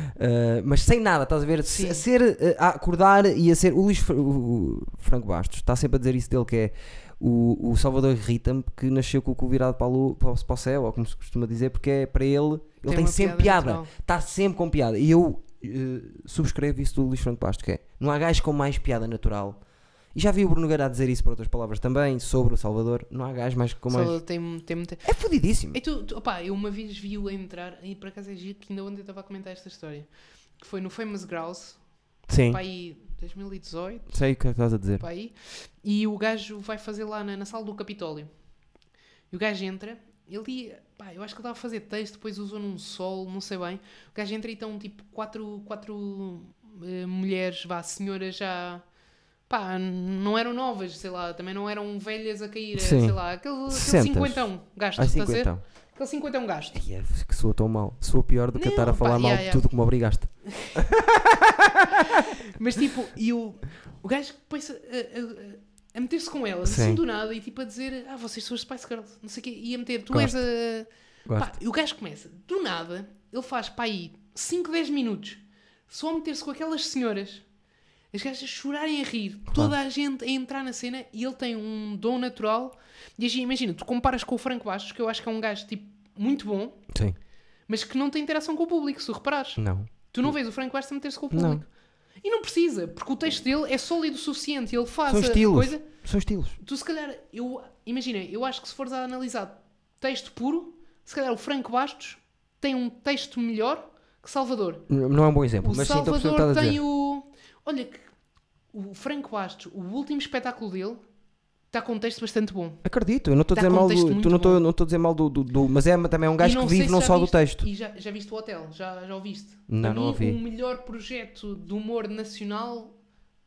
mas sem nada, estás a ver? Sim. A ser, uh, a acordar e a ser. O Luís Fr- o- o Franco Bastos está sempre a dizer isso dele, que é o, o Salvador irrita-me que nasceu com o cu virado para, a lua, para, o- para o céu, ou como se costuma dizer, porque é para ele. Ele tem, uma sempre piada. natural. Está sempre com piada. E eu uh, subscrevo isso do Luís Franco Bastos, que é. Não há gajo com mais piada natural. E já vi o Bruno Nogueira a dizer isso por outras palavras também, sobre o Salvador. Não há gajo mais com O mais. Salvador tem, tem muita... É fodidíssimo. E tu, tu- opá, eu uma vez vi-o entrar, e por acaso é giro que ainda ontem eu estava a comentar esta história, que foi no Famous Grouse, Sim, pá, aí 2018, sei o que é que estás a dizer. para aí, e o gajo vai fazer lá na, na sala do Capitólio. E o gajo entra, ele ia, pá, eu acho que ele estava a fazer texto, depois usou num sol, não sei bem. O gajo entra e estão tipo quatro, quatro eh, mulheres, vá, senhoras já. Pá, n- não eram novas, sei lá, também não eram velhas a cair, eh, Sim. sei lá, aquele, aquele Sessentas. cinquentão gasto, Ai, estás a ver? cinquentão. Aquele cinquentão gasto. Ai, é que soa tão mal. Soa pior do que eu estar a Não, pá, falar mal yeah, de yeah. tudo que me obrigaste. Mas tipo, e o, o gajo depois a, a- a- a meter-se com elas, Sim. assim do nada, e tipo a dizer, ah, vocês são as Spice Girls, não sei o quê, e a meter, tu Gosto. és a. Gosto. Pá, e o gajo começa, do nada, ele faz para aí 5, 10 minutos, só a meter-se com aquelas senhoras, as gajas chorarem a rir, toda a gente a entrar na cena e ele tem um dom natural. E assim, imagina, tu comparas com o Franco Bastos, que eu acho que é um gajo tipo muito bom, Sim. mas que não tem interação com o público, se tu reparares. Não. Tu não vês o Franco Bastos a meter-se com o Não. público. E não precisa, porque o texto dele é sólido o suficiente, ele faz São a estilos. Ah, coisa São estilos. tu se calhar, eu imagina, eu acho que se fores a analisar texto puro, se calhar o Franco Bastos tem um texto melhor que Salvador. N- Não é um bom O exemplo, mas sim, estou a perceber o que Salvador estás a tem um dizer. o. Olha que o Franco Bastos, o último espetáculo dele, está com um texto bastante bom. Acredito, eu não estou Dá a dizer mal contexto do. muito Tu não estou bom. não estou a dizer mal do. do- do- mas é também um gajo E que não sei vive se não já só do viste- texto. E já, já viste o hotel? Já, já ouviste? Não, Para não mim, ouvi. o melhor projeto de humor nacional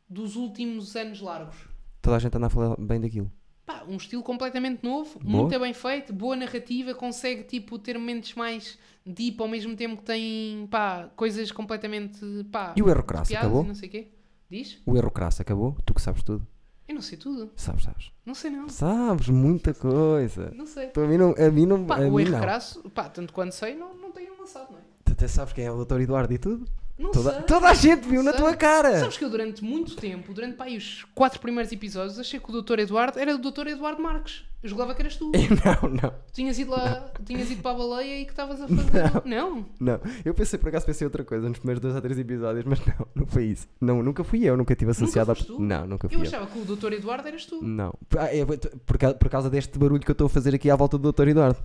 dos últimos anos largos. Toda a gente anda a falar bem daquilo. Pá, um estilo completamente novo, Boa. muito bem feito, boa narrativa, consegue tipo ter momentos mais deep ao mesmo tempo que tem pá, coisas completamente pá, E o erro crasso Ah, piadas e acabou? não sei o quê. Diz? O erro crasso acabou? Tu que sabes tudo. Eu não sei tudo. Sabes, sabes. Não sei não. Sabes muita coisa. Não sei. Tu a mim não. A mim não. Pá, a o mim erro não. crasso, pá, tanto quanto sei, não, não tenho lançado, não é? Tu até sabes quem é o Dr. Eduardo e tudo? Não Toda, sei. toda a gente viu na sei. tua cara. Sabes que eu durante muito tempo, durante pá, aí os quatro primeiros episódios, achei que o Dr. Eduardo era o Dr. Eduardo Marques. Eu jogava que eras tu. Não, não, Tinhas ido lá, tinhas ido para a baleia e que estavas a fazer. Não. não. Eu pensei, por acaso, pensei outra coisa nos primeiros dois ou três episódios, mas não, não foi isso. Não, nunca fui eu, nunca tive associado foste a. tu? Não, nunca fui Eu eu. achava que o Dr. Eduardo eras tu. Não. Ah, é, por, ca- por causa deste barulho que eu estou a fazer aqui à volta do Dr. Eduardo.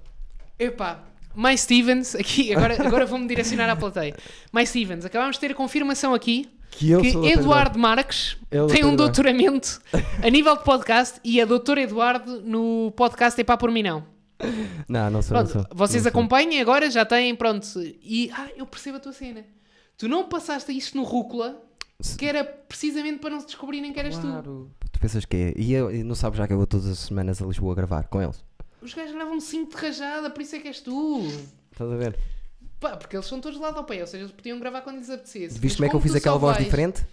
Epá, mais Stevens, aqui, agora, agora vou-me direcionar à plateia. Mais Stevens, acabámos de ter a confirmação aqui Que eu que sou o Dr. Eduardo Marques É o tem Dr. um Eduardo. doutoramento a nível de podcast e é Doutor Eduardo no podcast Epá por mim não. Não, não sou, não Pronto, sou. vocês não sou. acompanhem agora, já têm, pronto. E ah, eu percebo a tua cena. Tu não passaste isto no Rúcula, que era precisamente para não se descobrirem que eras tu. Claro. Tu pensas que é? E eu, e não sabes já que eu vou todas as semanas a Lisboa gravar com eles. Os gajos levam cinto de rajada, por isso é que és tu. Estás a ver? Pá, porque eles são todos lá do pé, ou seja, eles podiam gravar quando lhes apetecesse. Mas Viste como é que eu tu fiz aquela só voz vais- diferente?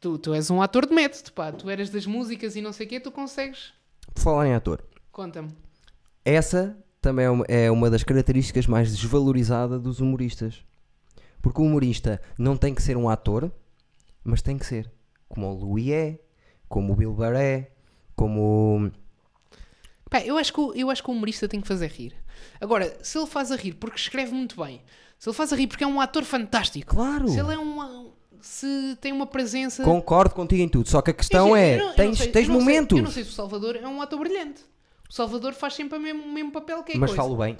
Tu, tu és um ator de método, pá. Tu eras das músicas e não sei o quê, tu consegues. Por falar em ator, Conta-me. essa também é uma, é uma das características mais desvalorizada dos humoristas. Porque o humorista não tem que ser um ator, mas tem que ser. Como o Louis é, como o Bill Baré, como. Pá, eu acho, que, o- eu acho que o humorista tem que fazer rir. Agora, se ele faz a rir porque escreve muito bem, se ele faz a rir porque é um ator fantástico, Claro! se ele é um. Se tem uma presença. Concordo contigo em tudo, só que a questão Imagina, é: eu não- eu não tens, sei- tens eu não sei- momentos, eu não sei se o Salvador é um ator brilhante. O Salvador faz sempre o mesmo, o mesmo papel que é mas coisa. falo bem.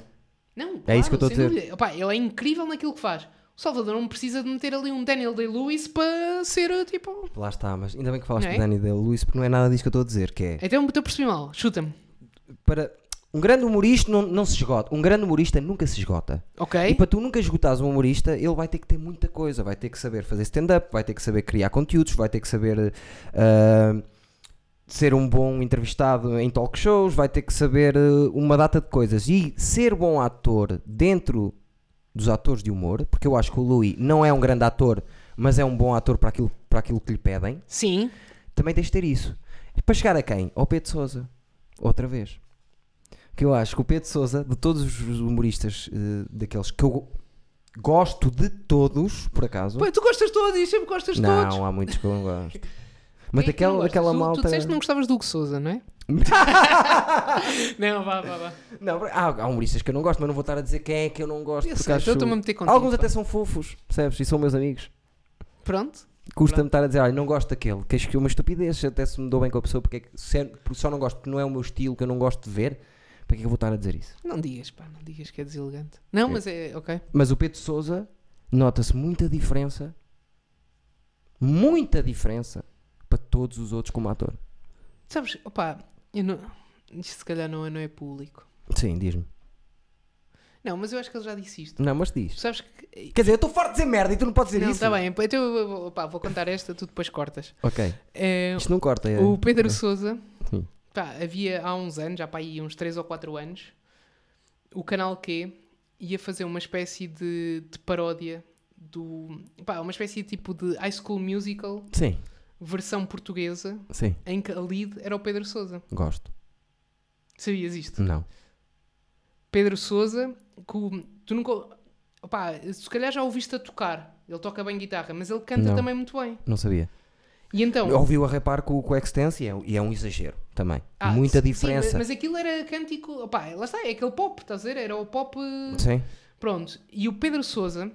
Não, É isso que eu claro, estou a sem dizer. dúvida. Opá, ele é incrível naquilo que faz. O Salvador não precisa de meter ali um Daniel Day-Lewis para ser tipo. Lá está, mas ainda bem que falaste Não é? de Dani de Luís, porque não é nada disso que eu estou a dizer, que é Então eu percebi mal, chuta-me. para um grande humorista não, não se esgota, um grande humorista nunca se esgota. E Ok? para tu nunca esgotares um humorista, ele vai ter que ter muita coisa, vai ter que saber fazer stand-up, vai ter que saber criar conteúdos, vai ter que saber ah, ser um bom entrevistado em talk shows, vai ter que saber ah, uma data de coisas. E ser bom ator dentro dos atores de humor, porque eu acho que o Louis não é um grande ator, mas é um bom ator para aquilo, para aquilo que lhe pedem, Sim. também tens de ter isso. E para chegar a quem? Ao Pedro Sousa, outra vez. Que eu acho que o Pedro Sousa, de todos os humoristas eh, daqueles que eu go- gosto de todos, por acaso. Pô, tu gostas de todos e sempre gostas de todos. não, há muitos que eu não gosto. Mas Quem é que não daquela, gostas? daquela Tu- malta. Tu disseste que não gostavas do Hugo Souza, não é? não, vá, vá, vá. Não, há, há humoristas que eu não gosto, mas não vou estar a dizer quem é que eu não gosto. Eu porque sei, acho- então estou-me a meter contigo. Alguns pá. até são fofos, percebes? E são meus amigos. Pronto. Custa-me estar a dizer, olha, não gosto daquele, que acho que é uma estupidez, até se me dou bem com a pessoa, porque, é que- se é- porque só não gosto, porque não é o meu estilo, que eu não gosto de ver, para que é que eu vou estar a dizer isso? Não digas, pá, não digas que é deselegante. Não, mas é. Ok. Mas o Pedro Souza, nota-se muita diferença, muita diferença, para todos os outros como ator. Sabes, opá, eu não. Isto se calhar não é, não é público. Sim, diz-me. Não, mas eu acho que ele já disse isto. Não, mas Tu diz. sabes que. Quer dizer, eu estou farto de dizer merda e tu não podes dizer Não, isso. está bem. Então, eu- eu- opá, vou contar esta, tu depois cortas. Ok, É, isto não corta. É... O Pedro Sousa, Sim. pá, havia há uns anos, já para aí uns 3 ou 4 anos, o canal Q ia fazer uma espécie de, de paródia do. pá, uma espécie tipo de High School Musical, Sim, versão portuguesa, sim, em que a lead era o Pedro Sousa. gosto. Sabias isto? Não. Pedro Sousa, com- tu nunca. Opá, se calhar já ouviste a tocar. Ele toca bem guitarra, mas ele canta Não. também muito bem. Não sabia. E então. Ouviu a repar com, com o Extense e é, e é um exagero também. Ah, Muita sim, diferença. mas- mas aquilo era cântico. Opá, lá está, é aquele pop, estás a ver? Era o pop. eh, Sim. Pronto, e o Pedro Souza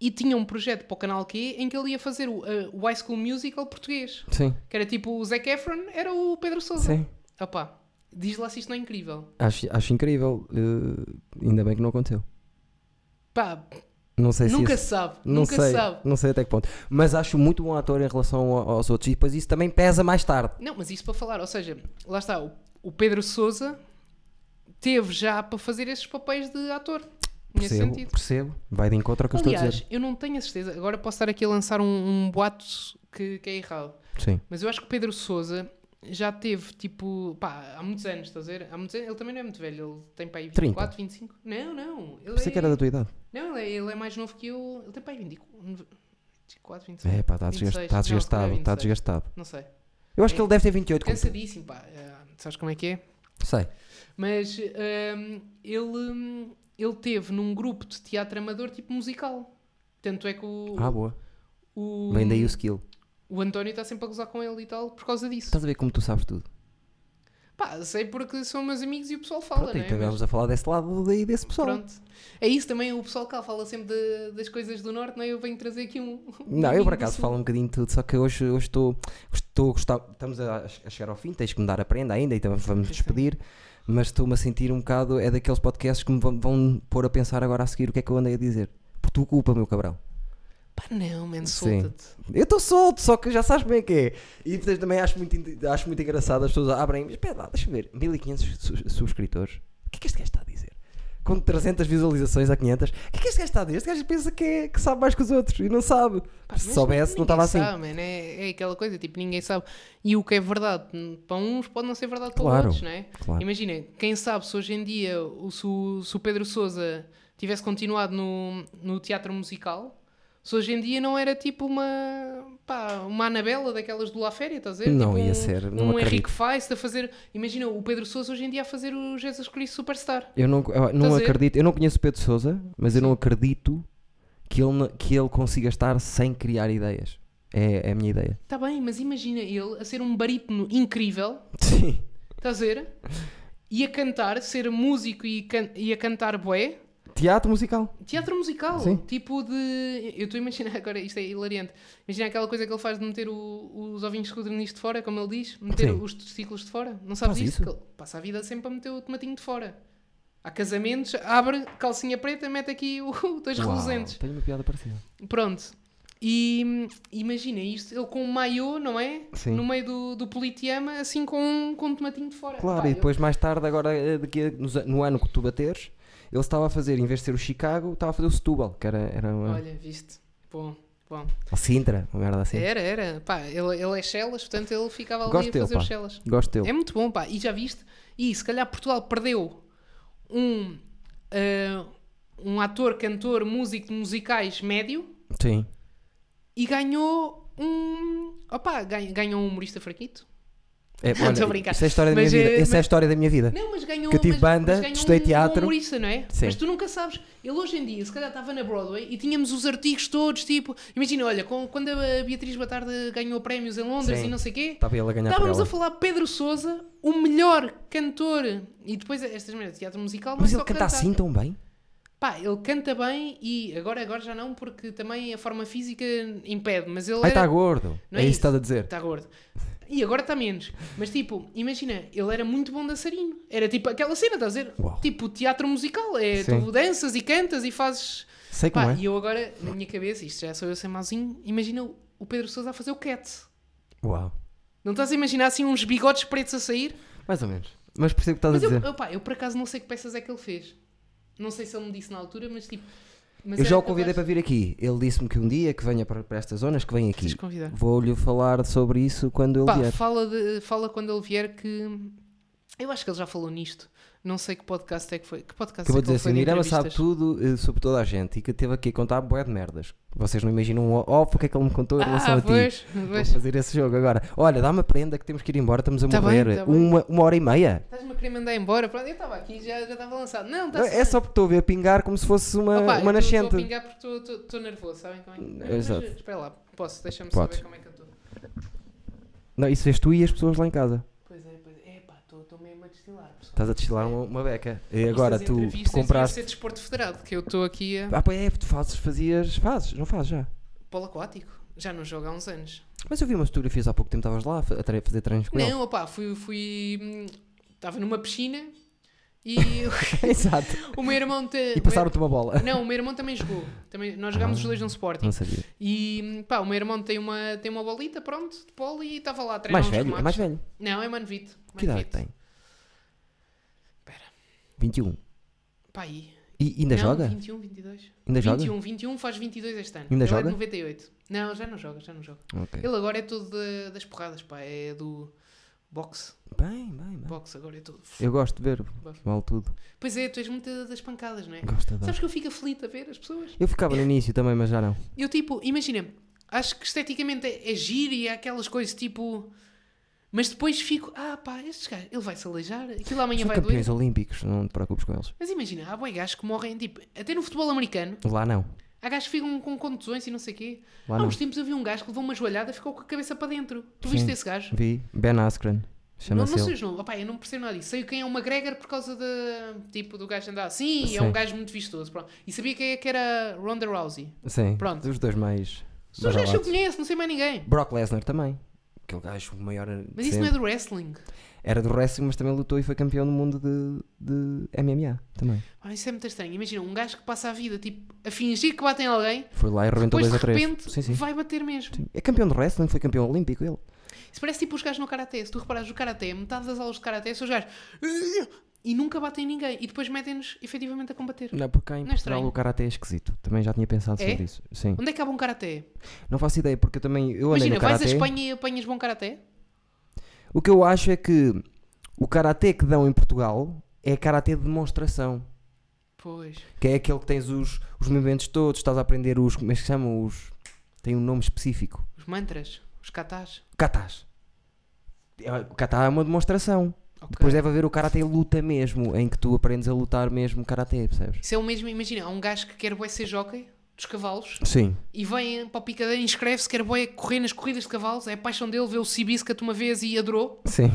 e tinha um projeto para o canal Q em que ele ia fazer o, eh, o High School Musical português, Sim, que era tipo o Zac Efron, era o Pedro Souza. sim. Opá, diz lá se isto não é incrível. Acho, acho incrível. eh, ainda bem que não aconteceu. Pá, Não sei se. nunca isso- se sabe, não nunca sei, se sabe. Não sei até que ponto. Mas acho muito bom ator em relação a- aos outros. E depois isso também pesa mais tarde. Não, mas isto para falar, ou seja, lá está, o, o Pedro Souza teve já para fazer esses papéis de ator, nesse Percebo, sentido. percebo. Vai de encontro ao que eu estou a Aliás, dizer. eu não tenho a certeza, agora posso estar aqui a lançar um, um boato que- que é errado. Sim. Mas eu acho que o Pedro Souza já teve tipo. pá, há muitos anos, estás a ver? Há muitos anos, ele também não é muito velho, ele tem para aí 24, 25. Não, não. Ele Pensei é, que era da tua idade. Não, ele é, ele é mais novo que eu. Ele tem para aí 24, 24 25. É pá, está 26, desgastado. Está não, é se calhar desgastado, tá 26. desgastado. Não sei. Eu É. acho que ele deve ter 28. como tu. Cansadíssimo, pá. ah, sabes como é que é? Sei. Mas hum, ele, ele teve num grupo de teatro amador tipo musical. Tanto é que o, Hum. Ah, boa. o, Vem daí o skill. o António está sempre a gozar com ele e tal por causa disso. Estás a ver como tu sabes tudo. Pá, sei porque são meus amigos e o pessoal fala, Pronto, né? e então Mas- vamos a falar desse lado daí desse pessoal. Pronto. É isso também, o pessoal cá fala sempre de- das coisas do Norte, não é? Eu venho trazer aqui um. um Não, eu vinho por do acaso Sul. falo um bocadinho de tudo, só que hoje, hoje estou, estou a gostar- estamos a, a chegar ao fim, tens que me dar a prenda ainda, então vamos, vamos despedir, mas estou-me a sentir um bocado, é daqueles podcasts que me vão, vão pôr a pensar agora a seguir o que é que eu andei a dizer. Por tua culpa, meu cabrão. Pá, não, man, Sim. solta-te. Eu estou solto, só que já sabes como é que é. E portanto, também acho muito, inte- acho muito engraçado as pessoas abrem, mas espera lá, deixa eu ver, 1500 su- subscritores, o que é que este gajo está a dizer? Com 300 visualizações a 500, o que é que este gajo está a dizer? Este gajo pensa que, é- que sabe mais que os outros e não sabe. Pá, Se mas soubesse, não ninguém estava assim. sabe, man, É, é aquela coisa, tipo, ninguém sabe. E o que é verdade para uns pode não ser verdade para Claro. outros, não é? Claro. Imagina, quem sabe se hoje em dia o, se, o, se o Pedro Souza tivesse continuado no, no teatro musical, se hoje em dia não era tipo uma, pá, uma Anabela daquelas do La Féria, estás a ver? Não, tipo ia um, ser, não um acredito. Henrique Feist a fazer. Imagina, o Pedro Souza hoje em dia a fazer o Jesus Cristo Superstar. Eu não, eu Estás não a ver? acredito, eu não conheço o Pedro Sousa, mas eu não acredito que ele, não- que ele consiga estar sem criar ideias. É, é a minha ideia. Está Tá bem, mas imagina ele a ser um barítono incrível, Sim. estás a ver? E a cantar, ser músico e, can- e a cantar bué. Teatro musical. Teatro musical, Sim. tipo de. Eu estou a imaginar agora, isto é hilariante. Imagina aquela coisa que ele faz de meter o- os ovinhos de codorniz de fora, como ele diz, meter Sim. os testículos de fora. Não sabes Faz isso? isso? Que ele passa a vida sempre a meter o tomatinho de fora. Há casamentos, abre calcinha preta, mete aqui o, dois Uau, reluzentes. Tenho uma piada parecida. Pronto. E hum, imagina isto, ele com um maiô, não é? Sim. No meio do, do politiama, assim com, um- com um tomatinho de fora. Claro, Pá, e eu- depois mais tarde, agora eh, daqui a- nos a- no, ano que tu bateres, ele estava a fazer, em vez de ser o Chicago, estava a fazer o Setúbal, que era, era uma... Olha, viste? Bom, bom. ou Sintra, uma merda assim. Era, era. Pá, ele, ele é Chelas, portanto É, ele ficava ali Gosto a dele, fazer pá. os Chelas. Gosto dele. É muito bom, pá. E já viste? E se calhar Portugal perdeu um, ah, um ator, cantor, músico de musicais médio Sim. e ganhou um. Opa, ganha- ganhou um humorista fraquito. É, Não, estou a brincar. Isso é a história da minha Mas, vida. eh, Essa é a mas- história da minha vida. Não, mas ganhou Que eu mas- tive banda, mas ganhou estudei um teatro. bom humorista, não é? Sim. Mas tu nunca sabes. Ele hoje em dia, se calhar estava na Broadway e tínhamos os artigos todos, tipo. Imagina, olha, com- quando a Beatriz Batarda ganhou prémios em Londres Sim. e não sei o quê. Estava ele a ganhar por Estávamos ela. a falar de Pedro Souza, o melhor cantor, e depois estas merdas de teatro musical, mas, Mas só ele canta assim tão bem? Pá, ele canta bem e agora, agora já não, porque também a forma física impede, mas ele Ai, está era... gordo. Não é é isso que isso. estás a dizer. Está gordo. E agora está menos. Mas tipo, imagina, ele era muito bom dançarino. Era tipo aquela cena, estás a dizer? Uau. Tipo teatro musical. É, Sim. tu danças e cantas e fazes. Sei como Pá, é. e eu agora, na minha cabeça, isto já sou eu sem mauzinho, imagina o- o Pedro Souza a fazer o cat. Uau. Não estás a imaginar assim uns bigodes pretos a sair? Mais ou menos. Mas percebo o que estás Mas a eu, dizer. eu, pá, eu por acaso não sei que peças é que ele fez. Não sei se ele me disse na altura, mas tipo. mas Eu já era o convidei para capaz- vir aqui. Ele disse-me que um dia que venha para, para estas zonas, que vem aqui. Tens de convidar. Vou-lhe falar sobre isso quando ele Pá, vier. fala, de- fala quando ele vier que. Eu acho que ele já falou nisto. Não sei que podcast é que foi. Que podcast Que eu vou é que dizer ele assim, foi de Mirama sabe entrevistas? tudo eh, sobre toda a gente e que teve aqui a contar bué de merdas. Vocês não imaginam o off o que é que ele me contou em relação Ah, a ti. pois, Vou pois. fazer esse jogo agora. Olha, dá-me a prenda que temos que ir embora, estamos a Tá bem, morrer. tá bem. uma, uma hora e meia. Estás-me a querer mandar embora? Pronto, eu estava aqui, já já estava lançado. Não, está É só porque estou a ver pingar como se fosse uma, Tá Opa, eu uma tô- tô a nascente. pingar porque tô- tô- estou nervoso, sabem como é? Exato. Mas, espera lá, posso, deixa-me Podes. saber como é que eu estou. Não, isso vês tu e as pessoas lá em casa. Pois é, pois é. Epá, estou mesmo a destilar, pessoal. Estás a destilar uma, uma beca. Tá, E agora Estas tu, tu entrevistas compraste. devia ser desporto federado, que eu estou aqui a... Ah, pois é, tu fazes, fazias. Fazes, não fazes já. Polo aquático. Já não jogo há uns anos. Mas eu vi umas fotografias há pouco tempo, estavas lá a fa- a tre- fazer treinos com ele. Não, opá, fui... fui hum, Estava numa piscina e Exato. o meu irmão... Te, E o meu- passaram-te uma bola. Não, o meu irmão também jogou. Também, nós jogámos os dois no Sporting. Não sabia. E hum, pá, o meu irmão tem uma, tem uma bolita, pronto, de polo e estava lá a treinar Mais uns velho, é remates. mais velho. Não, é Manvito. Que idade Manvito. tem? Espera. 21. Pá, aí. E ainda Não, joga? 21, 22. Ainda joga? 21, 21 faz 22 este ano. Ele Ainda é joga? de 98. Não, já não joga, já não joga. Ok. Ele agora é todo da- das porradas, pá. É do boxe. Bem, bem, bem. Boxe agora é todo. Eu gosto de ver, vale tudo. Pois é, tu és muito das pancadas, não é? Gosto de Sabes ver. que eu fico aflito a ver as pessoas? Eu ficava no início também, mas já não. Eu tipo, imagina, acho que esteticamente é, é giro e há aquelas coisas tipo. Mas depois fico, ah pá, estes gajos, ele vai se aleijar, aquilo amanhã São vai doer. campeões olímpicos, não te preocupes com eles. Mas imagina, há boi gajos que morrem, tipo, até no futebol americano, Lá não. há Há gajos que ficam com contusões e não sei o quê. Lá Há não. uns tempos eu vi um gajo que levou uma joelhada e ficou com a cabeça para dentro. Tu viste Sim. esse gajo? Vi. Ben Askren. Não, Chama-se não sei ele. os nomes. Opá, eu não percebo nada disso. Sei quem é o McGregor por causa de, tipo, do gajo andar assim. É Sim. um gajo muito vistoso. Pronto. E sabia quem é que era Ronda Rousey. Sim. Pronto. Os dois mais. São os gajos que eu badalados. conheço, não sei mais ninguém. Brock Lesnar também. Aquele gajo maior. Mas isso não é do wrestling. Era do wrestling, mas também lutou e foi campeão do mundo de, de MMA também. Pá, isso é muito estranho. Imagina, um gajo que passa a vida, tipo, a fingir que batem alguém, Foi lá e arrebentou depois 2 de a 3. repente Sim, sim. vai bater mesmo. Sim. É campeão de wrestling, foi campeão olímpico ele. Isso parece tipo os gajos no karaté. Se tu reparares o karaté, metade das aulas de karaté são os gajos e nunca batem ninguém e depois metem-nos efetivamente a combater. Não, porque cá em Não é Portugal estranho? o karate é esquisito. Também já tinha pensado É? sobre isso. Sim. Onde é que há bom karaté? Não faço ideia, porque eu também. Eu andei Imagina, no vais karate. à Espanha e apanhas bom karaté? O que eu acho é que o karatê que dão em Portugal é karatê de demonstração. Pois. Que é aquele que tens os, os movimentos todos, estás a aprender os. Como é que se chama? Os. Tem um nome específico. Os mantras, os katás. Katás. É, O katá é uma demonstração. Ok. Depois é- deve haver o karatê luta mesmo, em que tu aprendes a lutar mesmo karatê, percebes? Isso é o mesmo, imagina, há um gajo que quer bué ser jockey dos cavalos Sim. e vem para o picadeiro e inscreve-se, quer bué correr nas corridas de cavalos, é a paixão dele, vê o Cibiscat uma vez e adorou, Sim.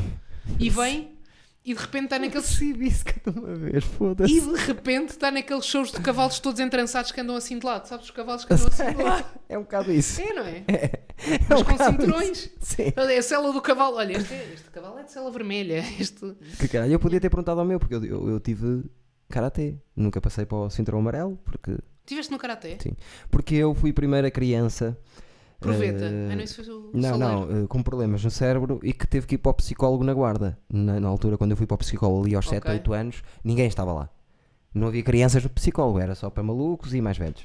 e vem e de repente está naquele... se disse que de uma vez, foda-se. E de repente está naqueles shows de cavalos todos entrançados que andam assim de lado, sabes? Os cavalos que andam assim de lado. É um bocado isso. É, não é? É Mas um com bocado cinturões. isso. Sim. Olha, é a cela do cavalo. Olha, este, é- este cavalo é de cela vermelha. Este... Que caralho, eu podia ter perguntado ao meu, porque eu, eu, eu tive karatê. Nunca passei para o cinturão amarelo, porque, Tiveste no karaté? porque eu fui a primeira criança. Proveta. eh, Ah, não, isso foi o o Não, Soleiro. não, eh, com problemas no cérebro e que teve que ir para o psicólogo na guarda. Na, na altura, quando eu fui para o psicólogo ali aos 7, Ok. 8 anos, ninguém estava lá. Não havia crianças no psicólogo, era só para malucos e mais velhos.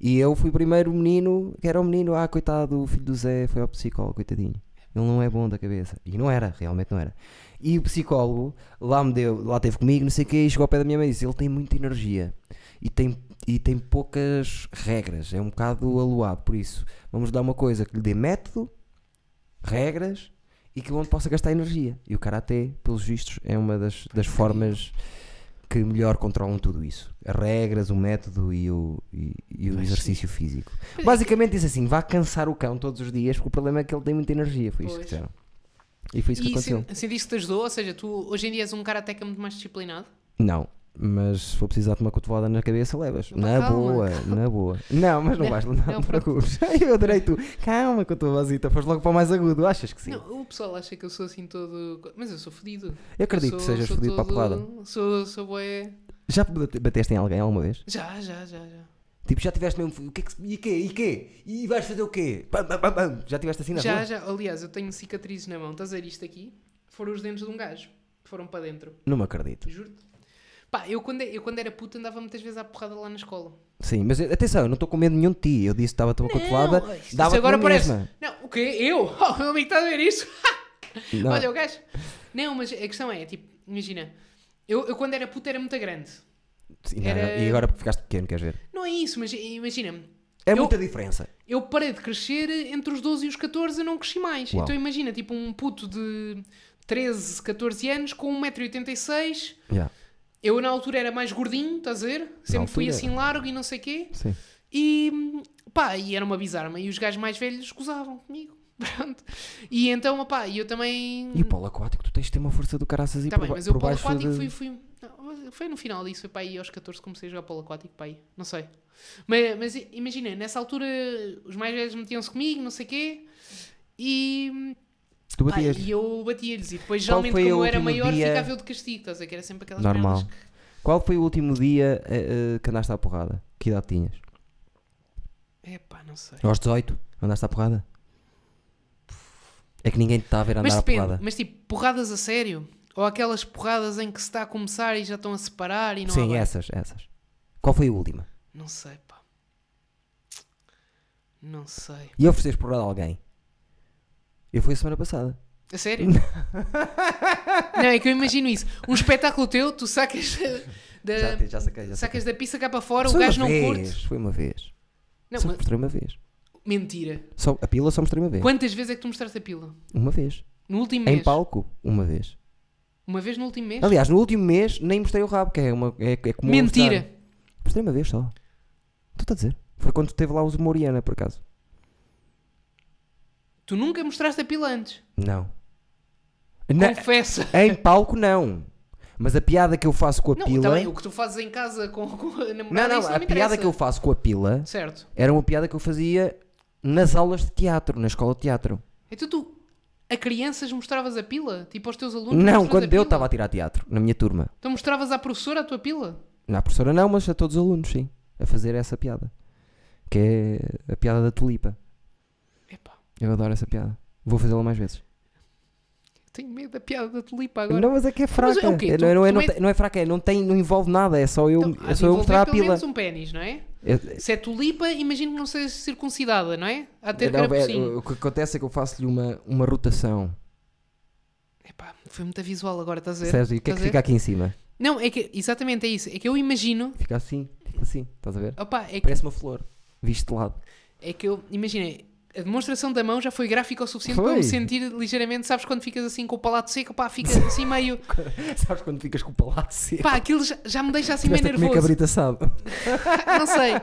E eu fui o primeiro menino, que era o menino, ah, coitado, o filho do Zé foi ao psicólogo, coitadinho. Ele não é bom da cabeça. E não era, realmente não era. E o psicólogo lá me deu, lá teve comigo, não sei o quê, e chegou ao pé da minha mãe e disse: ele tem muita energia e tem, e tem poucas regras, é um bocado aloado, por isso vamos dar uma coisa que lhe dê método, regras e que onde possa gastar energia. E o karatê, pelos vistos, é uma das, das formas que melhor controlam tudo isso. As regras, o método e o, e, e o Pois, exercício físico. Basicamente diz assim, vá cansar o cão todos os dias porque o problema é que ele tem muita energia, foi isso que Pois. disseram. E foi isso que E aconteceu. sen- sentiste que te ajudou? Ou seja, tu hoje em dia és um karateca muito mais disciplinado? Não, mas se for precisar de uma cotovelada na cabeça, levas. Opa, na Então calma, boa, na boa. Não, mas não, Não, vais, não, não te pronto. preocupes. Ai, Eu adorei tu. Calma com a tua vozita, foste logo para o mais agudo, achas que sim? Não, o pessoal acha que eu sou assim todo. co- Mas eu sou fodido. eu acredito que sejas fodido para a porrada. Sou, sou boé. Já bate- bateste em alguém alguma vez? Já, já, já, já. Tipo, já tiveste mesmo. O que é que, se- e quê? E quê? E vais fazer o quê? Pam, pam, pam, pam. Já tiveste assim na já, rua? já. Aliás, eu tenho cicatrizes na mão. Estás a ver isto aqui? Foram os dentes de um gajo. Foram para dentro. Não me acredito. Juro-te. Pá, eu quando, é- eu quando era puto andava muitas vezes à porrada lá na escola. Sim, mas eu- atenção, eu não estou com medo nenhum de ti. Eu disse que estava a tua cotovelada. Não, isto Dava-te agora na parece. mesma. Não, o quê? Eu? Oh, meu amigo está a ver isso? Não. Olha, o gajo. Não, mas a questão é, tipo, imagina, eu, eu quando era puta era muito grande. Sim, não, era- não. E agora porque ficaste pequeno, queres ver? Não é isso, mas imagina-me. É Eu- muita diferença. Eu parei de crescer entre os 12 e os 14, eu não cresci mais. Uau. Então imagina, tipo, um puto de 13, 14 anos com 1,86m. Já, Eu na altura era mais gordinho, estás a ver? Sempre fui altura. assim largo e não sei quê. sim. E pá, e era uma bizarra, e os gajos mais velhos gozavam comigo. Pronto. E então, opá, e eu também. E o polo aquático, tu tens de ter uma força do caraças e Tá por, bem, ba- mas eu por polo baixo aquático de... fui, fui. não, Foi no final disso, foi para aí aos 14 que comecei a jogar polo aquático, para aí. Não sei. Mas, mas i- imagina, nessa altura os mais velhos metiam-se comigo, não sei quê. E, Tu pá, batias. e eu batia-lhes. E depois, Qual geralmente, foi como o eu era último maior, dia- ficava eu de castigo, estás a ver? Que era sempre aquelas Normal. merdas que- Qual foi o último dia eh, eh, que andaste à porrada? Que idade tinhas? Epá, não sei. Aos 18? Andaste à porrada? É que ninguém te está a ver andar Mas à depende, porrada. mas tipo, porradas a sério? Ou aquelas porradas em que se está a começar e já estão a separar e não há Sim, é. bem? essas, essas. Qual foi a última? Não sei, pá. Não sei. E ofereceste porrada a alguém? Eu fui a semana passada. A sério? não, é que eu imagino isso. Um espetáculo teu, tu sacas da, Já, te- já saquei, já saquei. sacas da pista cá para fora, Só Eh, o gajo uma não vez, curte. Foi uma vez. Não, só mas- mostrei uma vez. mentira. Só, a pila só mostrei uma vez. Quantas vezes é que tu mostraste a pila? Uma vez. No último Em mês? palco, uma vez. Uma vez no último mês? Aliás, no último mês nem mostrei o rabo, que é, uma, é, é comum mentira. mostrar. Mostrei uma vez só. Estou a dizer. Foi quando teve lá o Moriana, por acaso. Tu nunca mostraste a pila antes. Não. Na- Confessa. em palco, não. Mas a piada que eu faço com a Não, pila. também, o que tu fazes em casa com, com a Não, namorada, não, isso me a piada interessa. que eu faço com a pila Certo. era uma piada que eu fazia nas aulas de teatro, na escola de teatro. Então tu, a crianças mostravas a pila? Tipo aos teus alunos? Não, mostravas quando a eu pila? estava a tirar teatro, na minha turma. Então mostravas à professora a tua pila? Na professora não, mas a todos os alunos, sim. A fazer essa piada. Que é a piada da tulipa. Epá, Eu adoro essa piada. Vou fazê-la mais vezes. eu tenho medo da piada da tulipa agora. Não, mas é que é fraca. é o quê? É, Tu- não, é- não é, tu não, és- tem- não é fraca, é, não, tem, não envolve nada. É só eu, Então, há é de só eu envolver mostrar a pelo pila. menos um pênis, não é? É- Se é tulipa, imagino que não seja circuncidada, não é? Há de ter não, cara por é- cima. o que acontece é que eu faço-lhe uma, uma rotação. Epá, foi muito visual agora, estás a ver? Percebes? E o que é Estás a que ver? fica aqui em cima? Não, é que, exatamente, é isso. É que eu imagino, Fica assim, fica assim, estás a ver? opá, é que, Parece uma flor, visto de lado. é que eu, imaginei, a demonstração da mão já foi gráfica o suficiente para eu Foi. me sentir ligeiramente, sabes, quando ficas assim com o palato seco, pá, fica assim meio, Sabes quando ficas com o palato seco? pá, aquilo já, já me deixa assim meio Tiveste a comer nervoso. cabrita sabe. não sei.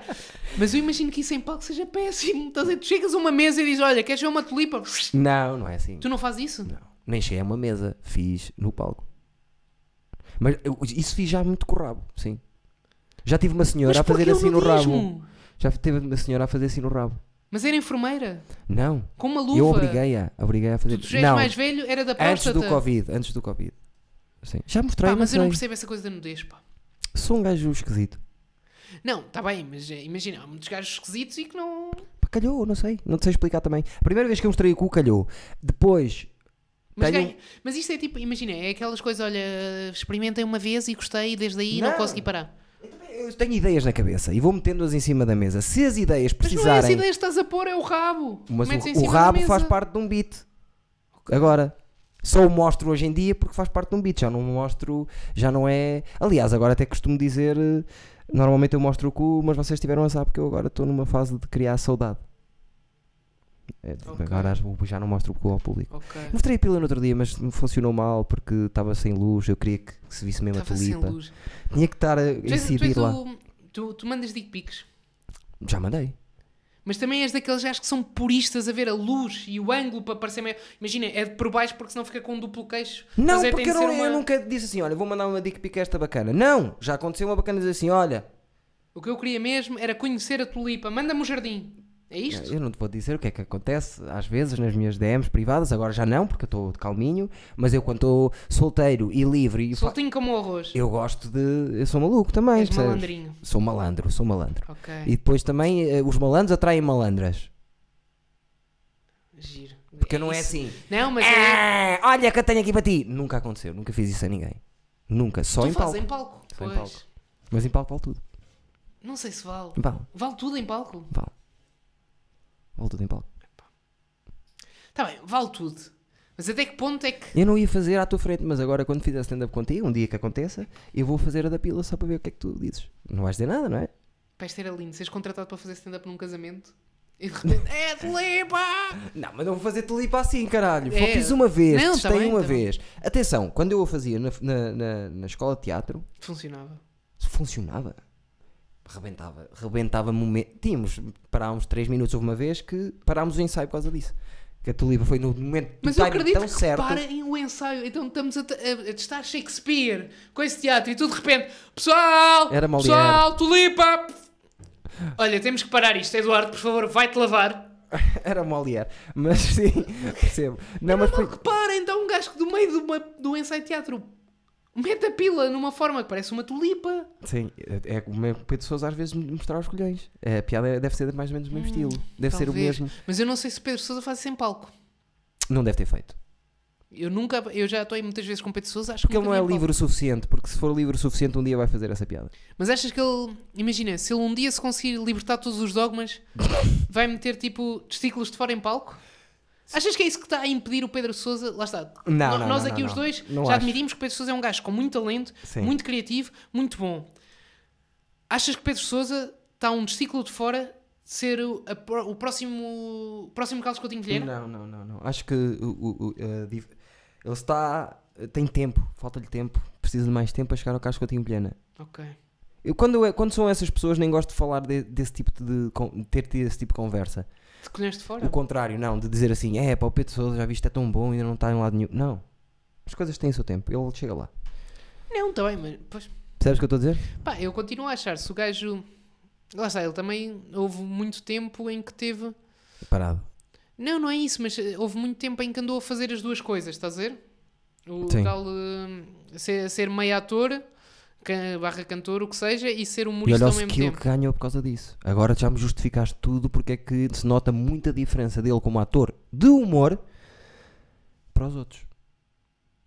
Mas eu imagino que isso em palco seja péssimo. Estás a ver? Tu chegas a uma mesa e dizes, olha, queres ver uma tulipa? Não, não é assim. Tu não fazes isso? Não. Nem cheguei a uma mesa, fiz no palco. Mas eu- isso fiz já muito com o rabo, sim. Já tive uma Mas senhora a fazer porquê o assim no rabo. nudismo? Já teve uma senhora a fazer assim no rabo. Mas era enfermeira, Não, com uma eu luva. obriguei-a, obriguei a fazer. Tu tu já és não, mais velho, era da antes próstata. do Covid, antes do Covid. Sim. Já mostrei, Pá, mas mas eu não percebo essa coisa da nudez, pá. Sou um gajo esquisito. Não, tá bem, mas eh, imagina, há muitos gajos esquisitos e que não. Pá, Calhou, não sei, não te sei explicar também. A primeira vez que eu mostrei o cu, calhou. Depois, Mas, Tenho- ganha- mas isto é tipo, imagina, é aquelas coisas, olha, experimentei uma vez e gostei e desde aí não, Não. consegui parar. eu também- eu tenho ideias na cabeça e vou metendo-as em cima da mesa. Se as ideias Mas não é essa precisarem. ideia que estás a pôr, é o rabo. Mas Metes o, em o cima da rabo mesa. faz parte de um beat. Agora, só o mostro hoje em dia porque faz parte de um beat. Já não mostro, já não é. Aliás, agora até costumo dizer. eh, Normalmente eu mostro o cu, mas vocês tiveram a saber que eu agora estou numa fase de criar saudade. É, tipo, Ok. Agora já não mostro o cu ao público. Ok. Mostrei a pila no outro dia, mas me funcionou mal porque estava sem luz. Eu queria que se visse mesmo Estava a sem tulipa. Tá luz. Tinha que estar a Tu, és, tu, és incidir lá. o- tu, tu mandas dick pics, Já mandei. mas também és daqueles gajos que são puristas a ver a luz e o ângulo para parecer meio. Imagina, é de por baixo porque senão fica com um duplo queixo. Não, Mas é, porque tem eu, de não- ser eu uma- nunca disse assim, olha, vou mandar uma dick pic a esta bacana. Não, já aconteceu uma bacana dizer assim, olha, O que eu queria mesmo era conhecer a tulipa. Manda-me o jardim. É isto? eu não te vou dizer o que é que acontece às vezes nas minhas DMs privadas, agora já não, porque eu estou de calminho, mas eu quando estou solteiro e livre, e fa- Soltinho como o arroz. eu gosto de... eu sou maluco também, És percebes? malandrinho. Sou malandro, sou malandro. Ok. E depois também, eh, os malandros atraem malandras, Giro. porque não é isso. assim... Não, mas é. "Ah, olha que eu tenho aqui para ti! Nunca aconteceu, nunca fiz isso a ninguém. Nunca, só Tu em fazes palco. em palco. Só em pois. palco. Mas em palco vale tudo. Não sei se vale. Em palco, Vale tudo em palco? vale. Vale tudo em palco. Tá bem, vale tudo. Mas até que ponto é que. Eu não ia fazer à tua frente, mas agora quando fizer stand-up contigo, um dia que aconteça, eu vou fazer a da pila só para ver o que é que tu dizes. Não vais dizer nada, não é? Pá, isto era lindo. Seres contratado para fazer stand-up num casamento e de repente. é tulipa! Não, mas não vou fazer tulipa assim, caralho. Só É. Fiz uma vez, Não, tá testei bem, uma tá bem. vez. Atenção, quando eu a fazia na, na, na- na escola de teatro, Funcionava. funcionava. Rebentava, rebentava momento. Tínhamos, parámos 3 minutos houve uma vez que parámos o ensaio por causa disso. Que a tulipa foi no momento do Mas eu timing acredito tão que certo. parem o ensaio. Então estamos a, te- a- a testar Shakespeare com esse teatro e tu de repente, pessoal, Era Molière. pessoal, tulipa! Olha, temos que parar isto. Eduardo, por favor, vai-te lavar. Era Molière, mas sim, percebo. Não, mas foi, Não reparem, então um gajo que do meio de uma- do ensaio de teatro mete a pila numa forma que parece uma tulipa. Sim, é é como é que o Pedro Sousa às vezes me mostrar os colhões. É, a piada é- deve ser mais ou menos o Hum, mesmo estilo. Deve ser o Talvez. mesmo. Mas eu não sei se Pedro Sousa faz isso em palco. Não deve ter feito. Eu nunca, eu já estou aí muitas vezes com Pedro Sousa, acho que Porque ele nunca não é vi em livre o suficiente. Porque se for livre o suficiente, um dia vai fazer essa piada. palco. Mas achas que ele, imagina, se ele um dia se conseguir libertar todos os dogmas, vai meter tipo testículos de fora em palco? Achas que é isso que está a impedir o Pedro Sousa? Lá está. Não, No- não, Nós não, aqui não, os não. dois Não já acho. admitimos que o Pedro Sousa é um gajo com muito talento, Sim. muito criativo, muito bom. Achas que Pedro Sousa está um testículo de fora de ser o, a pro- o próximo, o próximo Carlos Coutinho Vilhena? Não, não, não, não. Acho que o- o- o, eh, div- ele está. Tem tempo, falta-lhe tempo. Precisa de mais tempo para chegar ao Casco Coutinho Vilhena. Ok. Eu, quando, eu- quando são essas pessoas, nem gosto de falar de- desse tipo de. con- de ter tido esse tipo de conversa. Te conheces de fora? O contrário, não, de dizer assim, é, pá, o Pedro Sousa já viste, é tão bom, ainda não está em lado nenhum. Não. As coisas têm o seu tempo, ele chega lá. Não, está bem, mas pois, Percebes o que eu estou a dizer? pá, eu continuo a achar, se o gajo. Lá está, ele também houve muito tempo em que teve. Parado. Não, não é isso, mas eh, houve muito tempo em que andou a fazer as duas coisas, estás a ver? O Sim. tal eh, ser, ser meio ator, can- barra cantor, o que seja, e ser E humorista olha o ao mesmo skill é tempo. que ganhou por causa disso. Agora já me justificaste tudo porque é que se nota muita diferença dele como ator de humor para os outros.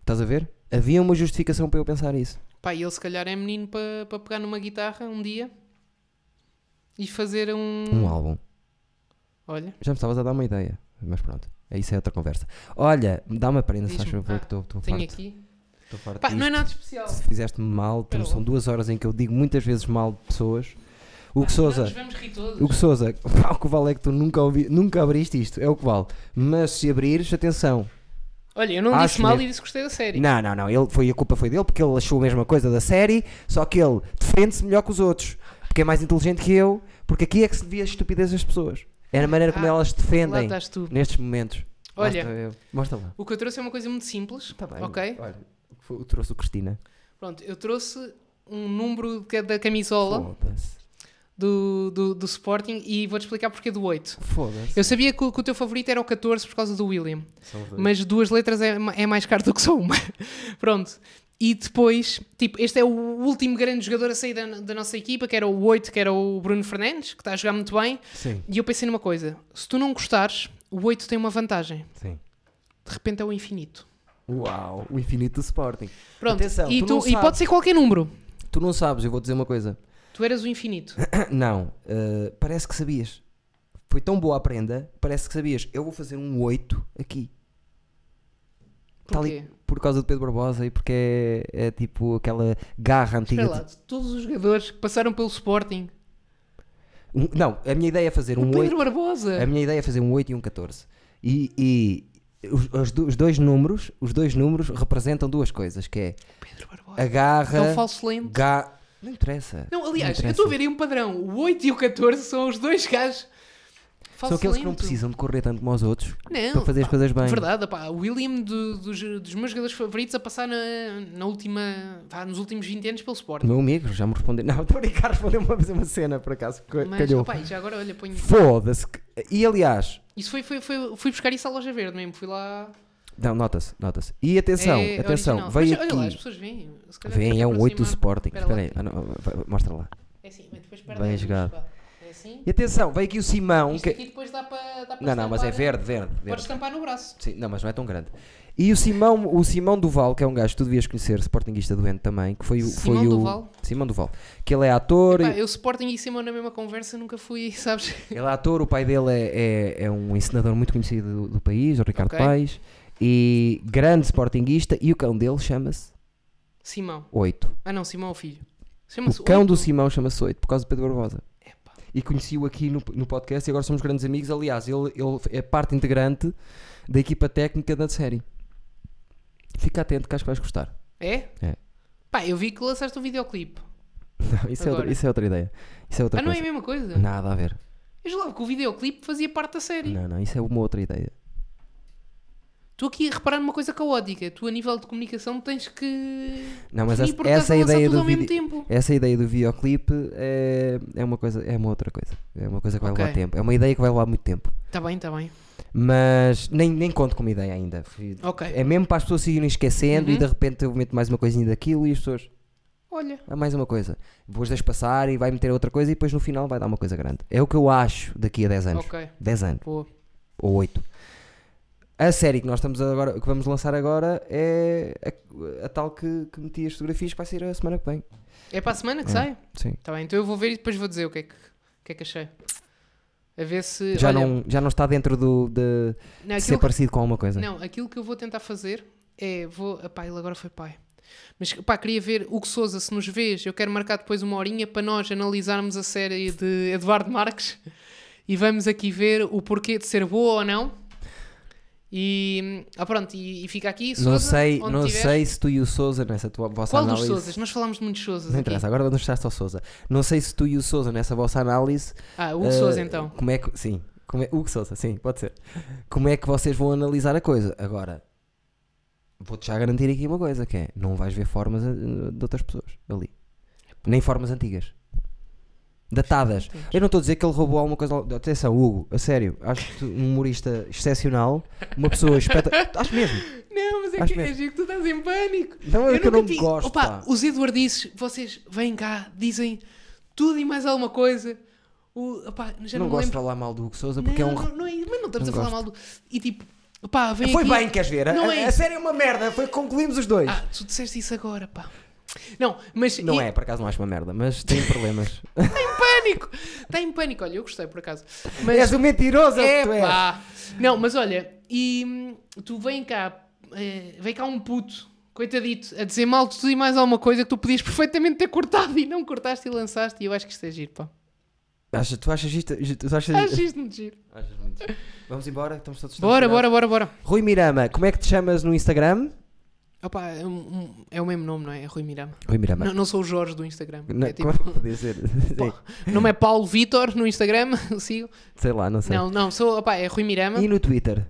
Estás a ver? Havia uma justificação para eu pensar isso. Pá, e ele se calhar é menino para para pegar numa guitarra um dia e fazer um. Um álbum. Olha, Já me estavas a dar uma ideia. Mas pronto. É isso, é outra conversa. Olha, dá-me a prenda, se faz Diz-me. favor, Ah, que estou- estou tenho farto. aqui. Estou farto Pá, não é disto. nada especial. Se fizeste-me mal, Espera são lá. duas horas em que eu digo muitas vezes mal de pessoas. O que Nós Sousa. nos vamos rir todos. O que Sousa, pá, o que vale é que tu nunca, ouvi, nunca abriste isto, é o que vale. Mas se abrires, atenção. Olha, eu não Acho disse mal mesmo. e disse que gostei da série. Não, não, não, ele, foi, a culpa foi dele porque ele achou a mesma coisa da série, só que ele defende-se melhor que os outros, porque é mais inteligente que eu, porque aqui é que se devia a estupidez das pessoas. É na maneira como Ah, elas se Lá defendem estás tu. nestes momentos. Lá Olha. estou eu. Mostra lá. O que eu trouxe é uma coisa muito simples. Está Tá bem. Ok? Olha, foi- trouxe o Cristina. Pronto, eu trouxe um número de ca- da camisola Foda-se. do, do, do Sporting e vou-te explicar porque é do 8. Foda-se. Eu sabia que, o- que o teu favorito era o 14 por causa do William, São dois. mas duas letras é, ma- é mais caro do que só uma. Pronto. E depois, tipo, este é o último grande jogador a sair da, da nossa equipa, que era o 8, que era o Bruno Fernandes, que está a jogar muito bem. Sim, E eu pensei numa coisa: se tu não gostares, o 8 tem uma vantagem. sim. De repente é o infinito. Uau, o infinito do Sporting. Pronto, Atenção, e, tu tu- não e sabes. pode ser qualquer número. Tu não sabes, eu vou dizer uma coisa. Tu eras o infinito. Não, eh, parece que sabias. Foi tão boa a prenda, parece que sabias. Eu vou fazer um 8 aqui. Tá ali- Porquê? Por causa do Pedro Barbosa e porque é, é tipo aquela garra antiga. Espera lá, de- de todos os jogadores que passaram pelo Sporting, Um- não, a minha ideia é fazer o um Pedro 8. Barbosa. A minha ideia é fazer um 8 e um 14. E, e os, os do- os dois números, os dois números representam duas coisas, que é Pedro Barbosa. a garra, É um falso lento. ga- Não interessa. Não, aliás, interessa. eu estou a ver aí um padrão. O 8 e o 14 são os dois gajos. Falso São aqueles que não lento. precisam de correr tanto como os outros Não, para fazer as pá, coisas bem. Verdade, pá, o William do- dos, dos meus jogadores favoritos a passar na, na última, vá, nos últimos 20 anos pelo O Sporting. meu amigo já me respondeu. Não, estou a brincar, respondeu uma vez uma cena, por acaso. ca- Mas, calhou. opá, e já agora, olha, ponho... Foda-se. que- E aliás, Isso foi, foi, foi, fui buscar isso à loja verde mesmo, fui lá... não, nota-se, nota-se. E atenção, É atenção, original. veio Mas, olha lá, as aqui. pessoas vêm. se calhar Vem, depois é um 8 do aproximar. Sporting. Espera lá. Espera aí, ah, não, vai- vai- mostra lá. É assim, mas depois Bem perdemos. jogado. pá. É assim. E atenção, veio aqui o Simão. Isto que- aqui é depois dá para. Dá para Não, não, mas é estampar. verde, verde. Podes verde. estampar no braço. Sim, não, mas não é tão grande. E o Simão, o Simão Duval, que é um gajo que tu devias conhecer, sportinguista doente também, que foi o. Foi Simão o Duval? Simão Duval. Que ele é ator. Pá, eu Sporting e Simão na mesma conversa nunca fui, sabes? Ele é ator, o pai dele é, é, é um ensinador muito conhecido do, do país, o Ricardo Ok. Paes, e grande sportinguista, e o cão dele chama-se Simão. Oito. Ah não, Simão é o filho. Chama-se É, O cão Oito. do Simão chama-se Oito, por causa do Pedro Barbosa. Epá. E conheci-o aqui no, no podcast e agora somos grandes amigos. Aliás, ele, ele é parte integrante da equipa técnica da série. Fica atento que acho que vais gostar. É? É. Pá, eu vi que lançaste um videoclipe. Não, isso, é outra, Agora. isso é outra ideia. Isso é outra ah, não é a coisa. mesma coisa? Nada a ver. Eu julgava que o videoclipe fazia parte da série. Não, não, isso é uma outra ideia. Estou aqui a reparar numa coisa caótica. Tu, a nível de comunicação, tens que. Não, mas definir essa, porque estás essa a lançar ideia tudo do ao mesmo vídeo. tempo. Essa ideia do videoclipe é, é uma coisa, é uma outra coisa. É uma coisa que vai Ok. levar tempo. É uma ideia que vai levar muito tempo. Está Tá bem, está bem. Mas nem, nem conto como ideia ainda. Fui- Ok. É mesmo para as pessoas se irem esquecendo e Uhum. de repente eu meto mais uma coisinha daquilo e as pessoas. Olha. É mais uma coisa. Depois deixo passar e vai meter outra coisa e depois no final vai dar uma coisa grande. É o que eu acho daqui a 10 anos. Ok. 10 anos Boa. ou 8. A série que nós estamos agora, que vamos lançar agora é a, a tal que, que meti as fotografias que vai sair a semana que vem. É para a semana que É. sai? Sim. Tá bem, então eu vou ver e depois vou dizer o que é que, o que, é que achei. A ver se. já, olha, não, já não está dentro do, de, não, de aquilo ser que- parecido com alguma coisa. não, aquilo que eu vou tentar fazer é. Vou, epá, ele agora foi pai. Mas pá, queria ver o que Souza, se nos vês, eu quero marcar depois uma horinha para nós analisarmos a série de Eduardo Marques e vamos aqui ver o porquê de ser boa ou não. E E ah, pronto, e, e fica aqui. não Sousa, sei, onde não tiveres. sei se tu e o Sousa nessa tua vossa Qual análise. dos Sousas? Nós falámos de muitos Sousas. Não aqui. interessa, agora vamos estar ao Sousa. Não sei se tu e o Sousa nessa vossa análise. Ah, o eh, Sousa então. Como é que. Sim, como é, Hugo Sousa, sim, pode ser. Como é que vocês vão analisar a coisa? Agora, vou-te já garantir aqui uma coisa: que é não vais ver formas eh, de outras pessoas ali, nem formas antigas. Datadas. Eu não estou a dizer que ele roubou alguma coisa. ao- Atenção, Hugo, a sério, acho que tu, um humorista excepcional, uma pessoa espetacular. Acho mesmo. Não, mas é Acho que é mesmo. giro que tu estás em pânico. Não é que nunca eu não tive- gosto. Opa, pá. os eduardices, vocês vêm cá, dizem tudo e mais alguma coisa. O, opa, já não, não, me gosto de lembro. falar mal do Hugo Sousa porque não, é um. não, não é, mas não estamos Não a falar mal do. E tipo, opá, vem Foi aqui- bem, queres ver? A- Não a, é a isso. série é uma merda, foi que concluímos os dois. Ah, tu disseste isso agora, pá. Não, mas não e- é, por acaso não acho uma merda, mas tem problemas. pânico. Está em pânico. Olha, eu gostei por acaso. Mas és um mentiroso, é o que tu és. Epá. Não, mas olha, e hum, tu vem cá, eh, vem cá um puto, coitadito, a dizer mal de tudo e mais alguma coisa que tu podias perfeitamente ter cortado e não cortaste e lançaste. E eu acho que isto é giro, pá. Achas- tu achas isto? Tu achas, Acho isto muito giro. achas muito. Vamos embora, estamos todos Bora, transpirados. bora, bora, bora. Rui Mirama, como é que te chamas no Instagram? Opa, é, um- um- é o mesmo nome, não é? É Rui Mirama. Rui Mirama. Não, não sou o Jorge do Instagram. Não, é tipo, Como é que podia ser? Sim, o nome é Paulo Vitor no Instagram, sigo. Sei lá, não sei. Não, não, sou, opa, é Rui Mirama E no Twitter?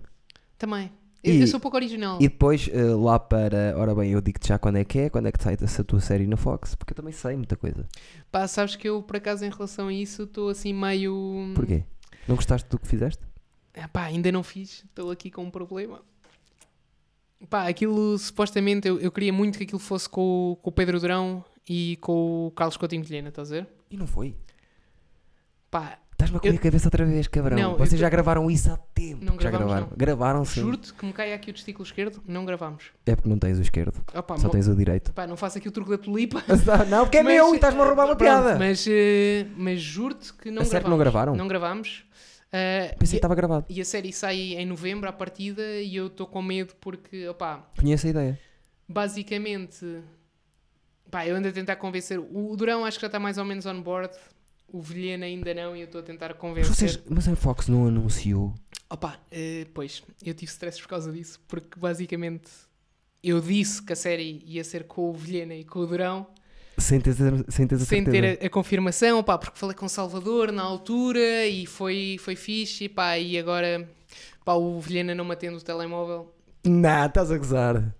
também. Eu, E- eu sou pouco original. E depois, eh, lá para. Ora bem, eu digo-te já quando é que é, quando é que sai essa tua série na Fox, porque eu também sei muita coisa. Pá, sabes que eu, por acaso, em relação a isso, estou assim meio. Porquê? Não gostaste do que fizeste? Ah, pá, ainda não fiz, estou aqui com um problema. Pá, aquilo supostamente eu, eu queria muito que aquilo fosse com, o- com o Pedro Durão e com o Carlos Coutinho Vilhena, estás a ver? E não foi. Pá, Estás-me a comer Eu- a cabeça outra vez, cabrão. Não, eu Vocês tô- já gravaram isso há tempo. Não já gravamos, gravaram. não. Gravaram sim. juro-te que me cai aqui o testículo esquerdo, não gravámos. É porque não tens o esquerdo, Ah, pá, só mo- tens o direito. pá, não faço aqui o truque da tulipa. não, porque é Mas, meu e estás-me a roubar uma pronto, piada. Mas, eh, mas juro-te que não A gravámos. sério que não gravaram? Não gravámos. Ah, Pensei que estava gravado. e, e a série sai em novembro à partida e eu estou com medo porque, opá, Conheço a ideia. basicamente, pá, eu ando a tentar convencer. O Durão acho que já está mais ou menos on board. O Vilhena ainda não e eu estou a tentar Mas, convencer. vocês, mas a Fox não anunciou. Opa, eh, pois, eu tive stress por causa disso, porque basicamente eu disse que a série ia ser com o Vilhena e com o Durão, Sem ter, sem ter a sem certeza. ter a, a confirmação, pá, porque falei com o Salvador na altura e foi, foi fixe, e pá, e agora, pá, o Vilhena não me atende o telemóvel. Não, estás a gozar.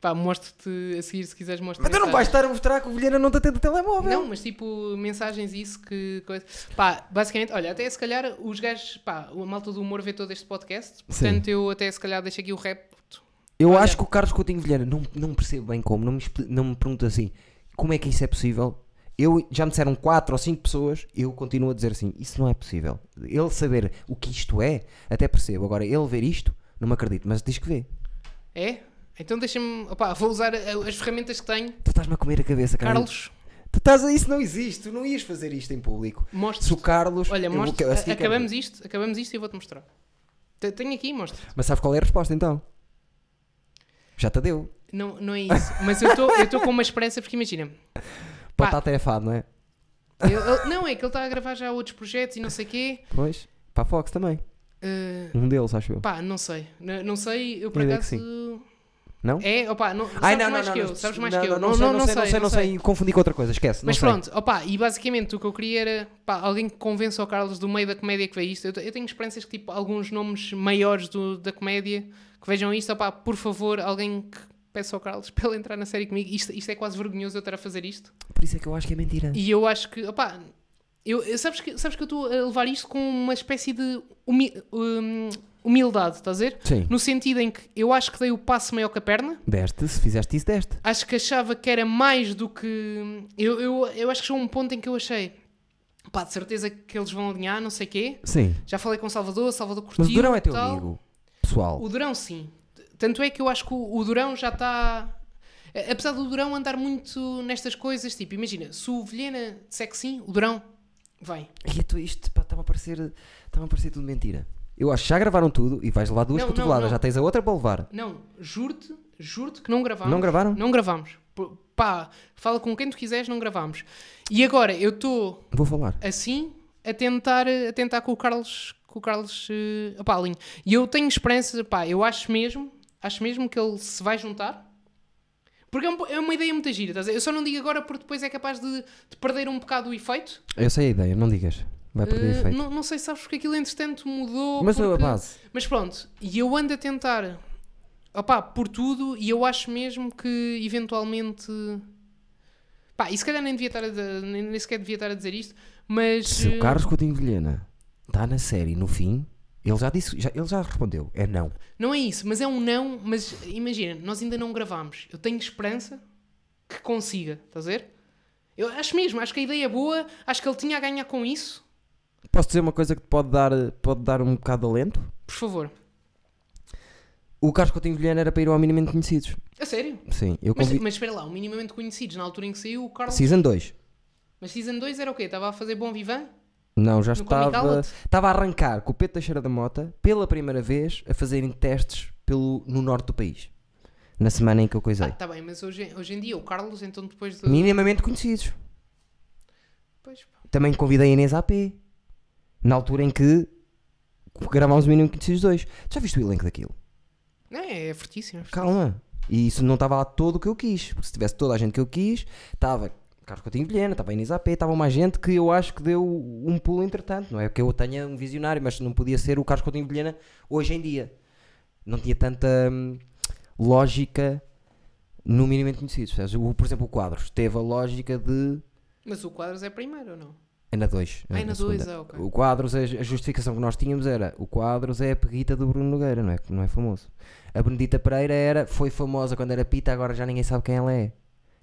Pá, mostro-te a seguir se quiseres mostrar. Mas tu não vais estar a mostrar que o Vilhena não está tendo telemóvel. Não, mas tipo, mensagens e isso que coisa. Pá, basicamente, olha, até se calhar os gajos, pá, a malta do humor vê todo este podcast, portanto eu até se calhar deixo aqui o repto. Eu Olha. acho que o Carlos Coutinho Vilhena, não, não percebo bem como, não me, expli- não me pergunto assim, como é que isso é possível? Eu, já me disseram 4 ou 5 pessoas, eu continuo a dizer assim, isso não é possível. Ele saber o que isto é, até percebo. Agora, ele ver isto, não me acredito, mas diz que vê. É? Então deixa-me, opá, vou usar a- as ferramentas que tenho. Tu estás-me a comer a cabeça, cara. Carlos, Tu estás a isso, não existe, tu não ias fazer isto em público. Se o mostra. Carlos... Olha, eu vou- assim, mostra. a seguir quero ver. Acabamos isto, acabamos isto e eu vou-te mostrar. Te- Tenho aqui, mostra. Mas sabes qual é a resposta, então? Já te deu. Não, não é isso. Mas eu estou com uma esperança, porque imagina. Pá. Pode estar tarefado, não é? ele- ele- não, é que ele está a gravar já outros projetos e não sei o quê. Pois, para a Fox também. Eh, Um deles, acho eu. Pá, não sei. N- Não sei, eu por Eu digo acaso. é que Não? É, opá, não, sabes Ai, não, mais não, que não, eu. não, Sabes mais não, que eu. Não, sei, não sei, não sei, não sei. Confundi com outra coisa, esquece. Mas não sei. pronto, opá, e basicamente o que eu queria era pá, alguém que convença o Carlos do meio da comédia que vê isto. Eu, te- eu tenho esperanças que tipo, alguns nomes maiores do- da comédia que vejam isto, opá, por favor, alguém que peça ao Carlos para ele entrar na série comigo. Isto, isto é quase vergonhoso eu estar a fazer isto. Por isso é que eu acho que é mentira. E eu acho que, opá, eu, eu- sabes, que, sabes que eu estou a levar isto com uma espécie de humi- hum, humildade, estás a ver? Sim. No sentido em que eu acho que dei o passo maior que a perna. Deste, se fizeste isso, deste. Acho que achava que era mais do que. Eu, eu, eu acho que chegou um ponto em que eu achei. Pá, de certeza que eles vão alinhar, não sei quê. Sim. Já falei com o Salvador, o Salvador curtiu. Mas o Durão é teu tal. amigo, pessoal. O Durão, sim. T- Tanto é que eu acho que o, o Durão já está. a- Apesar do Durão andar muito nestas coisas, tipo, imagina, se o Vilhena disser que sim, o Durão vai. E a tua- é isto pá, está-me a parecer. Está-me a parecer tudo mentira. Eu acho que já gravaram tudo e vais levar duas Não, não, cotoveladas, não. já tens a outra para levar. Não, juro-te, juro-te que não gravámos. Não gravaram? Não gravámos. P- Pá, fala com quem tu quiseres, não gravámos. E agora eu estou Vou falar. assim a tentar, a tentar com o Carlos com o Carlos eh, Apalinho. E eu tenho esperança, pá, eu acho mesmo, acho mesmo que ele se vai juntar. Porque é, um po- é uma ideia muito gira, estás a ver? Eu só não digo agora porque depois é capaz de, de perder um bocado o efeito. Eu sei a ideia, não digas. Vai perder Eh, efeito. não, não sei se sabes porque aquilo entretanto mudou. Mas é a porque- base. mas pronto, e eu ando a tentar, opá, por tudo, e eu acho mesmo que eventualmente. Pá, e se calhar nem, devia estar a, dizer- nem nem sequer devia estar a dizer isto, mas. Se eh, o Carlos Coutinho de Vilhena está na série no fim, ele já disse, já- ele já respondeu. É não. Não é isso, mas é um não. Mas imagina, nós ainda não gravámos. Eu tenho esperança que consiga, estás a ver? Eu acho mesmo, acho que a ideia é boa, acho que ele tinha a ganhar com isso. Posso dizer uma coisa que te pode dar, pode dar um bocado de alento? Por favor. O Carlos Coutinho de Vilhena era para ir ao Minimamente Conhecidos. A sério? Sim, eu Mas, convido. mas espera lá, o minimamente conhecidos na altura em que saiu o Carlos. Season 2. Mas Season 2 era o quê? Estava a fazer Bom Vivan? Não, já No estava. Comic-Out? Estava a arrancar com o Pedro Teixeira da Mota pela primeira vez a fazerem testes pelo, no norte do país. Na semana em que eu Ah, coisei. tá bem, mas hoje, hoje em dia o Carlos, então depois do. Minimamente conhecidos. Pois, pá. Também convidei a Inês AP. Na altura em que gravámos o Minimamente Conhecidos 2. Já viste o elenco daquilo? Não, é, é fortíssimo. Calma. E isso não estava lá todo o que eu quis. Porque se tivesse toda a gente que eu quis, estava Carlos Coutinho Vilhena, estava Inês AP, estava uma gente que eu acho que deu um pulo entretanto. Não é que eu tenha um visionário, mas não podia ser o Carlos Coutinho Vilhena hoje em dia. Não tinha tanta hum, lógica no minimamente conhecido. percebes? O- Por exemplo, o Quadros teve a lógica de Mas o Quadros é primeiro ou não? é na 2. Ah, é na dois, ah, ok. O Quadros, a a justificação que nós tínhamos era: o Quadros é a peguita do Bruno Nogueira, não é? que Não é famoso. A Benedita Pereira era, foi famosa quando era pita, agora já ninguém sabe quem ela é.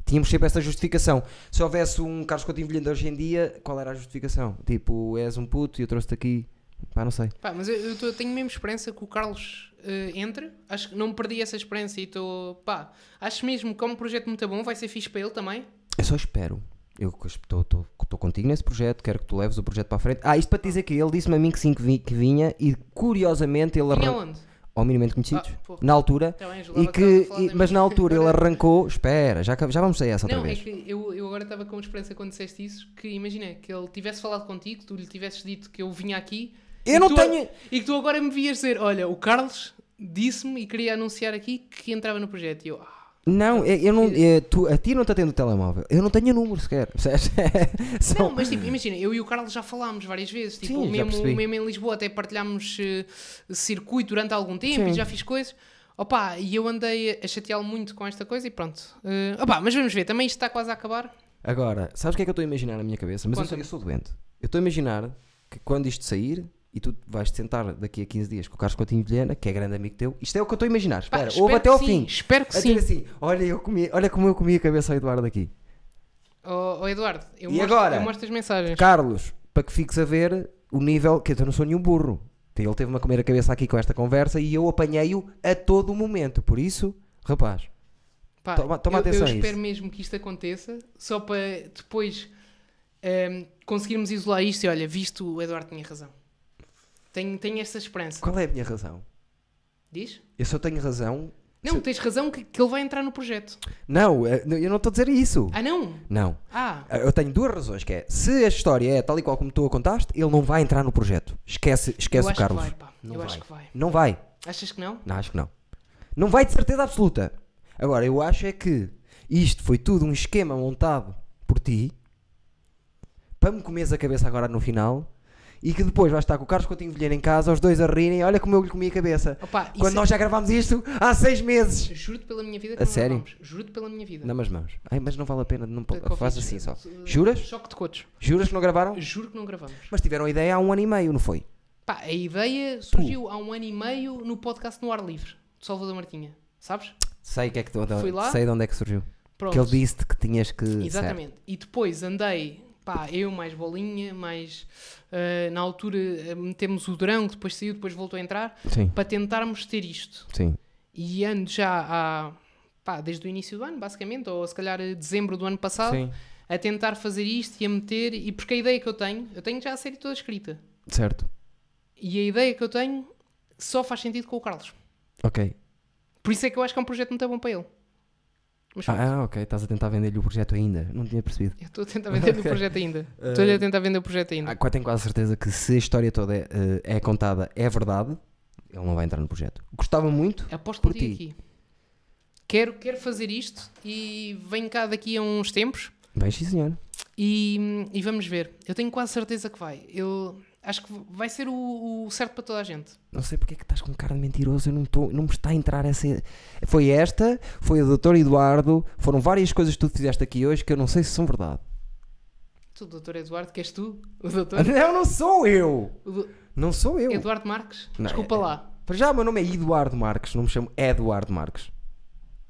Tínhamos sempre essa justificação. Se houvesse um Carlos Coutinho Vilhena hoje em dia, qual era a justificação? Tipo, és um puto e eu trouxe-te aqui. Pá, não sei. Pá, mas eu, eu tô- tenho mesmo esperança que o Carlos eh, entre. Acho que não perdi essa esperança e estou. Pá, acho mesmo que é um projeto muito bom, vai ser fixe para ele também. Eu só espero. Eu estou contigo nesse projeto, quero que tu leves o projeto para a frente. Ah, isto para te dizer que ele disse-me a mim que sim, que, vi- que vinha e curiosamente ele Tinha um arrancou. onde? Ao minimamente conhecidos. Ah, porra. na altura, Tá bem, julgava E que estavas que, a falar e- de mas mim. na altura ele arrancou. Espera, já, acab- já vamos a essa outra Não, é vez. que eu, eu agora estava com esperança quando disseste isso, que imagina que ele tivesse falado contigo, tu lhe tivesses dito que eu vinha aqui. Eu e não tu- tenho- E que tu agora me vias dizer: olha, o Carlos disse-me e queria anunciar aqui que entrava no projeto. E eu, ah, Não, eu, eu não. é, tu, a ti não está tendo o telemóvel. Eu não tenho número sequer. percebes? São- Não, mas tipo, imagina, eu e o Carlos já falámos várias vezes, tipo, Sim, já mesmo, percebi. mesmo em Lisboa até partilhámos eh, circuito durante algum tempo Sim. e já fiz coisas. Opa, e eu andei a chateá-lo muito com esta coisa e pronto. Eh, opa, mas vamos ver, também isto está quase a acabar. Agora, sabes o que é que eu estou a imaginar na minha cabeça? Mas eu sou, Conta-me. eu sou doente. Eu estou a imaginar que quando isto sair e tu vais te sentar daqui a 15 dias com o Carlos Coutinho Vilhena, que é grande amigo teu, isto é o que eu estou a imaginar. Pá, Espera, espero ouve que até ao sim, fim. Espero que Até sim. assim, olha, eu comi, olha como eu comi a cabeça ao Eduardo aqui. Oh, oh, Eduardo, eu, E mostro, agora? eu mostro as mensagens. Carlos, para que fiques a ver o nível, que eu não sou nenhum burro. Ele teve-me a comer a cabeça aqui com esta conversa e eu apanhei-o a todo momento. Por isso, rapaz, Pá, Toma- toma eu, atenção a eu espero isso. mesmo que isto aconteça, só para depois ehm, conseguirmos isolar isto e olha, visto o Eduardo tinha razão. Tenho, tenho esta esperança. qual é a minha razão? Diz? Eu só tenho razão. Não, tens razão que, que ele vai entrar no projeto. Não, eh, não, eu não estou a dizer isso. Ah, não? Não. Ah, Eh, Eu tenho duas razões, que é, se a história é tal e qual como tu a contaste, ele não vai entrar no projeto. Esquece, eu esquece acho o Carlos. que vai, pá. Não eu vai. acho que vai. Não vai. Achas que não? Não, acho que não. Não vai de certeza absoluta. Agora, eu acho é que isto foi tudo um esquema montado por ti para me comeres a cabeça agora no final e que depois vais estar com o Carlos Coutinho Vilhena em casa, os dois a rirem, olha como eu lhe comi a cabeça. Opa, isso é- Quando nós já gravámos isto há seis meses. Juro-te pela minha vida que A não sério? gravamos. Juro-te pela minha vida. Não, mas mãos. Ai, mas não vale a pena, não Te convido. faz assim só. Eh, Juras? Choque de cotos. Juras que não gravaram? Juro que não gravamos. Mas tiveram a ideia há um ano e meio, não foi? Pá, a ideia surgiu há um ano e meio no podcast No Ar Livre, de Salvador Martinha. Sabes? Sei, que é que, de onde- Fui lá. sei de onde é que surgiu. Pronto. Que ele disse-te que tinhas que. Exatamente. E depois andei, pá, eu mais bolinha, mais. eh, na altura eh, metemos o drão, que depois saiu, depois voltou a entrar, Certo. Sim, para tentarmos ter isto. sim. E ando já há. pá, desde o início do ano, basicamente, ou se calhar eh, dezembro do ano passado, Sim. a tentar fazer isto e a meter. E porque a ideia que eu tenho, eu tenho já a série toda escrita. Certo. E a ideia que eu tenho só faz sentido com o Carlos. Ok. Por isso é que eu acho que é um projeto muito bom para ele. Mas pronto, Ah, ah, ok, estás a tentar vender-lhe o projeto ainda. Não tinha percebido. eu estou a tentar vender o Ok. projeto ainda. Eh, Estou-lhe a tentar vender o projeto ainda. Ah, qua- tenho quase certeza que se a história toda é, eh, é contada, é verdade, ele não vai entrar no projeto. Gostava muito. Aposto ah, por contigo aqui. Quero, quero fazer isto e venho cá daqui a uns tempos Bem, sim, senhor. e, e vamos ver. Eu tenho quase certeza que vai. Eu acho que vai ser o, o certo para toda a gente. Não sei porque é que estás com cara de mentiroso, eu não, tô, não me está a entrar essa. Foi esta, foi a doutor Eduardo, foram várias coisas que tu fizeste aqui hoje que eu não sei se são verdade. Tu, doutor Eduardo, que és tu? O doutor? Não, não sou eu! O do- Não sou eu! Eduardo Marques? Não, Desculpa é- lá. Para já, o meu nome é Eduardo Marques, não me chamo Eduardo Marques.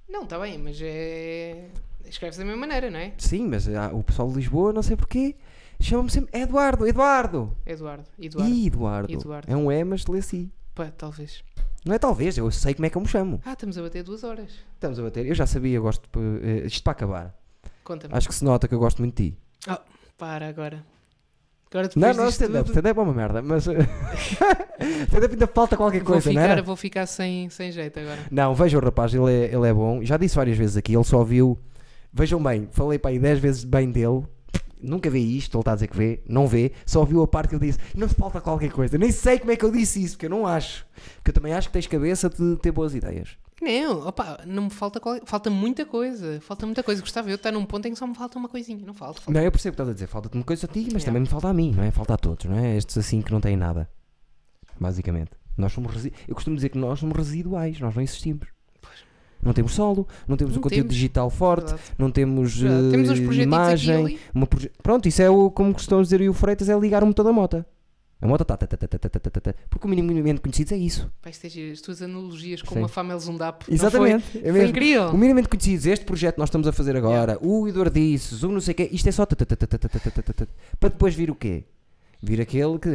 Não, está bem, mas é. Escreve-se da mesma maneira, não é? Sim, mas ah, o pessoal de Lisboa, não sei porquê, chama-me sempre Eduardo, Eduardo! Eduardo. Eduardo. Ih, Eduardo. Eduardo. É um E, mas lê assim. Pá, talvez. Não é talvez, eu sei como é que eu me chamo. Ah, estamos a bater duas horas. Estamos a bater, eu já sabia, eu gosto. de- eh, isto para acabar. Conta-me. Acho que se nota que eu gosto muito de ti. Ah, para agora. Agora Não, depois não, disto stand-up. tudo, Stand-up é uma merda, mas. eh, stand-up ainda falta qualquer vou, coisa, não era? ficar, vou ficar sem, sem jeito agora. Não, vejam o rapaz, ele é, ele é bom. Já disse várias vezes aqui, ele só viu. Vejam bem, falei para aí 10 vezes bem dele. Nunca vê isto, ele está a dizer que vê, não vê, só viu a parte que eu disse, não falta qualquer coisa. Nem sei como é que eu disse isso, porque eu não acho. Porque eu também acho que tens cabeça de ter boas ideias. Não, opa, não me falta qual... Falta muita coisa. Falta muita coisa. Gostava eu de estar num ponto em que só me falta uma coisinha. Não falta. falta. Não, eu percebo o que estás a dizer, falta-te uma coisa a ti, mas Yeah. também me falta a mim, não é? Falta a todos, não é? Estes assim que não têm nada. Basicamente. Nós somos resi- Eu costumo dizer que nós somos residuais, nós não existimos. Não temos solo, não temos Não um conteúdo temos. digital forte, Verdade. não temos, Verdade. Temos uns eh, projetinhos imagem. aqui e ali. uma proje- Pronto, isso é o, como costumam dizer aí o Freitas, é ligar o motor da moto. A moto tá está. Porque o minimamente conhecido é isso. Pá, isto é giro. As tuas analogias com Sim. uma famel Zundap. não Exatamente. Foi, é foi mesmo. incrível. O minimamente conhecido, este projeto que nós estamos a fazer agora, o Eduardices, o não sei o quê, isto é só. ta- ta- ta- ta- ta- ta- ta- ta- ta- ta- Para depois vir o quê? Vir aquele que.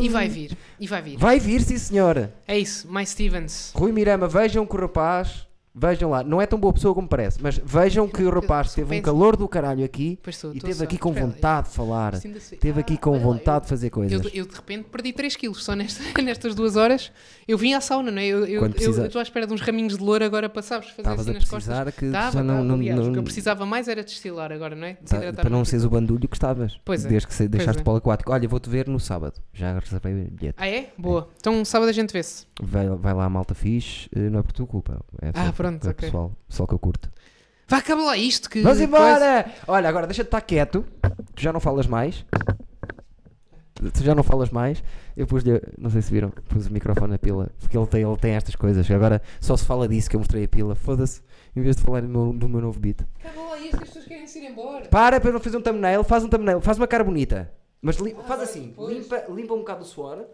E vai vir. E vai vir. Vai vir, sim senhora. É isso. My Stevens. Rui Mirama, vejam que o rapaz. Vejam lá, não é tão boa pessoa como parece, mas vejam que o rapaz teve um Pensa. calor do caralho aqui Pois estou. e estou esteve só. aqui com Espera aí. vontade de falar. Isto ainda se- Ah, Esteve aqui com olha lá, vontade de fazer Eu, coisas. eu, eu de repente perdi 3 quilos só nesta, nestas duas horas. Eu vim à sauna, não é? Eu eu- Quando eu- precisa- eu estou à espera de uns raminhos de louro agora para, sabes, fazer Estavas assim a nas costas. precisar que Tava, já não, tava, não, aliás, o que não- eu precisava mais era destilar agora, não é? tá- Desidratar para não muito. seres o bandulho que estavas. Pois é, Desde que se- deixaste é. para o aquático. Olha, vou-te ver no sábado. Já reservei o bilhete. Ah, é? Boa. Então sábado a gente vê-se. Vai, vai lá, malta fixe. eh, Não é por tua culpa. É Ah, só- pronto, é ok. pessoal, pessoal que eu curto. Vá, acaba lá isto que. Vamos coisa- embora! Olha, agora deixa de estar quieto. Tu já não falas mais. Tu já não falas mais. Eu pus-lhe, não sei se viram, pus o microfone na pila. Porque ele tem, ele tem estas coisas. Agora só se fala disso que eu mostrei a pila. Foda-se. Em vez de falar do meu, do meu novo beat. Acaba lá isto, as pessoas querem se ir embora. Para para não fazer um thumbnail. Faz um thumbnail. Faz uma cara bonita. Mas li- faz vai assim. depois. Limpa, limpa um bocado o suor.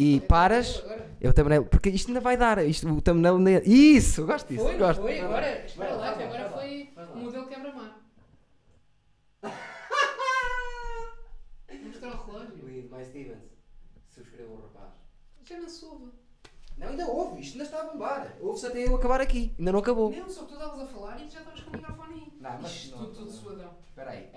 E paras. É o thumbnail. Porque isto ainda vai dar. Isto, o thumbnail ainda... Isso! Gosto disso. Foi, não gosto. foi, agora. Espera Vai lá, lá, que vai lá, agora vai foi o modelo quebra-mar. Vou mostrar o relógio. Lindo, mais Stevens. Subscreva o rapaz. Já não soube. Não, ainda houve, isto ainda está a bombar. Ouve-se até eu acabar aqui. Ainda não acabou. Não, só que tu estavas a falar e já estavas com o microfone aí. Não, mas Isto não, tudo, tudo não. suadão. Espera aí.